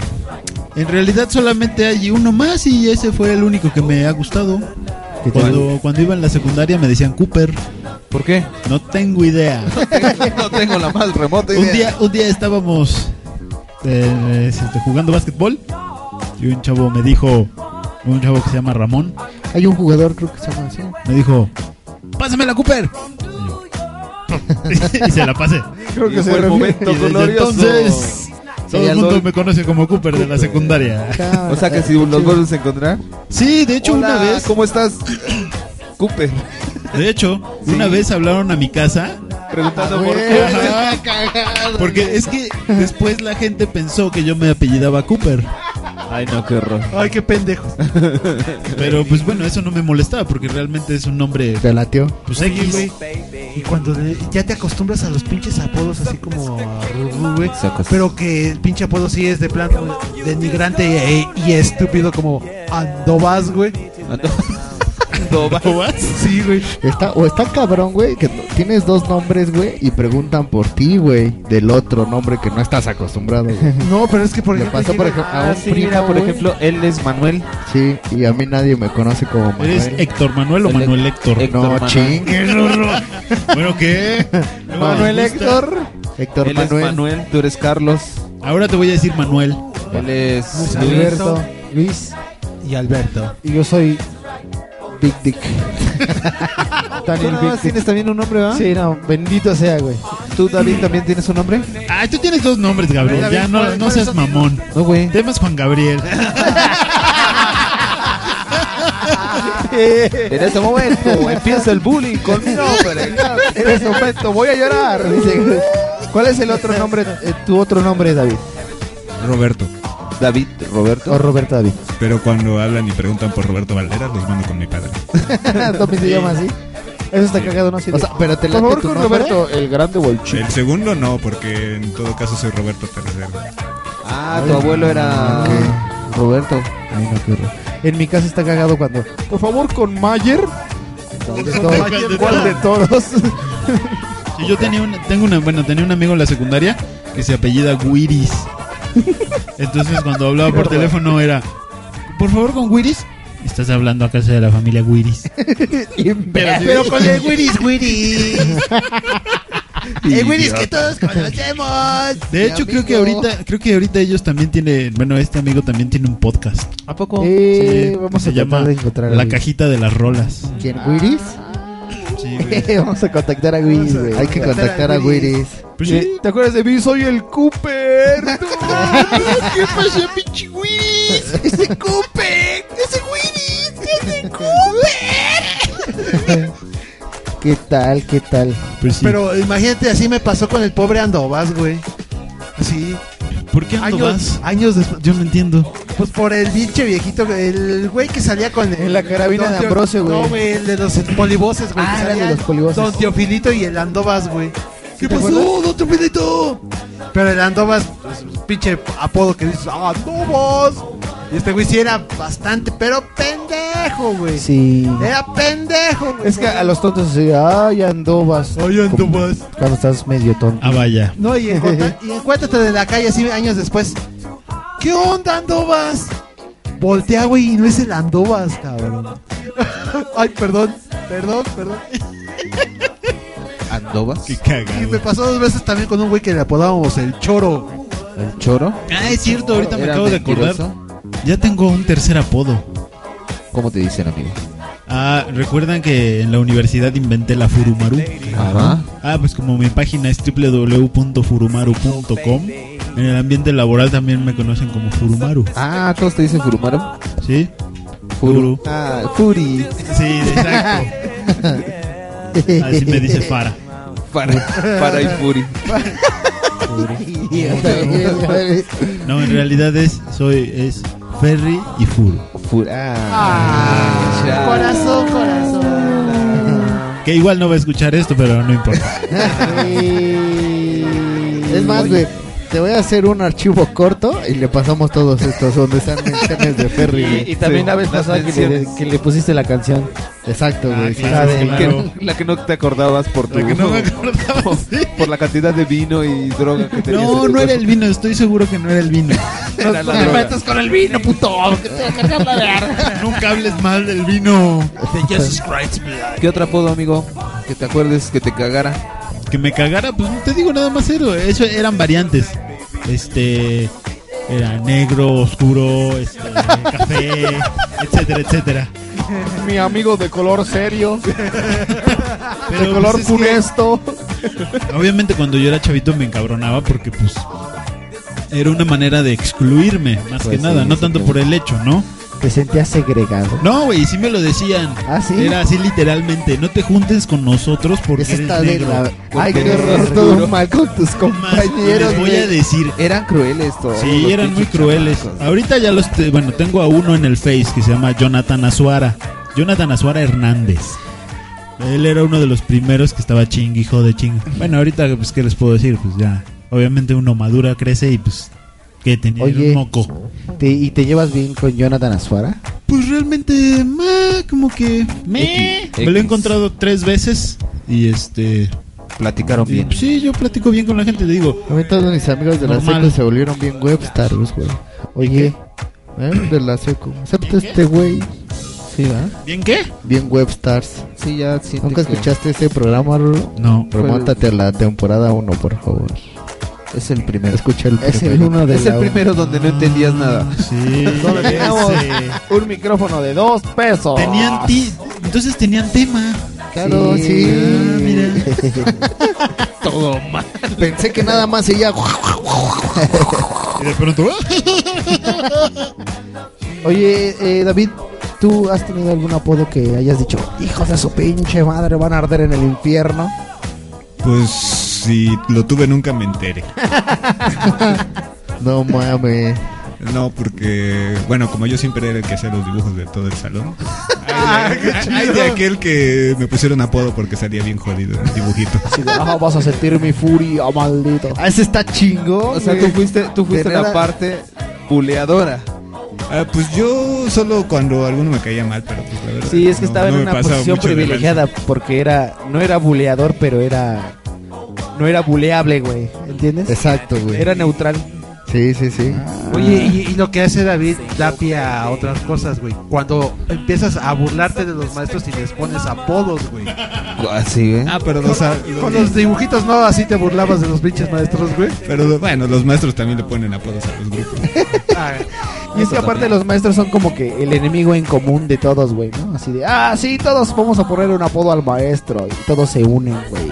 F: En realidad solamente hay uno más y ese fue el único que me ha gustado.
H: ¿Qué tal?
F: Cuando, cuando iba en la secundaria me decían Cooper.
B: ¿Por qué?
F: No tengo idea.
B: [laughs] No tengo la más remota idea.
F: un, día, un día estábamos eh, este, jugando básquetbol y un chavo me dijo, un chavo que se llama Ramón,
H: Hay un jugador, creo que se llama así.
F: me dijo, pásamela
B: [laughs]
F: Cooper. [laughs] Y, yo, y se la pasé.
H: Creo que
F: Y
H: se
F: fue el
H: refiere-
F: momento
H: Y [laughs] desde
F: glorioso.
H: entonces,
F: Entonces, todo
H: sería
F: el mundo
H: Lord
F: me conoce como Cooper de la secundaria.
B: O sea que si nos vuelves a encontrar.
F: Sí, de hecho
B: Hola,
F: una vez.
B: ¿Cómo estás? Cooper.
F: De hecho, una vez hablaron a mi casa
B: Preguntando por
F: qué. Porque es que después la gente pensó que yo me apellidaba Cooper.
B: Ay, no, qué horror.
F: Ay, qué pendejos. Pero pues bueno, eso no me molestaba porque realmente es un nombre.
E: ¿Te latió?
F: Pues
C: Oye,
F: X.
C: güey, Y cuando le- ya te acostumbras a los pinches apodos así como a Ruru, güey. Pero que el pinche apodo sí es de plan denigrante y, y estúpido como Andobas, güey.
B: Ah, [laughs] ¿Andobas?
C: Sí, güey.
E: Está, o está cabrón, güey, que no- tienes dos nombres, güey, y preguntan por ti, güey, del otro nombre que no estás acostumbrado. güey.
C: No, pero es que por
E: Le
C: ejemplo.
E: pasó, por
C: llega-
E: ejemplo, a un
C: Ah, sí,
E: primo,
C: mira,
E: güey.
B: él es Manuel.
E: Sí, y a mí nadie me conoce como Manuel.
F: ¿Eres Héctor Manuel o Manuel Héctor?
E: No, Manuel. chingue, Rorro.
F: bueno, ¿qué?
E: Manuel
F: ¿les gusta?
E: Héctor. Héctor
B: Él es
E: Manuel.
B: Manuel, tú eres Carlos.
F: Ahora te voy a decir Manuel.
B: Él es
H: Luis Alberto, Luis
F: y Alberto.
H: Y yo soy Big
F: [laughs]
H: Dick.
B: Tú nada más tienes también un nombre, ¿verdad?
H: Sí, no, bendito sea, güey.
B: ¿Tú, David, también tienes un nombre?
F: Ah, tú tienes dos nombres, Gabriel.
B: David,
F: ya no,
B: ¿cuál-
F: no
B: cuál
F: seas
B: es-
F: mamón.
B: No, güey.
F: Temas Juan Gabriel.
B: En este momento empieza el bullying con mi nombre. En este momento voy a llorar. Dice.
H: ¿Cuál es el otro nombre, eh, tu otro nombre, David?
I: Roberto.
B: David Roberto.
H: O Roberto David.
I: Pero cuando hablan y preguntan por Roberto Valderas, los mando con mi padre.
C: [laughs]
E: pues,
H: Tommy se llama así. Eso está cagado, ¿no? Así de,
E: pero
H: Por favor, con Roberto, el grande o el chico.
I: El segundo no, porque en todo caso soy Roberto tercero.
B: Ah, tu abuelo era Roberto.
H: Ay, no, qué horror. En mi casa está cagado cuando. Por favor, con Mayer.
F: Mayer.
H: ¿Cuál de todos?
F: Sí, Yo tenía una, tengo una, bueno, tenía un amigo en la secundaria que se apellida Guiris. Entonces cuando hablaba por teléfono era, por favor con Guiris.
G: Estás hablando a casa de la familia Wiris.
F: Pero,
A: Pero
F: con el Guiris, Guiris.
C: Eh,
A: El
F: Willis que
A: todos conocemos.
F: De hecho creo que ahorita, creo que ahorita ellos también tienen, bueno, este amigo también tiene un podcast.
B: ¿A poco?
H: Eh,
F: Sí,
H: vamos
F: se
H: a
F: llama
H: tratar de encontrar. a
F: La
H: Luis.
F: cajita de las rolas.
E: ¿Quién, Wiris?
C: [laughs]
E: [laughs]
H: vamos a contactar a Wiris, güey.
E: Hay que contactar a Wiris.
F: Pues
H: Eh, ¿Te acuerdas de mí? Soy el
F: [laughs]
H: Cooper. No,
A: ¿Qué pasó, pinche Willis? Ese Cooper. Ese Willis. Ese
F: [laughs]
A: Cooper.
H: ¿Qué tal? ¿Qué tal? Pues
C: Pero imagínate, así me pasó con el pobre Andovas, güey. Así.
F: ¿Por qué
C: Andovas?
F: Andovas? Años después, yo no entiendo.
C: Pues por el pinche viejito, el güey que salía con el-
H: En la carabina de
C: Teo-
H: Ambrosio, güey.
C: No, güey, el de los polivoces, güey.
H: Ah,
C: que
H: era el de
C: salía
H: los polivoces.
C: Don Teofilito y el Andovas, güey. ¿Qué
H: pasó, acuerdas?
C: Don Teofilito? Pero el Andovas, pues, pinche apodo que dices, ¡Ah, Andovas! Y este güey sí era bastante, pero pendejo, güey.
H: Sí.
E: Eh,
C: Era pendejo,
E: pues
C: güey.
H: Es que a los tontos así, ay, andobas.
F: Ay, andobas.
H: Cuando estás medio tonto.
F: Ah, vaya.
C: No, y, encuentra- y encuéntrate de la calle así años después. ¿Qué onda, Andovas? Voltea, güey, y no es el Andovas, cabrón. [laughs] Ay, perdón, perdón, perdón.
B: ¿Andobas?
F: Qué
C: Y
F: cagado.
C: me pasó dos veces también con un güey que le apodábamos el Choro.
B: ¿El Choro?
F: Ah, es cierto, ahorita me
B: ¿Era
F: acabo de acordar.
B: mentiroso?
F: Ya tengo un tercer apodo.
B: ¿Cómo te dicen, amigo?
F: Ah, ¿recuerdan que en la universidad inventé la Furumaru?
B: Ajá.
F: Ah, pues como mi página es www.furumaru.com, en el ambiente laboral también me conocen como Furumaru.
B: Ah, ¿todos te dicen Furumaru?
F: Sí.
B: Furu. Ah, Furi.
F: Sí,
H: [laughs]
F: exacto. Así me dice Fara.
B: Para, para y Furi.
F: No, en realidad es, soy, es Ferry y Furu.
C: Ah,
B: Ah,
C: Corazón, corazón.
F: Que igual no va a escuchar esto, pero no importa.
E: Es más, güey, te voy a hacer un archivo corto y le pasamos todos estos donde están menciones de Ferry. güey.
H: Y, y también
E: Sí.
H: la vez
E: Las
H: pasada que le,
E: menciones.
H: que le pusiste la canción.
E: Exacto,
H: Ah,
E: güey. sí,
H: claro,
E: sí, sí.
H: claro.
B: Que- la que no te acordabas por tu.
F: que no me
B: por, por la cantidad de vino y droga que tenías. en
F: No,
B: tu
F: no era
B: cuerpo.
F: el vino, estoy seguro que no era el
B: [laughs]
F: vino.
B: Era la droga.
F: con el vino, puto. que te va a cargar la verga. Nunca hables mal del vino.
B: ¿Qué otro apodo, amigo? Que te acuerdes que te cagara.
F: Que me cagara, pues no te digo nada más eso. Eso eran variantes. Este. Era negro, oscuro,
B: [laughs]
F: este, café, etcétera, etcétera.
H: Mi amigo de color serio. de
F: Pero,
H: color
F: pues, es que-
H: funesto.
F: Obviamente cuando yo era chavito me encabronaba porque pues era una manera de excluirme, más
H: Pues
F: que
H: sí,
F: nada, no
H: sí,
F: tanto
H: sí.
F: por el hecho, ¿no?
H: Te sentías segregado.
F: No, güey, sí me lo decían.
E: Ah,
F: Era así literalmente, no te juntes con nosotros porque
E: Esa
F: eres
E: está de
F: negro.
E: la... Ay,
F: Porque
E: qué
F: eres
E: horror,
F: negro.
E: todo mal con tus
F: Les
E: compañeros,
F: voy
E: güey.
F: a decir,
B: Eran crueles todos.
F: sí,
B: los
F: eran muy
B: pinches
F: crueles.
B: chamacos.
F: Ahorita ya los, te- bueno, tengo a uno en el Face que se llama Jonathan Azuara. Jonathan Azuara Hernández. Él era uno de los primeros que estaba ching, hijo de ching. Bueno, ahorita, pues, ¿qué les puedo decir? Pues ya, obviamente uno madura, crece y pues, que tenía
H: Oye.
F: un moco.
H: Te- ¿Y te llevas bien con Jonathan Azuara?
F: Pues realmente, ma, como que... Me,
B: X.
F: me lo he encontrado tres veces y este...
B: Platicaron
F: y,
B: bien.
F: pues, sí, yo platico bien con la gente, te digo.
E: A mí todos mis amigos de la
F: Normal.
E: seco se volvieron bien webstars, güey.
H: Oye,
E: ¿Eh? De la seco. Excepto este güey. Sí, ¿verdad?
F: ¿Bien qué?
E: Bien webstars.
B: Sí, ya siente
E: ¿Nunca
B: que-
E: escuchaste ese programa, Rulo?
F: No.
E: Remóntate a la temporada 1, por favor.
B: Es el primero.
E: Escucha el
H: Es el
E: primero.
H: uno de
B: Es el
H: la-
B: primero donde no entendías nada.
F: Sí.
H: Donde teníamos
F: ese.
H: un micrófono de dos pesos.
F: Tenían ti- entonces tenían tema.
E: Claro, sí.
F: Ah, mira.
B: [laughs] todo mal.
W: Pensé que nada más ella.
E: Y de pronto. Oye, eh, David, ¿tú has tenido algún apodo que hayas dicho, hijos de su pinche madre van a arder en el infierno?
I: Pues si lo tuve nunca
H: [laughs]
I: me enteré.
W: no mames.
I: No, porque, bueno, como yo siempre era el que hacía los dibujos de todo el
B: [laughs]
I: salón. Hay de aquel que me pusieron apodo porque salía bien jodido el dibujito.
E: Ah, vas a sentir mi furia, maldito.
W: Ah, ese está chingón.
B: O sea, tú fuiste, tú fuiste
I: Tener
B: la
I: a-
B: parte buleadora.
I: Ah, pues yo solo cuando alguno me caía mal, pero pues la verdad.
E: Sí, es que
I: no-
E: estaba
I: no
E: en
I: me
E: una
I: pasaba
E: posición
I: mucho de lanza.
E: privilegiada porque era no era buleador, pero era no era buleable, güey, ¿entiendes?
W: Exacto, güey.
E: Era neutral.
W: Sí, sí, sí.
C: Oye, y, y lo que hace David da pie a otras cosas, güey. Cuando empiezas a burlarte de los maestros y les pones apodos, güey.
B: Así, ¿eh?
I: Ah, pero no sa-
C: Con los dibujitos, ¿no? Así te burlabas de los pinches maestros, güey.
I: Pero bueno, los maestros también le ponen apodos a los grupos.
E: Y es que aparte los maestros son como que el enemigo en común de todos, güey, ¿no? Así de, ah, sí, todos vamos a poner un apodo al maestro y todos se unen, güey.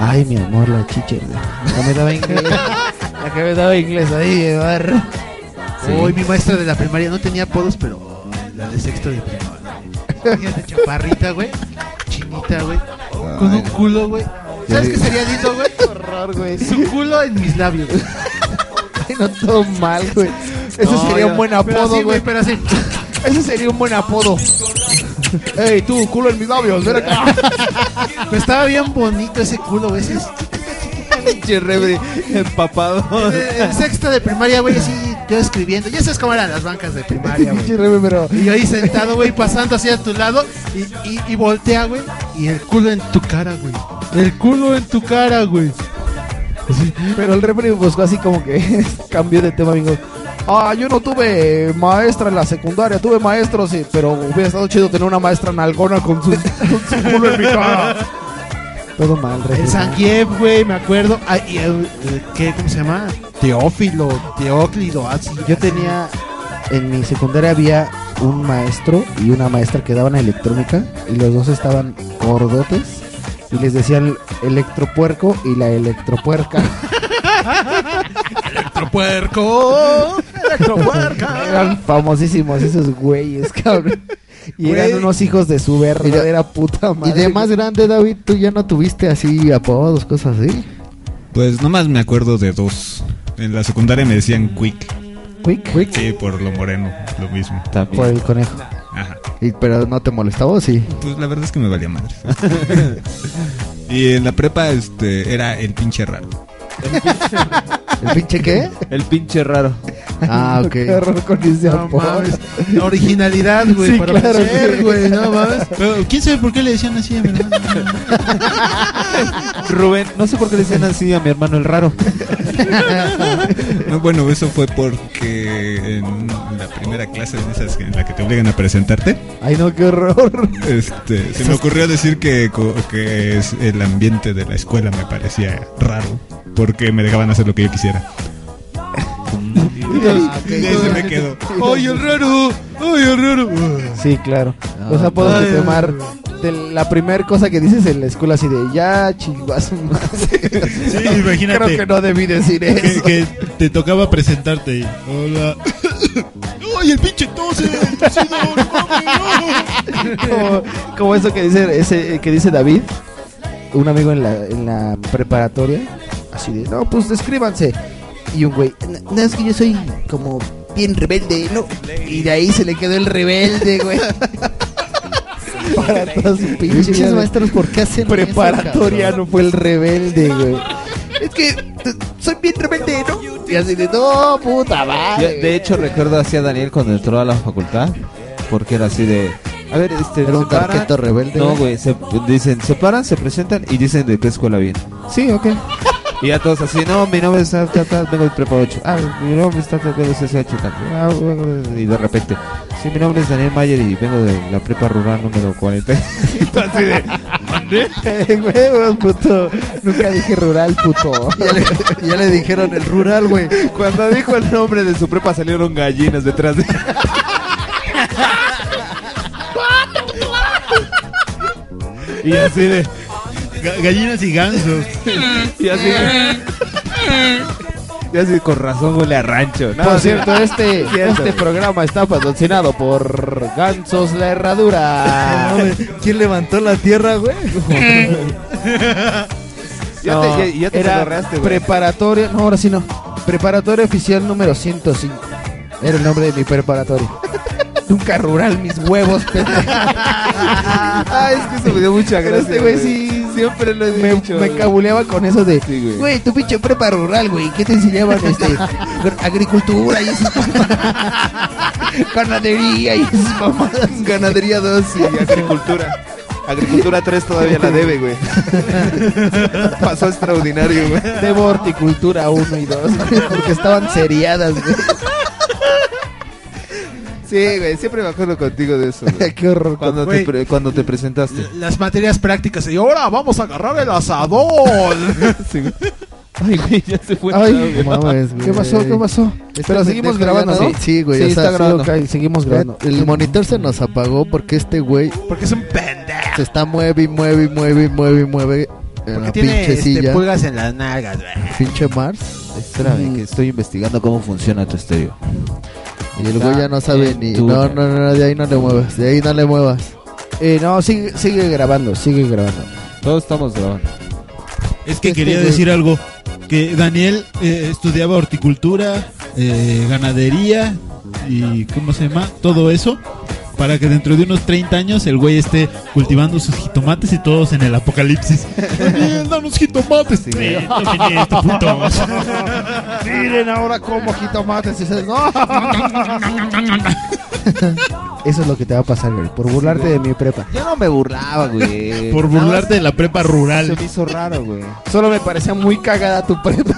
E: Ay, mi amor, la chiche, la que "Ah, me daba inglés. La que me daba inglés ahí, de barro.
C: Hoy mi maestra de la primaria no tenía apodos, [laughs] pero la de sexto de primaria. Fíjate, chaparrita, güey. Chinita, güey. Con un culo, güey. ¿Sabes qué sería lindo, güey? Horror, güey. Su culo en mis labios.
E: Ay, no todo mal, güey. Eso
C: No,
E: sería
C: ya.
E: un buen
C: Pero así,
E: apodo, güey.
C: güey, pero así.
E: Eso sería un buen apodo. Ey, tú, culo en mis labios, ven acá.
C: Pero estaba bien bonito ese culo, güey. Ese-
B: Che, rebre, empapado.
C: En sexto de primaria, güey, así yo escribiendo. Ya sabes cómo eran las bancas de primaria, güey. Y yo ahí sentado, güey, pasando así a tu lado y, y, y voltea, güey. Y el culo en tu cara, güey. El culo en tu cara, güey.
E: Pero el refri buscó así como que [laughs] cambió de tema, amigo. Ah, yo no tuve maestra en la secundaria, tuve maestros, sí, pero hubiera estado chido tener una maestra nalgona con su, con su culo en mi cara. Todo mal, refri.
C: El Sangief, güey, me acuerdo. Ah, y el- el- ¿qué, ¿Cómo se llama? Teófilo, Teóclido, así.
E: Yo tenía en mi secundaria había un maestro y una maestra que daban electrónica y los dos estaban gordotes y les decían electropuerco y la electropuerca.
C: ¡Electropuerco!
E: eran famosísimos esos güeyes, cabrón. Y eran
W: Güey.
E: unos hijos de su verdadera puta
W: Y
E: madre.
W: de más grande, David, tú ya no tuviste así apodos, cosas así.
I: Pues nomás me acuerdo de dos. En la secundaria me decían Quick.
E: ¿Quick?
I: Sí, por lo moreno, lo mismo.
W: Por el conejo.
I: Ajá.
W: Y, pero no te molestaba, ¿o sí.
I: Pues la verdad es que me valía madre. [laughs] y en la prepa este era el pinche raro.
W: ¿El pinche qué?
B: El pinche raro.
W: Ah, ok.
E: Qué horror con ese apodo.
C: Originalidad, güey,
E: Sí,
C: para
E: claro,
C: vencer,
E: sí.
C: güey,
F: [laughs]
C: no mames. Pero quién sabe por qué le decían así, verdad.
B: Rubén, no sé por qué le decían así a mi hermano el raro.
I: No, bueno, eso fue porque en la primera clase de esas en la que te obligan a presentarte,
E: Ay, no, qué horror.
I: este, se me ocurrió decir que, co- que es el ambiente de la escuela me parecía raro, porque me dejaban hacer lo que yo quisiera.
E: Y ahí se me quedó.
C: ¡Ay, el raro! ¡Ay, el raro!
E: Sí, claro. Los
W: Ah,
E: apodos
C: Ay,
E: que te mar- de la primera cosa que dices en la escuela así de ya chingas madre.
F: Sí, imagínate.
E: [laughs] Creo que no debí decir
F: Que-
E: eso.
F: Que, te tocaba presentarte. y, Hola.
A: ¡Ay, el pinche tos! eh, el tosido, no mames, no!
E: como, como eso que dice ese que dice David, un amigo en la, en la preparatoria, así de, no, pues descríbanse. Y un güey, "No, no, es que yo soy como bien rebelde, ¿no? Y de ahí se le quedó el rebelde, [laughs]
B: [laughs]
E: güey. Para todas sus pinches
W: Pinches maestros, ¿por qué hacen eso,
E: Preparatoria
W: cabrón?
E: no fue el rebelde, güey. Es que t- soy bien rebelde, ¿no? Y así de, no, puta
B: Yo,
E: madre.
B: de hecho, recuerdo así a Daniel cuando entró a la facultad, porque era así de... A ver, este...
W: Era un
B: ¿se paran?
W: tarjeto rebelde,
B: No,
W: güey.
B: güey, se, dicen, se paran, se presentan y dicen de qué escuela viene.
E: Sí, ok.
B: Y ya todos así, no, mi nombre es tal, tal, tal, vengo del prepa 8. Ah, mi nombre es tal, tal, vengo del CCH, tal. Ah, vengo de- Y de repente, sí, mi nombre es Daniel Mayer y vengo de la prepa rural número [laughs] 40.
E: Así de, Eh, [laughs] Huevos, puto. Nunca dije rural, puto.
W: Ya le, ya le dijeron el rural, güey.
B: Cuando dijo el nombre de su prepa salieron gallinas [laughs] detrás de Y así de...
F: Ga- gallinas y gansos.
B: y así. Ya sé, con razón huele a rancho. [laughs] No,
E: Por
B: sí,
E: cierto,
B: no.
E: este-
B: Cierto.
E: este
B: programa está patrocinado por Gansos
E: [laughs]
B: La Herradura.
E: ¿Quién levantó la tierra, [laughs] güey?
B: [laughs] Ya te- ya- ya te
E: era
B: agarraste, güey.
E: Preparatoria, no, ahora sí no. Preparatoria oficial número 105. Era el nombre de mi [laughs] preparatoria. Nunca rural, mis huevos, pendejo.
B: Ay, Ah, es que eso me dio mucha
E: Pero
B: gracia.
E: este güey sí
B: siempre lo he
E: Me,
B: [laughs] dicho.
E: me
B: güey.
E: cabuleaba con eso de,
B: Sí, güey.
E: güey, tu pinche prepa rural, güey. ¿Qué te enseñaban? Este, gr- agricultura y esas Ganadería y esas mamadas.
B: [laughs] Ganadería 2 y agricultura. Agricultura 3 todavía la debe, güey. [laughs] Pasó extraordinario, güey.
E: Debo horticultura 1 y 2, porque estaban seriadas, güey.
B: Sí, güey, siempre me acuerdo contigo de eso. [laughs] güey.
E: Qué horror.
B: Cuando te,
E: Güey.
B: pre- cuando te presentaste.
C: Las materias prácticas. Y ahora vamos a agarrar el asador.
B: [laughs] Ay, güey, ya se fue.
E: Ay, mames, güey.
H: ¿Qué pasó? ¿Qué pasó?
E: Pero seguimos grabando, ¿no? Sí, sí, güey.
H: Sí,
E: o sea,
H: está grabando.
E: ok, seguimos grabando. El monitor se nos apagó porque este güey.
C: Porque es un pendejo.
E: Se está mueve y mueve y mueve y mueve y mueve. En la
C: Porque tiene
E: pinche
C: este,
E: silla.
C: pulgas en las nalgas, güey.
E: Pinche Mars.
B: Espérame, que estoy investigando cómo funciona tu estéreo.
E: Y Ah, el güey ya no sabe
B: en
E: ni.
B: tu-
E: No, no, no, no, de ahí no le muevas. De ahí no le muevas. Eh, no, sigue, sigue grabando, sigue grabando.
B: Todos estamos grabando.
F: Es que
E: Este
F: quería
E: güey.
F: decir algo. Que Daniel eh, estudiaba horticultura, eh, ganadería y ¿cómo se llama? Todo eso. Para que dentro de unos 30 años el güey esté cultivando sus jitomates y todos en el
E: [laughs]
F: apocalipsis. [laughs]
B: [laughs]
F: Daniel, danos jitomates. Eh, tomen esto,
E: [laughs]
F: putos.
H: Miren ahora cómo jitomates. y se-
E: [laughs]
H: ¡No!
E: Eso es lo que te va a pasar, güey. Por burlarte de mi prepa.
B: Yo no me burlaba, Ah, güey.
F: Por burlarte de la prepa rural.
B: Se me hizo raro, güey.
E: Solo me parecía muy cagada tu
C: [laughs]
E: prepa.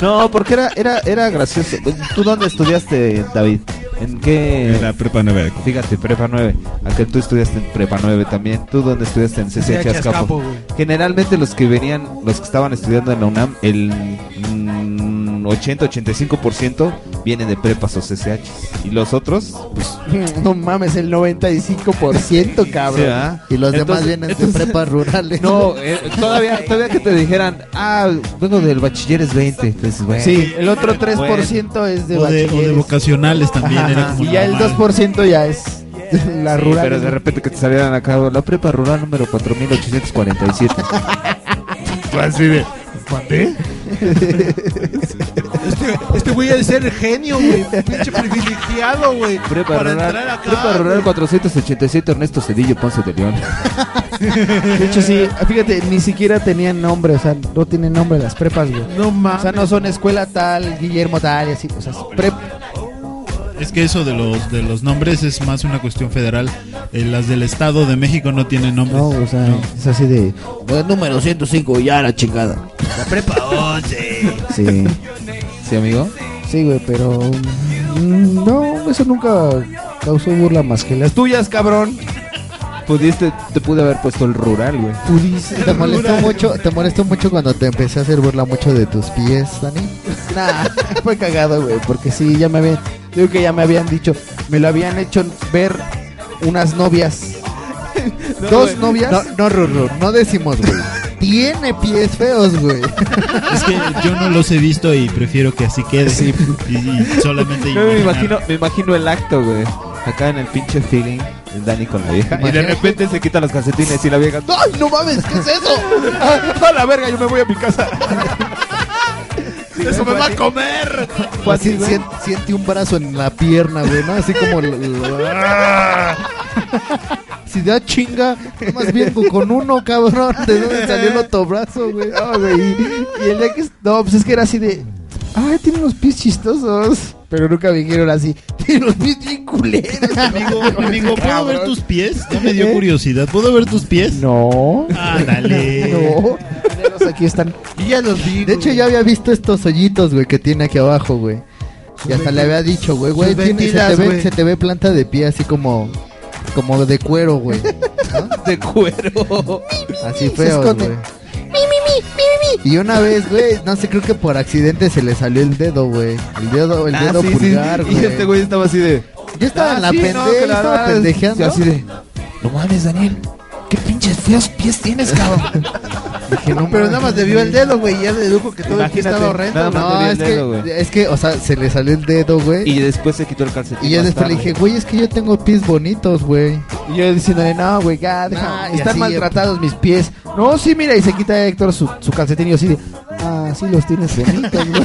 B: No, porque era, era, era gracioso. ¿Tú dónde estudiaste, David? ¿En qué? En la
I: prepa 9.
B: Fíjate, prepa 9. Acá tú estudiaste en prepa 9 también. ¿Tú dónde estudiaste? En CCH
C: Estudié aquí a Azcapo,
B: Azcapo.
C: güey.
B: Generalmente los que venían, los que estaban estudiando en la UNAM, el mm, 80-85% vienen de prepas o CCH. Y los otros,
E: [laughs]
B: pues...
E: No mames, el 95%,
B: sí,
E: cabrón.
B: ¿verdad?
E: y los demás
B: Entonces-
E: vienen de
B: entonces-
E: prepas rurales. [laughs]
B: No, eh, todavía, todavía que te dijeran, ah, vengo del bachiller es 20. Pues, bueno.
E: Sí, el otro
B: Bueno.
E: 3% es Pues de
F: O de, o de
E: bachilleres.
F: vocacionales también.
E: Ajá.
F: era como
E: Y
F: la
E: ya el
F: mamá.
E: 2% ya es la
B: Sí,
E: rural.
B: Pero de repente que te salieran acá la prepa rural número 4847. Tú así de, ¿mandé?
C: Este güey ha de ser genio, güey. Pinche privilegiado, güey.
B: Prepa
C: Para [laughs] entrar
B: rural,
C: acá.
B: prepa rural 487 Ernesto Cedillo Ponce de León.
E: De hecho, sí, fíjate, ni siquiera tenían nombre, o sea, no tienen nombre las prepas, güey.
C: No
E: O sea, no son escuela tal, Guillermo tal, y así, o sea, es prep.
F: Es que eso de los de los nombres es más una cuestión federal. Eh, las del Estado de México no tienen nombres.
E: No, o sea, es así de.
B: número 105, ya la chingada.
F: La prepa 11.
E: Sí.
B: ¿Sí, amigo?
E: Sí, güey, pero. mm, No, eso nunca causó burla más que las tuyas, cabrón.
B: Pudiste, te pude haber puesto el rural, güey.
E: Pudiste, ¿Te molestó mucho, te molestó mucho cuando te empecé a hacer burla mucho de tus pies, Dani? Nah, [laughs] fue cagado, güey, porque sí, ya me habían, digo que ya me habían dicho, me lo habían hecho ver unas novias. ¿Dos novias? No, no, Rurru, no decimos, güey. Tiene pies feos, güey.
F: Es que yo no los he visto y prefiero que así quede. Y, y
E: [laughs]
F: solamente
B: No,
F: imaginar.
B: me imagino, me imagino el acto, güey. Acá en el pinche feeling, el Dani con la vieja. Y de
E: Imagínate.
B: repente se quita los calcetines y la vieja.
E: ¡Ay, no mames! ¿Qué es eso? ¡A la verga! Yo me voy a mi casa.
C: ¡Eso me va a comer!
E: Así, sien- siente un brazo en la pierna, güey, ¿no? Así como. l- l- ¡ah! Si da chinga, más bien con- con uno, cabrón. ¿De dónde salió el otro brazo, güey? No, güey, Y, y el día que. es- No, pues es que era así de. ¡Ay, tiene unos pies chistosos! Pero nunca me dijeron así. [laughs] ¡Tiene unos pies bien culeros!
F: [laughs] Amigo, amigo, ¿puedo
E: Cabrón. ¿Eh?
F: ver tus pies? Ya me dio curiosidad. ¿Puedo ver tus pies?
E: No.
F: Ándale.
E: No. Míralos, Aquí están.
C: ya los vi.
E: De hecho, ya había visto estos hoyitos, güey, que tiene aquí abajo, güey. Y hasta le había dicho, güey, güey,
C: Sus
E: tiene- se, te
C: ventilas,
E: ve,
C: güey.
E: se te ve planta de pie así como como de cuero,
B: [laughs]
E: güey.
B: De cuero.
E: Así
B: Se
E: feo,
B: esconde.
E: güey. Y una vez, güey, no sé, creo que por accidente se le salió el dedo, güey. El dedo, el
B: Ah,
E: dedo
B: sí, sí.
E: pulgar,
B: Y
E: güey.
B: este güey estaba así de.
E: Yo estaba
B: Ah,
E: en la
B: sí, no,
E: pendeja,
B: que la
E: estaba
B: verdad,
E: pendejeando.
B: así de, No mames, Daniel. ¿Qué pinches feos pies tienes, cabrón?
E: [laughs]
C: Pero nada más te vio el dedo, güey. y Ya dedujo que todo el pie
B: Imagínate,
C: estaba horrendo.
B: nada más
C: güey.
E: No,
B: te vi
E: Ah,
B: el
E: es
B: dedo, güey.
E: que, es que, o sea, se le salió el dedo, güey.
B: Y después se quitó el calcetín.
E: Y ya
B: más
E: después le
B: tarde.
E: dije, güey, es que yo tengo pies bonitos, güey.
H: Y yo diciéndole, no, güey, ya, deja,
E: Nah, y
H: están
E: así,
B: eh,
H: maltratados mis pies. No, sí, mira, y se quita Héctor su, su calcetín y yo así de, ah, sí los tienes bonitos, güey.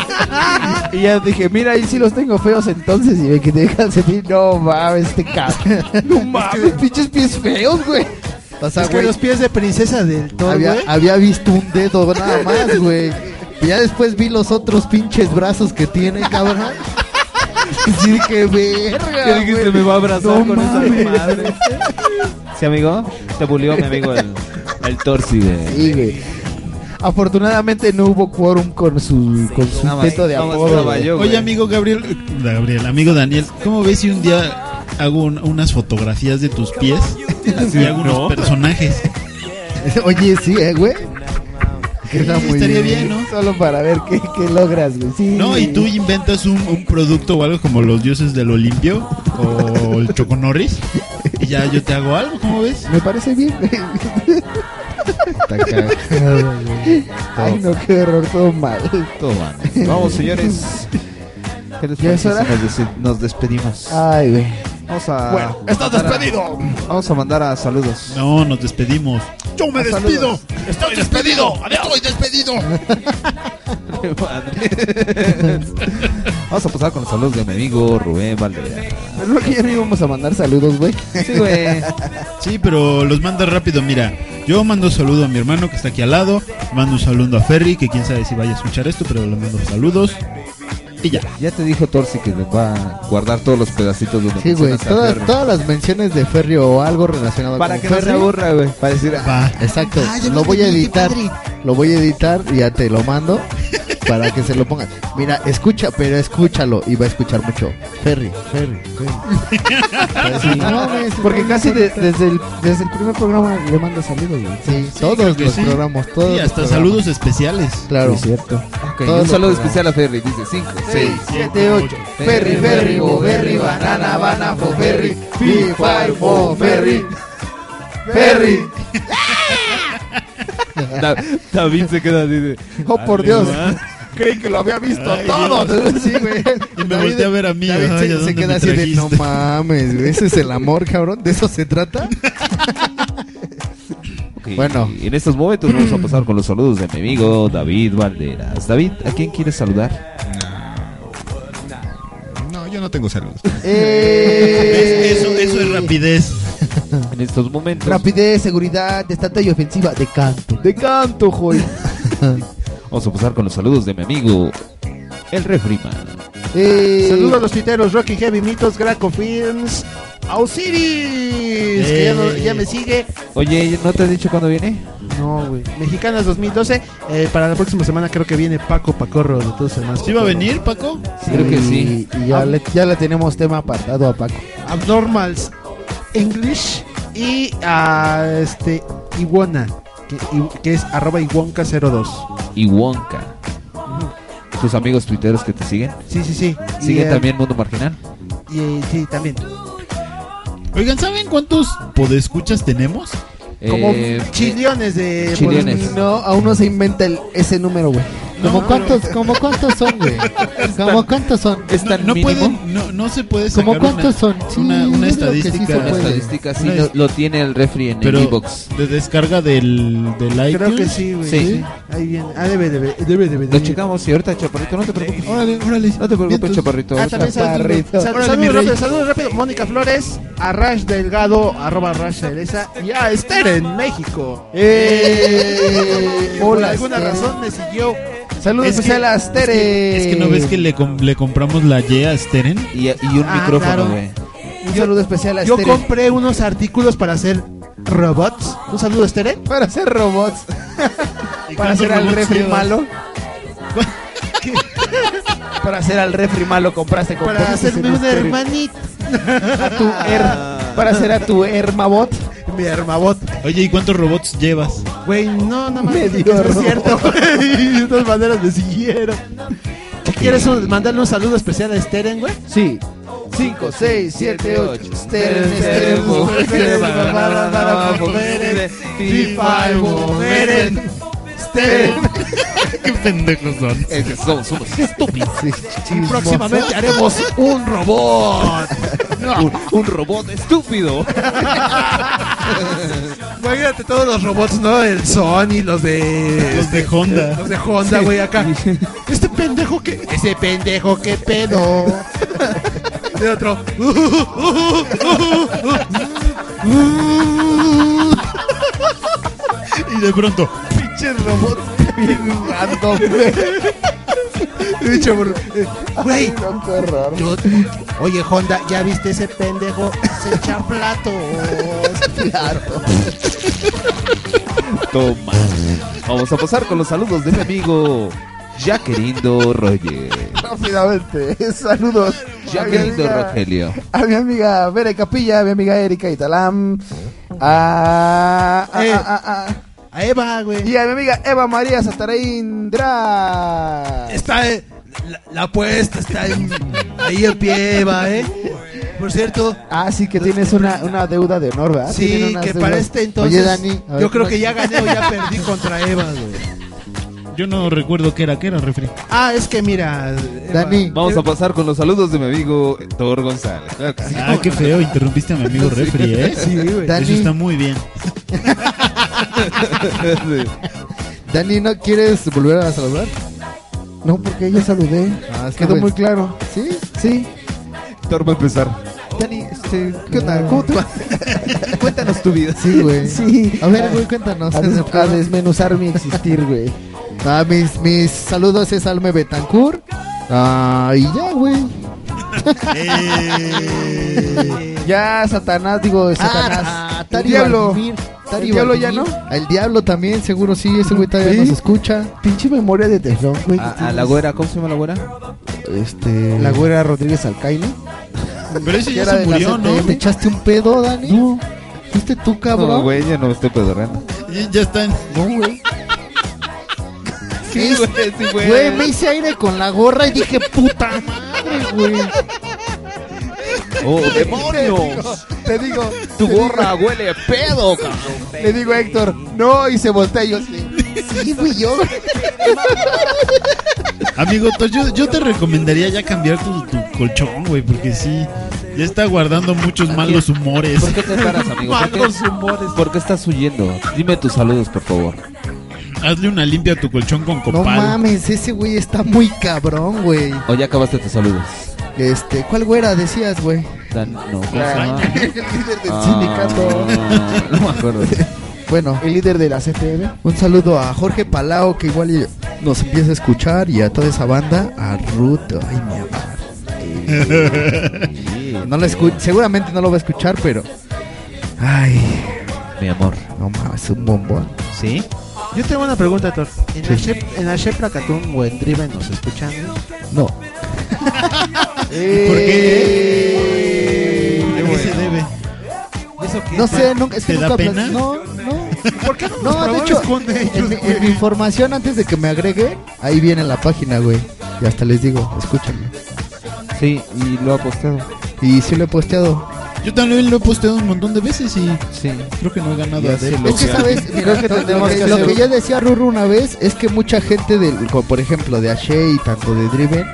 H: [laughs] y ya dije, mira, ahí sí los tengo feos entonces. Y me quité el calcetín, no mames, este cabrón. No mames, pinches pies feos, güey.
E: O sea,
C: es que
E: güey,
C: los pies de princesa del toro,
E: había,
C: güey.
E: había visto un dedo nada más, güey. Y ya después vi los otros pinches brazos que tiene,
H: [laughs]
E: cabrón. Sí, que verga.
B: ¿Qué dijiste?
E: güey.
B: Me va a abrazar
E: No
B: con esa
E: mames.
B: madre. ¿Sí, amigo? Te pulió mi amigo
E: [laughs]
B: el, el torsi, güey.
H: Sí, güey. Afortunadamente no hubo quórum con su, con su
B: Nada más,
H: intento de
B: nada más
H: apodo.
B: estaba
H: güey.
B: yo,
F: Oye, amigo Gabriel, eh, Gabriel, amigo Daniel, ¿cómo ves si un día hago un- unas fotografías de tus pies y hago unos personajes?
E: Oye, sí, eh, güey. Queda muy
F: estaría bien, ¿no?
H: Solo para ver qué, qué logras, güey. Sí,
F: No, y tú
H: güey.
F: inventas un, un producto o algo como los dioses del Olimpio o el Choconorris y ya yo te hago algo, ¿cómo ves?
H: Me parece bien, güey. [laughs] Ay, no, qué error, todo mal.
B: Todo
E: [laughs]
B: mal. Vamos, señores. ¿Qué les
H: ¿Ya es
B: parece
H: hora?
B: si Nos, desi- nos despedimos.
H: Ay, güey.
B: Vamos a.
H: Bueno,
B: estás despedido. vamos a mandar a saludos.
F: No, nos despedimos.
B: ¡Yo me despido!
F: ¡Estoy despedido!
B: ¡Estoy Ah, despedido! [laughs] vamos a pasar con los saludos de mi amigo Rubén Valdera.
H: Pero que ya no íbamos a mandar saludos, güey.
B: Sí, güey.
F: Sí, pero los manda rápido. Mira, yo mando saludo a mi hermano que está aquí al lado. Mando un saludo a Ferry, que quién sabe si vaya a escuchar esto, pero le mando saludos. Y ya.
B: Ya te dijo Torsi que les va a guardar todos los pedacitos donde
E: Sí, güey.
B: mencionas a
E: Todas,
B: Ferry.
E: todas las menciones de Ferry o algo relacionado
B: Para
E: con
B: que no se
E: Ferry.
B: aburra, güey. Para decir,
F: Va.
E: Exacto.
B: Ah, ya
E: lo
B: me
E: voy a
B: entendí,
E: editar. Lo voy a editar y ya te lo mando para que se lo pongan. Mira, escucha, pero escúchalo y va a escuchar mucho. Ferry, Ferry,
F: Ah,
E: Ferry.
H: Sí. Porque casi de- desde, el, desde el primer programa le mando saludos, güey.
E: Sí, todos los programas, todos.
F: Y
E: los
F: hasta
E: programas.
F: saludos especiales.
E: Claro.
H: Sí, cierto.
B: Ok,
E: Todos
B: un
E: los
B: saludo
E: programas.
B: especial a Ferry. Dice 5, 6,
H: 7, 8.
B: Ferry, Ferry, Boberry,
H: banana, banana,
B: Boberry,
H: Be five, oh, Ferry. Ferry.
B: David se queda así de.
H: Oh, por Dios.
B: "Ánimo,
H: Creí que lo había visto
F: Ay,
H: todo. Sí, güey.
F: Y me volteé a ver a mí.
E: David
F: ay, ¿a
E: se,
F: dónde
E: se queda
F: me
E: así de no
F: trajiste?"
E: mames, güey, ese es el amor, cabrón, de eso se
F: [laughs]
E: trata.
B: Ok,
E: Bueno.
B: y En estos momentos vamos a pasar con los saludos de mi amigo David Valderas. David, ¿a quién quieres saludar?
I: No, yo no tengo saludos.
F: ¿Ves? Eso, eso es rapidez.
B: [laughs] En estos momentos.
H: Rapidez, seguridad, estatua y ofensiva. De canto. De canto, [laughs] joy.
B: Vamos a pasar con los saludos de mi amigo El Refriman.
H: Eh,
C: Saludos a los tuiteros Rocky Heavy Mitos, Graco Films, Ausiris, que ya, no- ya me sigue,
B: Oye, ¿no te has dicho cuándo viene?
C: no, güey, Mexicanas 2012, eh, para la próxima semana creo que viene Paco Pacorro de todos los demás.
F: ¿Sí va a venir, Paco?
B: Creo que sí.
H: Y ya,
C: Ah.
H: le, ya le tenemos tema apartado a Paco.
C: Abnormals English y a este Iwona, que, i- que es arroba Iwonka02.
B: Y Wonka. Tus amigos tuiteros que te siguen.
C: Sí, sí, sí. Y,
B: ¿Siguen
C: eh,
B: también Mundo Marginal?
C: Y, eh, sí, también.
F: Oigan, ¿saben cuántos podescuchas tenemos?
C: Como
B: Eh,
C: chiliones de...
B: Chiliones.
H: Y no, aún no se inventa el- ese número, güey.
E: ¿Cómo cuántos, como cuántos son, güey? ¿Cómo cuántos son?
B: ¿Es
F: No,
B: tan
F: no
B: mínimo?
F: pueden- no, no se puede sacar
E: ¿Cómo cuántos
F: una,
E: son?
F: una,
E: Sí,
F: una
E: yo digo que sí
F: estadística.
E: se
B: Una
E: puede.
B: estadística sí
F: Una
B: lo,
F: es-
B: lo tiene el refri en el
F: pero
B: inbox.
F: de descarga del, del iTunes.
C: Creo que sí, güey.
B: Sí.
C: Sí. Ahí viene. Ah, debe, debe, debe, debe.
B: Lo
C: debe. Ah,
B: checamos y ahorita, Chaparrito, no te preocupes.
F: Órale, órale.
B: No te preocupes,
F: Vientos.
B: Chaparrito.
C: Ah, también saludos,
H: Chaparrito.
C: sal-
F: Órale, mi
C: saludos
F: rey.
C: rápido, saludos rápido. Mónica Flores, a Rash Delgado, arroba Rash Cereza y a Esther en México.
H: Eh,
C: Por
H: hola,
C: alguna
H: Esther.
C: razón me siguió.
H: Saludos
F: Es que-
H: especial a
F: Es que,
H: Astere.
F: es que no ves que le, com- le compramos la Y a Steren.
B: Y, y un
C: Ah,
B: micrófono,
C: claro.
B: güey.
H: Un saludo especial a
C: Yo
H: Astere.
C: compré unos artículos para hacer robots. Un saludo, Esther.
H: Para hacer robots.
F: ¿Y
H: Para
F: cuántos
H: hacer al
F: robots
H: refri
F: llevas?
C: [laughs]
H: malo. Para hacer al refri malo compraste con
C: Para hacerme una hermanita.
H: a tu her- para hacer a tu hermabot.
C: Mi hermabot.
F: Oye, ¿y cuántos robots llevas?
C: Güey, no, no más.
H: Medio
C: no es
H: robot.
C: cierto. güey. De todas maneras me siguieron. ¿Qué ¿Quieres un- mandarle un saludo especial a Steren, güey?
H: Sí. 5, 6, 7, 8. Steren,
A: Steren,
H: Steren, mujeres, barbaras, barbaras, mujeres. FIFA, mujeres. Steren.
G: [laughs]
F: Qué pendejos son.
B: Es que somos unos estúpidos.
A: Y próximamente haremos
B: un robot. un, un robot estúpido.
C: Imagínate todos los robots, ¿no? El Sony, los de. Los de Honda. Los de Honda, güey, acá. [laughs] Este pendejo que. Ese pendejo, qué pedo. De otro.
F: Y de pronto,
A: Pinche robot bien random, güey.
C: Dicho por. eh, Güey. Yo- Oye, Honda, ¿ya viste ese pendejo? Se echa platos.
B: Toma. Vamos a pasar con los saludos de mi amigo Jaquerindo Roger.
H: Rápidamente, [laughs] saludos. a mi
B: Jaquerindo
H: amiga-
B: Rogelio.
H: A mi amiga Bere Capilla, a mi amiga Erika Italam. A. a-
C: Eh.
H: a- a- a-
F: Eva, güey.
H: Y a mi amiga Eva María Sataraindra.
C: Está eh, la, la apuesta, está en- ahí en pie, Eva, ¿eh? Por cierto. este,
H: Ah, sí, que tienes una, una deuda de honor, ¿verdad? Tienen
C: Sí,
H: unas
C: que
H: deudas.
C: para este entonces.
H: Oye, Dani. a ver,
C: yo creo
H: no-
C: que ya gané o ya perdí contra Eva, güey.
G: Yo no recuerdo qué era, qué era, refri.
C: Ah, es que mira.
B: Vamos a pasar con los saludos de mi amigo Thor González. Claro que sí.
G: Ah, qué feo, interrumpiste a mi amigo refri, ¿eh?
B: Sí, güey.
G: Eso
B: Dani.
G: está muy bien.
E: [laughs] Dani, ¿no quieres volver a saludar? Ah,
H: No, porque ya saludé. Quedó
E: bueno.
H: muy claro. ¿Sí? Sí.
B: Thor va a empezar.
H: Dani, este, ¿qué onda? ¿Cómo te va? cuéntanos tu vida. [laughs] Sí, güey. Sí.
E: A ver, güey, cuéntanos.
H: A, des- a desmenuzar mi existir, güey.
E: Ah, mis, mis saludos es Alme Betancourt. Ah, y ya, güey.
A: Eh.
H: ya, Satanás, digo, Satanás.
E: Tari
H: el diablo.
E: Vladimir, Tari
H: el diablo ya, ¿no?
E: Vladimir. El diablo también, seguro sí. Ese güey todavía
H: ¿Sí?
E: nos escucha.
H: Pinche memoria de Teflón, güey.
B: A, a la güera, ¿cómo se llama la güera?
H: Este... La güera Rodríguez Alcaine.
G: Pero
B: ese ya se murió, ¿no?
E: ¿Te echaste un pedo, Dani? No. ¿Fuiste tú, cabrón?
B: No, güey, ya no me estoy pedorreando.
F: y ya están.
E: No, güey.
B: Sí, güey, sí, güey.
E: Güey, me hice aire con la gorra y dije, puta madre, güey.
B: ¡Oh, demonios!
H: Te digo.
B: ¡Tu gorra huele a pedo, cabrón!
H: Le digo a Héctor, no, y se voltea y yo sí. Sí, fui yo.
F: Amigo, Thor, yo, yo te recomendaría ya cambiar tu, tu colchón, güey, porque sí, ya está guardando muchos malos humores.
B: ¿Por qué te paras, amigo? ¿Por qué- ¿Por qué estás huyendo? Dime tus saludos, por favor.
F: Hazle una limpia a tu colchón con
E: No
F: copal.
E: mames, ese güey está muy cabrón, güey.
B: ¿O Oh, ya acabaste tus saludos?
E: Este, ¿cuál güera decías, güey?
B: Dan- no, ¿cómo se
E: La-
B: llama?
E: el líder del
B: Ah,
E: sindicato.
B: No me acuerdo.
E: Bueno,
H: el líder de la CTM.
E: Un saludo a Jorge Palao, que igual y- nos empieza a escuchar, y a toda esa banda, a Ruto. Ay, mi
B: [laughs]
E: amor. No lo escu- seguramente no lo va a escuchar, pero. Ay.
B: Mi amor.
E: No mames, es un bombón.
B: ¿Sí?
C: Yo tengo una pregunta, Thor. ¿En, la Shep- en la Shepra Catún o en Driven nos escuchan? güey? [laughs]
E: No.
C: ¿Por qué? ¿A qué se debe?
E: No sé, nunca, es que
C: ¿Te da
E: nunca
C: pena?
E: plas- No, no.
C: ¿Por qué no,
E: No, de hecho, [laughs] en, mi- en mi información antes de que me agregue, ahí viene la página, güey. Y hasta les digo, escúchame.
B: Sí, y lo ha posteado.
E: Y sí lo he posteado.
F: Yo también lo he posteado un montón de veces y creo que no he ganado
E: Ya
F: a
E: sé
F: él.
E: lo Es que, ¿sabes? Mira, lo, que, lo que ya decía Ruru una vez es que mucha gente, del, como por ejemplo de Ashe y tanto de Driven,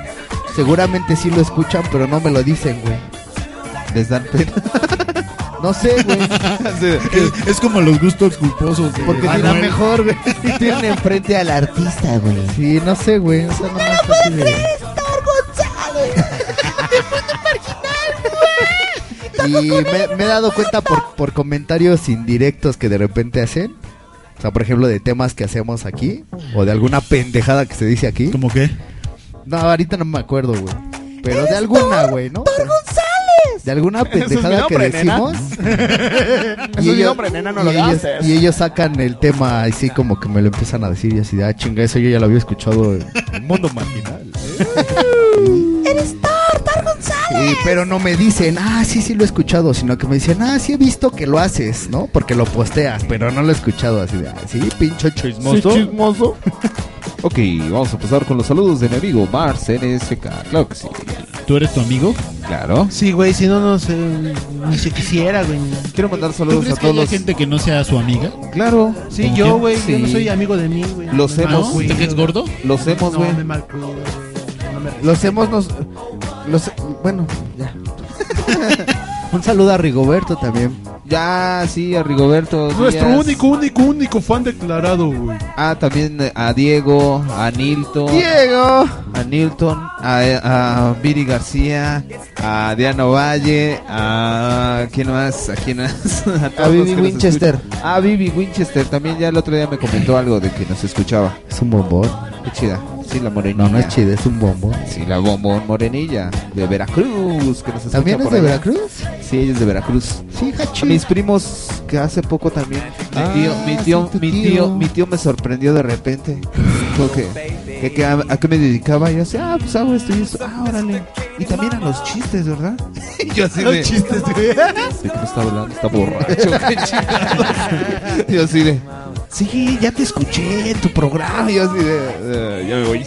E: seguramente sí lo escuchan, pero no me lo dicen, güey.
B: Les dan pena.
E: [laughs] No sé, güey.
F: es, [laughs] es como los gustos culposos. de
E: Porque tiene
F: Manuel.
E: mejor, güey. Tienen enfrente al artista, güey. Sí, no sé, güey. O sea, nomás así de... Y me, me he dado cuenta por, por comentarios indirectos que de repente hacen. O sea, por ejemplo, de temas que hacemos aquí. O de alguna pendejada que se dice aquí.
F: ¿Cómo qué?
E: No, ahorita no me acuerdo, güey. Pero de alguna, güey, ¿no?
A: González!
E: De
B: Ah,
E: alguna
A: Ese [laughs] es mi
E: pendejada que
A: nombre, nena.
E: decimos.
C: [laughs]
B: [laughs]
A: Ese es mi nombre, nena, no lo
E: y ellos,
A: gastes.
E: y ellos sacan el tema así como que me lo empiezan a decir y así de, ah, chinga, eso yo ya lo había escuchado en el mundo marginal.
A: ¡Eres Thor, Thor González!
E: Y- pero no me dicen, ah, sí, sí lo he escuchado, sino que me dicen, ah, sí he visto que lo haces, ¿no? Porque lo posteas, pero no lo he escuchado así de, ah, sí, pincho chismoso.
B: Sí, Ok, vamos a pasar con los saludos de mi amigo Mars NSK. Claro que sí.
G: ¿Tú eres tu amigo?
B: Claro.
C: Sí, güey, si no, no se, ni se quisiera, güey.
B: Quiero mandar
F: ¿Tú crees que haya gente que no sea su amiga?
B: Claro,
C: Sí,
F: ¿Cómo
C: yo,
F: quién?
C: güey, yo no
F: Sí.
C: soy amigo de mí, güey.
B: Los
C: Me
B: hemos-
C: malcuido,
B: ¿Te crees
C: güey.
B: gordo? Los hemos, güey.
C: No, me malcuido, güey. No me
H: Los hemos nos. Los, bueno, ya.
E: Un saludo a Rigoberto también.
B: Ya, sí, a Rigoberto.
E: Nuestro
B: único, único, único fan declarado, güey. Ah, también eh, a Diego, a Nilton.
H: Diego.
B: A Nilton, a, a Viri García, a Diana Valle, a. ¿Quién más? ¿A quién más? A, todos
H: Vivi
B: los que nos
H: Winchester.
E: Ah,
B: escuchan. A Vivi Winchester. También ya el otro día me comentó algo de que nos escuchaba.
E: Es un bombón.
B: Qué chida. Sí, la morenilla.
E: No, no es chido, es un bombón.
B: Sí, la bombón morenilla de Veracruz. Que nos escucha
E: ¿También es
B: por
E: de
B: allá.
E: Veracruz?
B: Sí, ella es de Veracruz. A mis primos que hace poco también. Mi
E: Ah,
B: tío, mi tío,
E: sí, tu
B: mi
E: tío.
B: tío, mi tío me sorprendió de repente. Dijo que, que- que a, a qué me dedicaba. Y yo así, ah, pues hago esto y eso. Ah, órale. Y también a los chistes, ¿verdad? [laughs] Y yo así
A: Los
B: de.
A: chistes, güey.
B: ¿De qué me está hablando? Está borracho, [laughs] qué chingados. Y yo así de. Sí, ya te escuché en tu programa. Y yo así de. "Eh, ya me voy.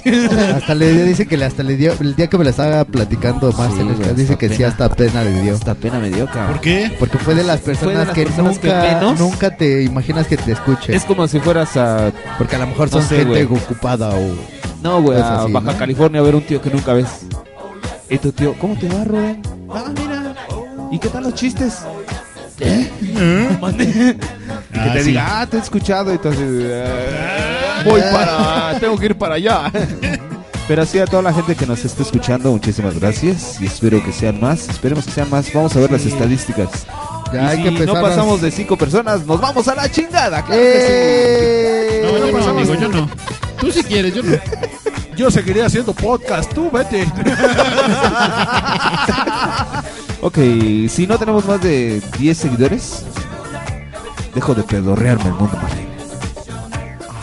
E: Hasta le dio, dice que le- hasta le dio, el día que me la estaba platicando más,
B: Sí, güey,
E: dice
B: hasta
E: que sí,
B: pena.
E: hasta pena le dio.
B: Hasta pena me dio, cabrón.
E: ¿Por qué? Porque fue de las
B: Fue de
E: personas,
B: las
E: que,
B: personas que
E: nunca,
B: menos-
E: nunca te imaginas que te escuche.
B: Es como si fueras a.
E: Porque a lo mejor
B: no
E: son
B: sé,
E: gente
B: güey.
E: ocupada o...
B: No, güey,
E: Es
B: a
E: así,
B: Baja
E: ¿no?
B: California a ver un tío que nunca ves. Y tu tío, ¿cómo te va, Rubén? Ah, mira. ¿Y qué tal los chistes? ¿Eh?
E: [laughs]
B: Mande. y que
A: Ah,
B: te
A: sí.
B: diga, ah, te he escuchado. Y tú así, "Eh,
E: Ah.
B: voy para, tengo que ir para allá. Pero sí, a toda la gente que nos está escuchando, muchísimas gracias. Y espero que sean más. Esperemos que sean más. Vamos a ver las estadísticas.
E: Ya
B: Y
E: hay
B: si
E: que empezar
B: no
E: a-
B: pasamos de cinco personas, nos vamos a la chingada. Claro
H: ¡Eh!
B: que sí.
F: No, yo no,
B: pasamos-
F: amigo, yo no. Tú si quieres, yo no.
C: Yo seguiré haciendo podcast, tú vete.
B: Ok, si no tenemos más de 10 seguidores, dejo de pedorrearme el mundo marino.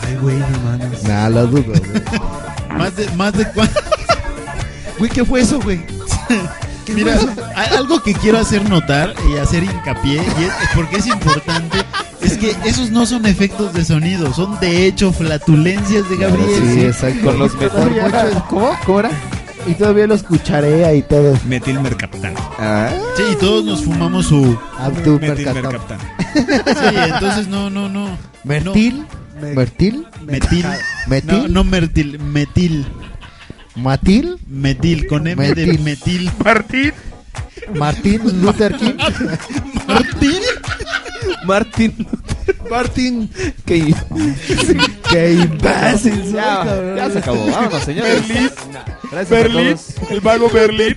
C: Ay, güey, no mames.
E: Nah, lo dudo,
F: Más
H: [laughs]
F: de, [laughs] más de cua- Güey, ¿qué fue eso, güey? Mira, a- algo que quiero hacer notar y hacer hincapié, y es- porque es importante, es que esos no son efectos de sonido, son de hecho flatulencias de Gabriel.
E: Sí, exacto.
F: [laughs]
E: Con los
H: Por mucho-
B: ¿Cómo? ¿Cómo era?
H: Y todavía lo escucharé ahí todo.
I: Metilmercaptán.
B: Ah.
F: Sí, y todos nos fumamos su
I: Metilmercaptán.
F: Sí, entonces no, no, no.
E: ¿Mertil? ¿Mertil?
F: Metil.
E: ¿Metil?
F: No, no mertil, metil.
E: ¿Matil?
F: Metil, con M de
E: Metil.
F: metil. Martín.
E: Martín Luther King.
F: Martín.
B: Martín.
C: Martín.
B: Que
H: Qué imbécil. soy,
B: Ya,
H: cabrón.
B: ya se acabó. Vámonos, señores.
H: Berlín.
B: Gracias
H: Berlín,
B: a todos.
H: el vago Berlín.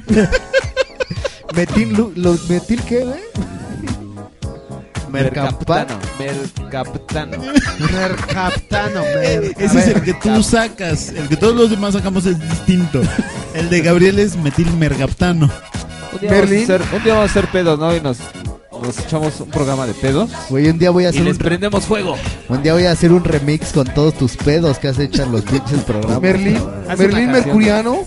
E: ¿Metil, Lu- los ¿Metil qué, güey?
B: [laughs] Mercaptano. Mercaptano.
E: [laughs]
C: Mercaptano,
F: Ese es el que tú sacas, el que todos los demás sacamos es distinto. El de Gabriel es metil mergaptano.
B: Un día, vamos a hacer, un día vamos a hacer pedos, ¿no? Y nos, nos echamos un programa de pedos.
E: Güey, un día voy a
B: Y
E: hacer
B: les
E: un,
B: prendemos fuego.
E: un día voy a hacer un remix con todos tus pedos que has hecho en los pinches programas.
H: Merlín,
E: cabrón.
H: Merlín Mercuriano.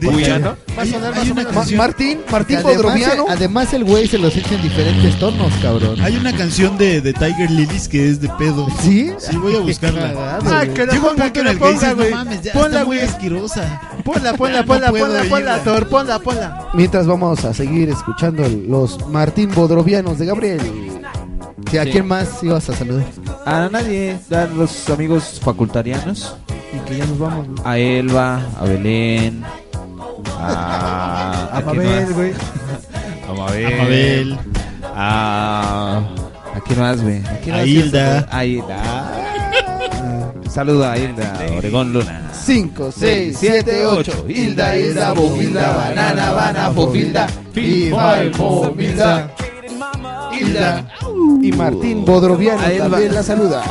B: Cuyano.
H: Va a sonar más o menos.
E: canción-
H: Ma- Martín,
E: Que
H: Martín
E: además- eh,
H: Podroviano.
E: Además, el güey se los echa en diferentes tonos, cabrón.
F: Hay una canción de, de Tiger Lilies que es de pedo.
E: ¿Sí?
F: Sí, voy a buscarla.
E: Ah, que
F: Llega
C: la
F: un
C: ponga,
F: punto
C: que
F: en
C: la
F: el que
C: ponga,
F: dices, no
C: güey.
F: mames, ya
C: Ponla,
F: está muy
C: güey.
F: asquerosa. [laughs]
C: Ponla, ponla,
F: No
C: ponla,
F: puedo
C: ponla,
F: ir,
C: ponla,
F: güey.
C: Thor, ponla, ponla.
H: Mientras vamos a seguir escuchando el- los Martín Bodrovianos de Gabriel.
E: Sí, ¿a
B: Sí.
E: quién más ibas a saludar?
B: A nadie. A los amigos facultarianos.
H: eh, Y que ya nos vamos. ¿no?
B: A Elba, a Belén. A,
H: A
B: quién
H: Mabel,
B: más? [laughs]
H: güey.
B: A Mabel.
F: A Mabel.
B: A. ¿A quién más, güey? quién
F: A
B: más?
F: Hilda.
B: A Hilda. Saluda a Hilda, Oregón Luna.
H: 5, 6, 7, 8. Hilda, Hilda, Bofilda, Banana, Banana, Bofilda. Fifa, Bofilda. Hilda. Y Martín Bodroviano
B: A él va.
H: también la saluda.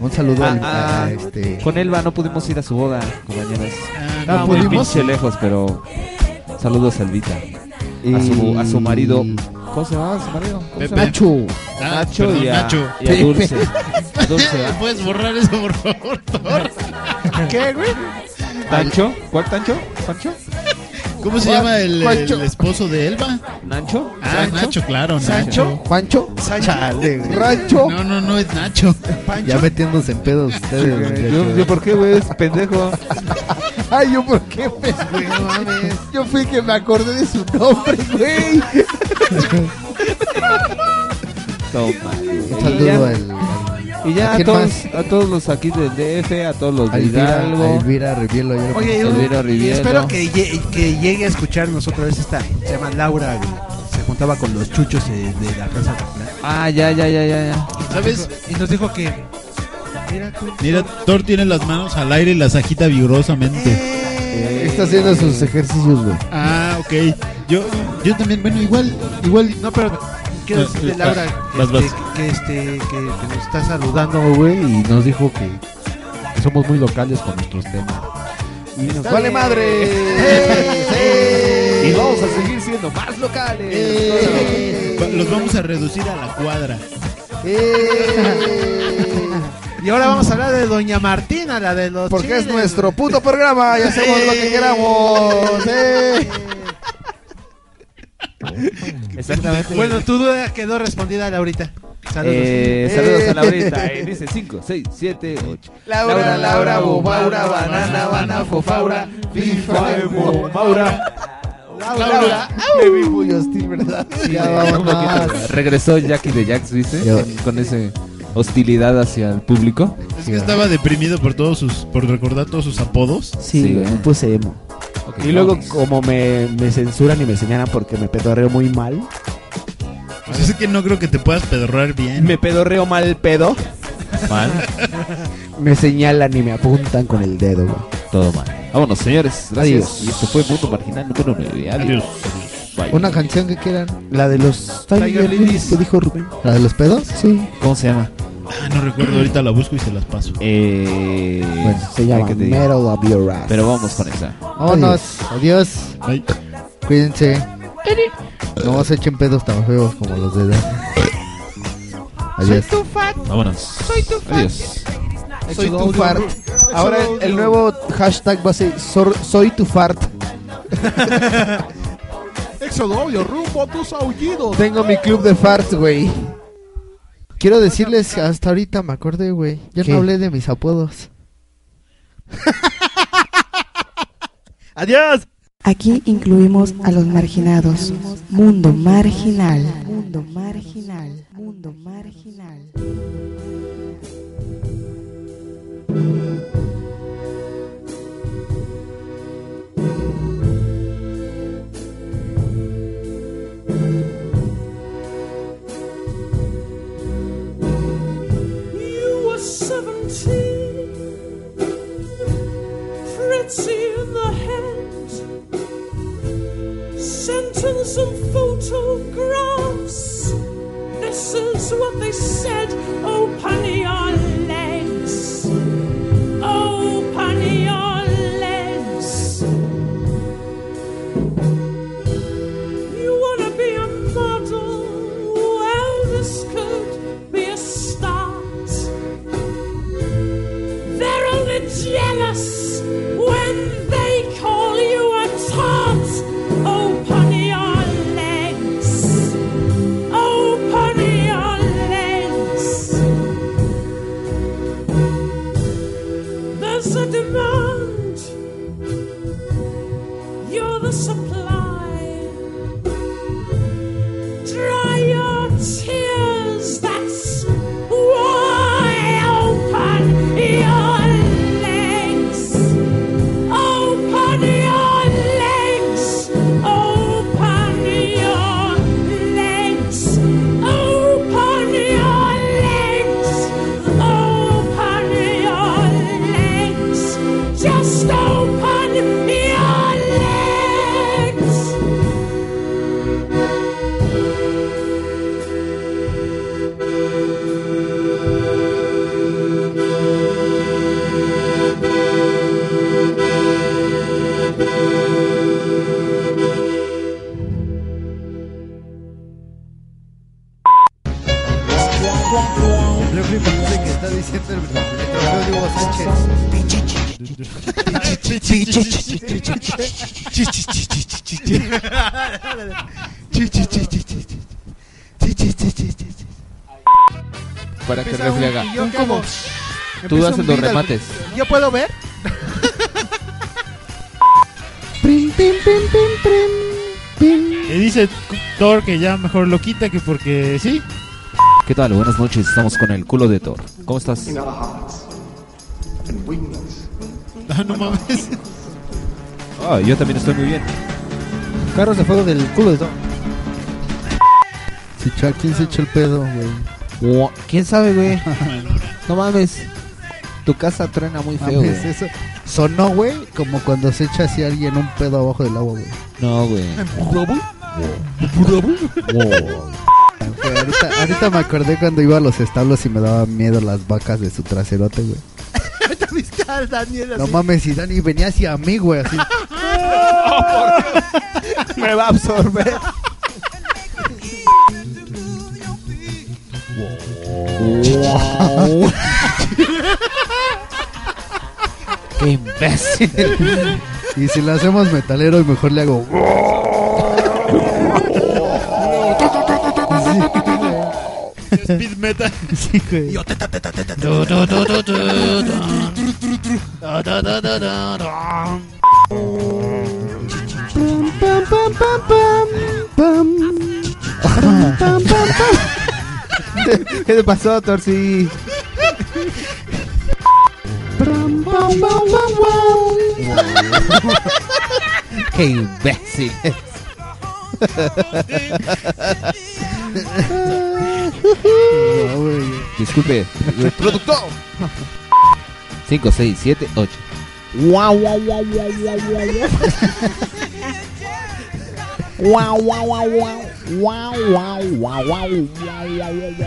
E: Un saludo
B: Ah,
E: al-
B: ah.
E: a este.
B: Con Elba no pudimos ir a su boda, compañeros.
E: no
H: Ah,
B: Estaba Ah, muy
E: pudimos.
B: pinche lejos, pero. Saludos a Elvita. A su, a su marido.
H: Mm.
B: ¿Cómo se llama su marido? ¿Cómo se llama?
E: Nacho.
F: Ah,
B: Nacho
F: perdón,
B: y a,
F: Nacho.
B: y a
F: [laughs]
B: Dulce. A Dulce, ¿ah?
F: ¿Puedes borrar eso, por favor,
C: [laughs]
F: Thor?
H: ¿Qué, güey?
B: ¿Tancho? ¿Cuál Tancho? ¿Pancho?
F: ¿Cómo se
H: Juan-
F: llama el,
H: Juancho.
F: el esposo de Elba?
B: ¿Nancho?
F: Ah, Nacho, claro, Nacho.
H: ¿Sancho? ¿Juancho?
E: Chale, güey.
H: ¿Rancho?
F: No, no, no es Nacho.
E: Ya metiéndose en pedos ustedes.
B: Yo,
E: muchachos.
B: yo, ¿por qué, güey? Es pendejo.
E: Ay, yo por qué, pues, güey, no mames. Yo fui que me acordé de su nombre, güey.
B: Toma.
E: Un saludo al-
B: Y ya
E: ¿A
B: a,
E: quién
B: todos, a todos los aquí del DF, a todos los
E: A
B: de
E: Elvira,
B: Hidalgo.
E: a Elvira Rivielo. yo lo
C: Oye,
E: conozco.
B: Elvira Rivielo.
C: espero que, lle- que llegue a escucharnos otra vez esta. Se llama Laura, güey. Se juntaba con los chuchos eh, de, la casa.
B: Ah, ya, ya, ya, ya. ya.
C: ¿Sabes? Y nos dijo que.
F: Eh,
C: Mira tú.
F: Mira, Thor tiene las manos al aire y las agita
C: Eh.
F: vigorosamente.
E: Está haciendo sus ejercicios, güey.
F: Ah, ok. Yo, yo también, bueno, igual, igual. No, pero
C: Quiero
F: Pues,
C: decirle,
F: ah,
C: Laura,
F: Vas, vas.
C: este, que, este, que, que nos está saludando, güey, y nos dijo que, que somos muy locales con nuestros temas.
B: Y nos
C: Está
B: vale
C: bien.
B: madre.
C: ¡Eh!
B: Y vamos a seguir siendo más locales.
F: Va- Los vamos a reducir a la cuadra.
C: [laughs] Y ahora vamos a hablar de Doña Martina, la de los
A: Porque es
C: chiles.
A: nuestro puto programa y hacemos lo que queramos. ¡eh!
B: Exactamente.
C: Bueno, tu duda quedó respondida, Laurita. Saludos.
B: Eh, saludos a Laurita. Eh, dice 5, 6, 7, 8.
C: Laura, Laura, Bobaura,
B: Banana, Banana, Fofaura, FIFA, Maura.
A: Laura, me vi muy hostil, ¿verdad? ya vamos más.
B: Regresó Jackie de Jacks, ¿viste? Con- Con esa hostilidad hacia el público.
F: Es que estaba deprimido por todos sus, por recordar todos sus apodos.
X: Sí, me puse
C: eh,
X: emo.
B: Ok,
X: y luego,
B: vamos.
X: como me, me censuran y me señalan porque me pedorreo muy mal,
F: Pues es que no creo que te puedas pedorrar bien.
B: Me pedorreo mal pedo. Mal.
X: [laughs] me señalan y me apuntan con el dedo, güey.
B: Todo mal. Vámonos, señores. Gracias.
X: Adiós.
B: Y esto fue Mundo Marginal número 9. Adiós. Bye.
E: Una canción que quieran.
X: La de los Tiger Lilies que dijo Rubén.
E: ¿La de los pedos?
X: Sí.
B: ¿Cómo se llama?
F: Ah, no recuerdo, ahorita la busco y se las paso.
B: Eh,
X: Se llama
B: ¿qué te digo?
X: Metal of Your Ass.
B: Pero vamos con esa.
E: Vámonos. Adiós. Cuídense. No se echen pedos tan feos como los de edad. Adiós.
H: Soy tu fan.
B: Vámonos.
H: Soy tu fan.
B: Adiós.
A: Soy tu fart. Ahora el- el nuevo hashtag va a ser sor- soy tu fart.
C: Exodobio, rumbo a tus aullidos.
A: Tengo mi club de farts, güey.
E: Quiero decirles que hasta ahorita me acordé, güey. Ya
A: ¿Qué?
E: no hablé de mis apodos.
X: ¡Adiós!
J: Aquí incluimos a los marginados. Mundo marginal. Mundo marginal. Mundo marginal.
H: You were 17. Fritzy in the hand. Sentence and photographs. This is what they said. Open your legs. Open your legs. You wanna be a model? Well, this could be a start. They're only jealous when they call you a tart. Open your legs. Open your legs. There's a demand. You're the supply. Dry your tears, that's why. Open your legs. Open your legs. Open your legs. Open your legs. Open your legs. Just open your legs.
E: Yo fui parte que está diciendo el Rodrigo
B: Para que
C: Empieza un-
B: refleja.
C: y yo qué hago?
B: Tú
C: Empieza
B: haces
C: un
B: los
C: beat al-
B: remates.
C: ¿Yo puedo ver? [laughs]
G: Y dice Thor que ya mejor lo quita que porque sí.
B: ¿Qué tal? Buenas noches, estamos con el culo de Thor. ¿Cómo estás?
F: Ah, no mames.
B: Ah, yo también estoy muy bien.
E: Carros de fuego del culo de todo. Si echó- ¿Quién se echó el pedo, güey?
B: ¿Quién sabe, güey? No mames. Tu casa truena muy feo,
E: Mames,
B: güey.
E: eso sonó, güey, como cuando se echa así alguien un pedo abajo del agua, güey.
B: No, güey.
E: Pero ahorita, ahorita me acordé cuando iba a los establos y me daban miedo las vacas de su traserote, güey.
A: Ahorita viste a Daniel
E: No mames, y Dani venía hacia mí, güey, así.
A: [laughs] Me va a absorber.
E: ¡Qué imbécil! y si lo hacemos metalero, mejor
A: [laughs]
E: le hago.
F: Speed metal.
E: Sí, güey.
F: Yo te
E: Tu, tu, tu, tu, tu,
Y: ¿Qué te pasó, Torsi?
B: ¡Qué imbécil!
E: [laughs]
B: Disculpe, el productor. 5, 6, 7, 8.
A: Guau, guau, guau, guau, guau, guau, guau. Guau, guau, guau, guau. Guau, guau, guau, guau, guau, guau, guau, guau, guau.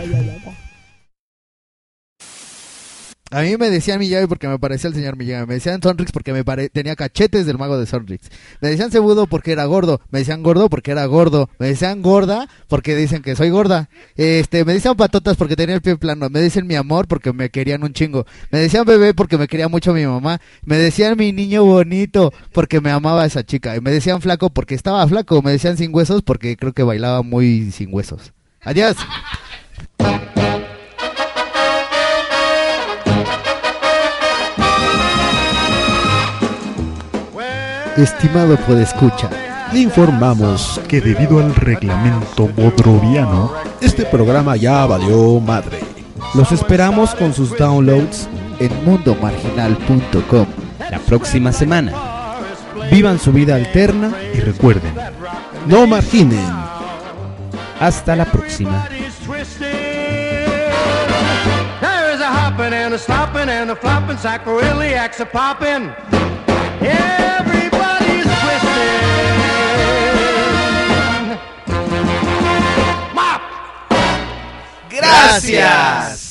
E: A mí me decían mi llave porque me parecía el señor Miyagi. Me decían Sonrix porque me pare- tenía cachetes del mago de Sonrix. Me decían cebudo porque era gordo. Me decían gordo porque era gordo. Me decían gorda porque dicen que soy gorda. Este, me decían patotas porque tenía el pie plano. Me dicen mi amor porque me querían un chingo. Me decían bebé porque me quería mucho mi mamá. Me decían mi niño bonito porque me amaba esa chica. Y me decían flaco porque estaba flaco. Me decían sin huesos porque creo que bailaba muy sin huesos. Adiós. Estimado escucha
D: le informamos que debido al reglamento bodroviano, este programa ya valió madre.
E: Los esperamos con sus downloads en mundomarginal.com la próxima semana. Vivan su vida alterna
D: y recuerden,
E: no marginen. Hasta la próxima.
Z: There is a hopping and a stopping and a flopping, sacroiliacs a popping. Everybody's twisting. Mop!
A: Gracias.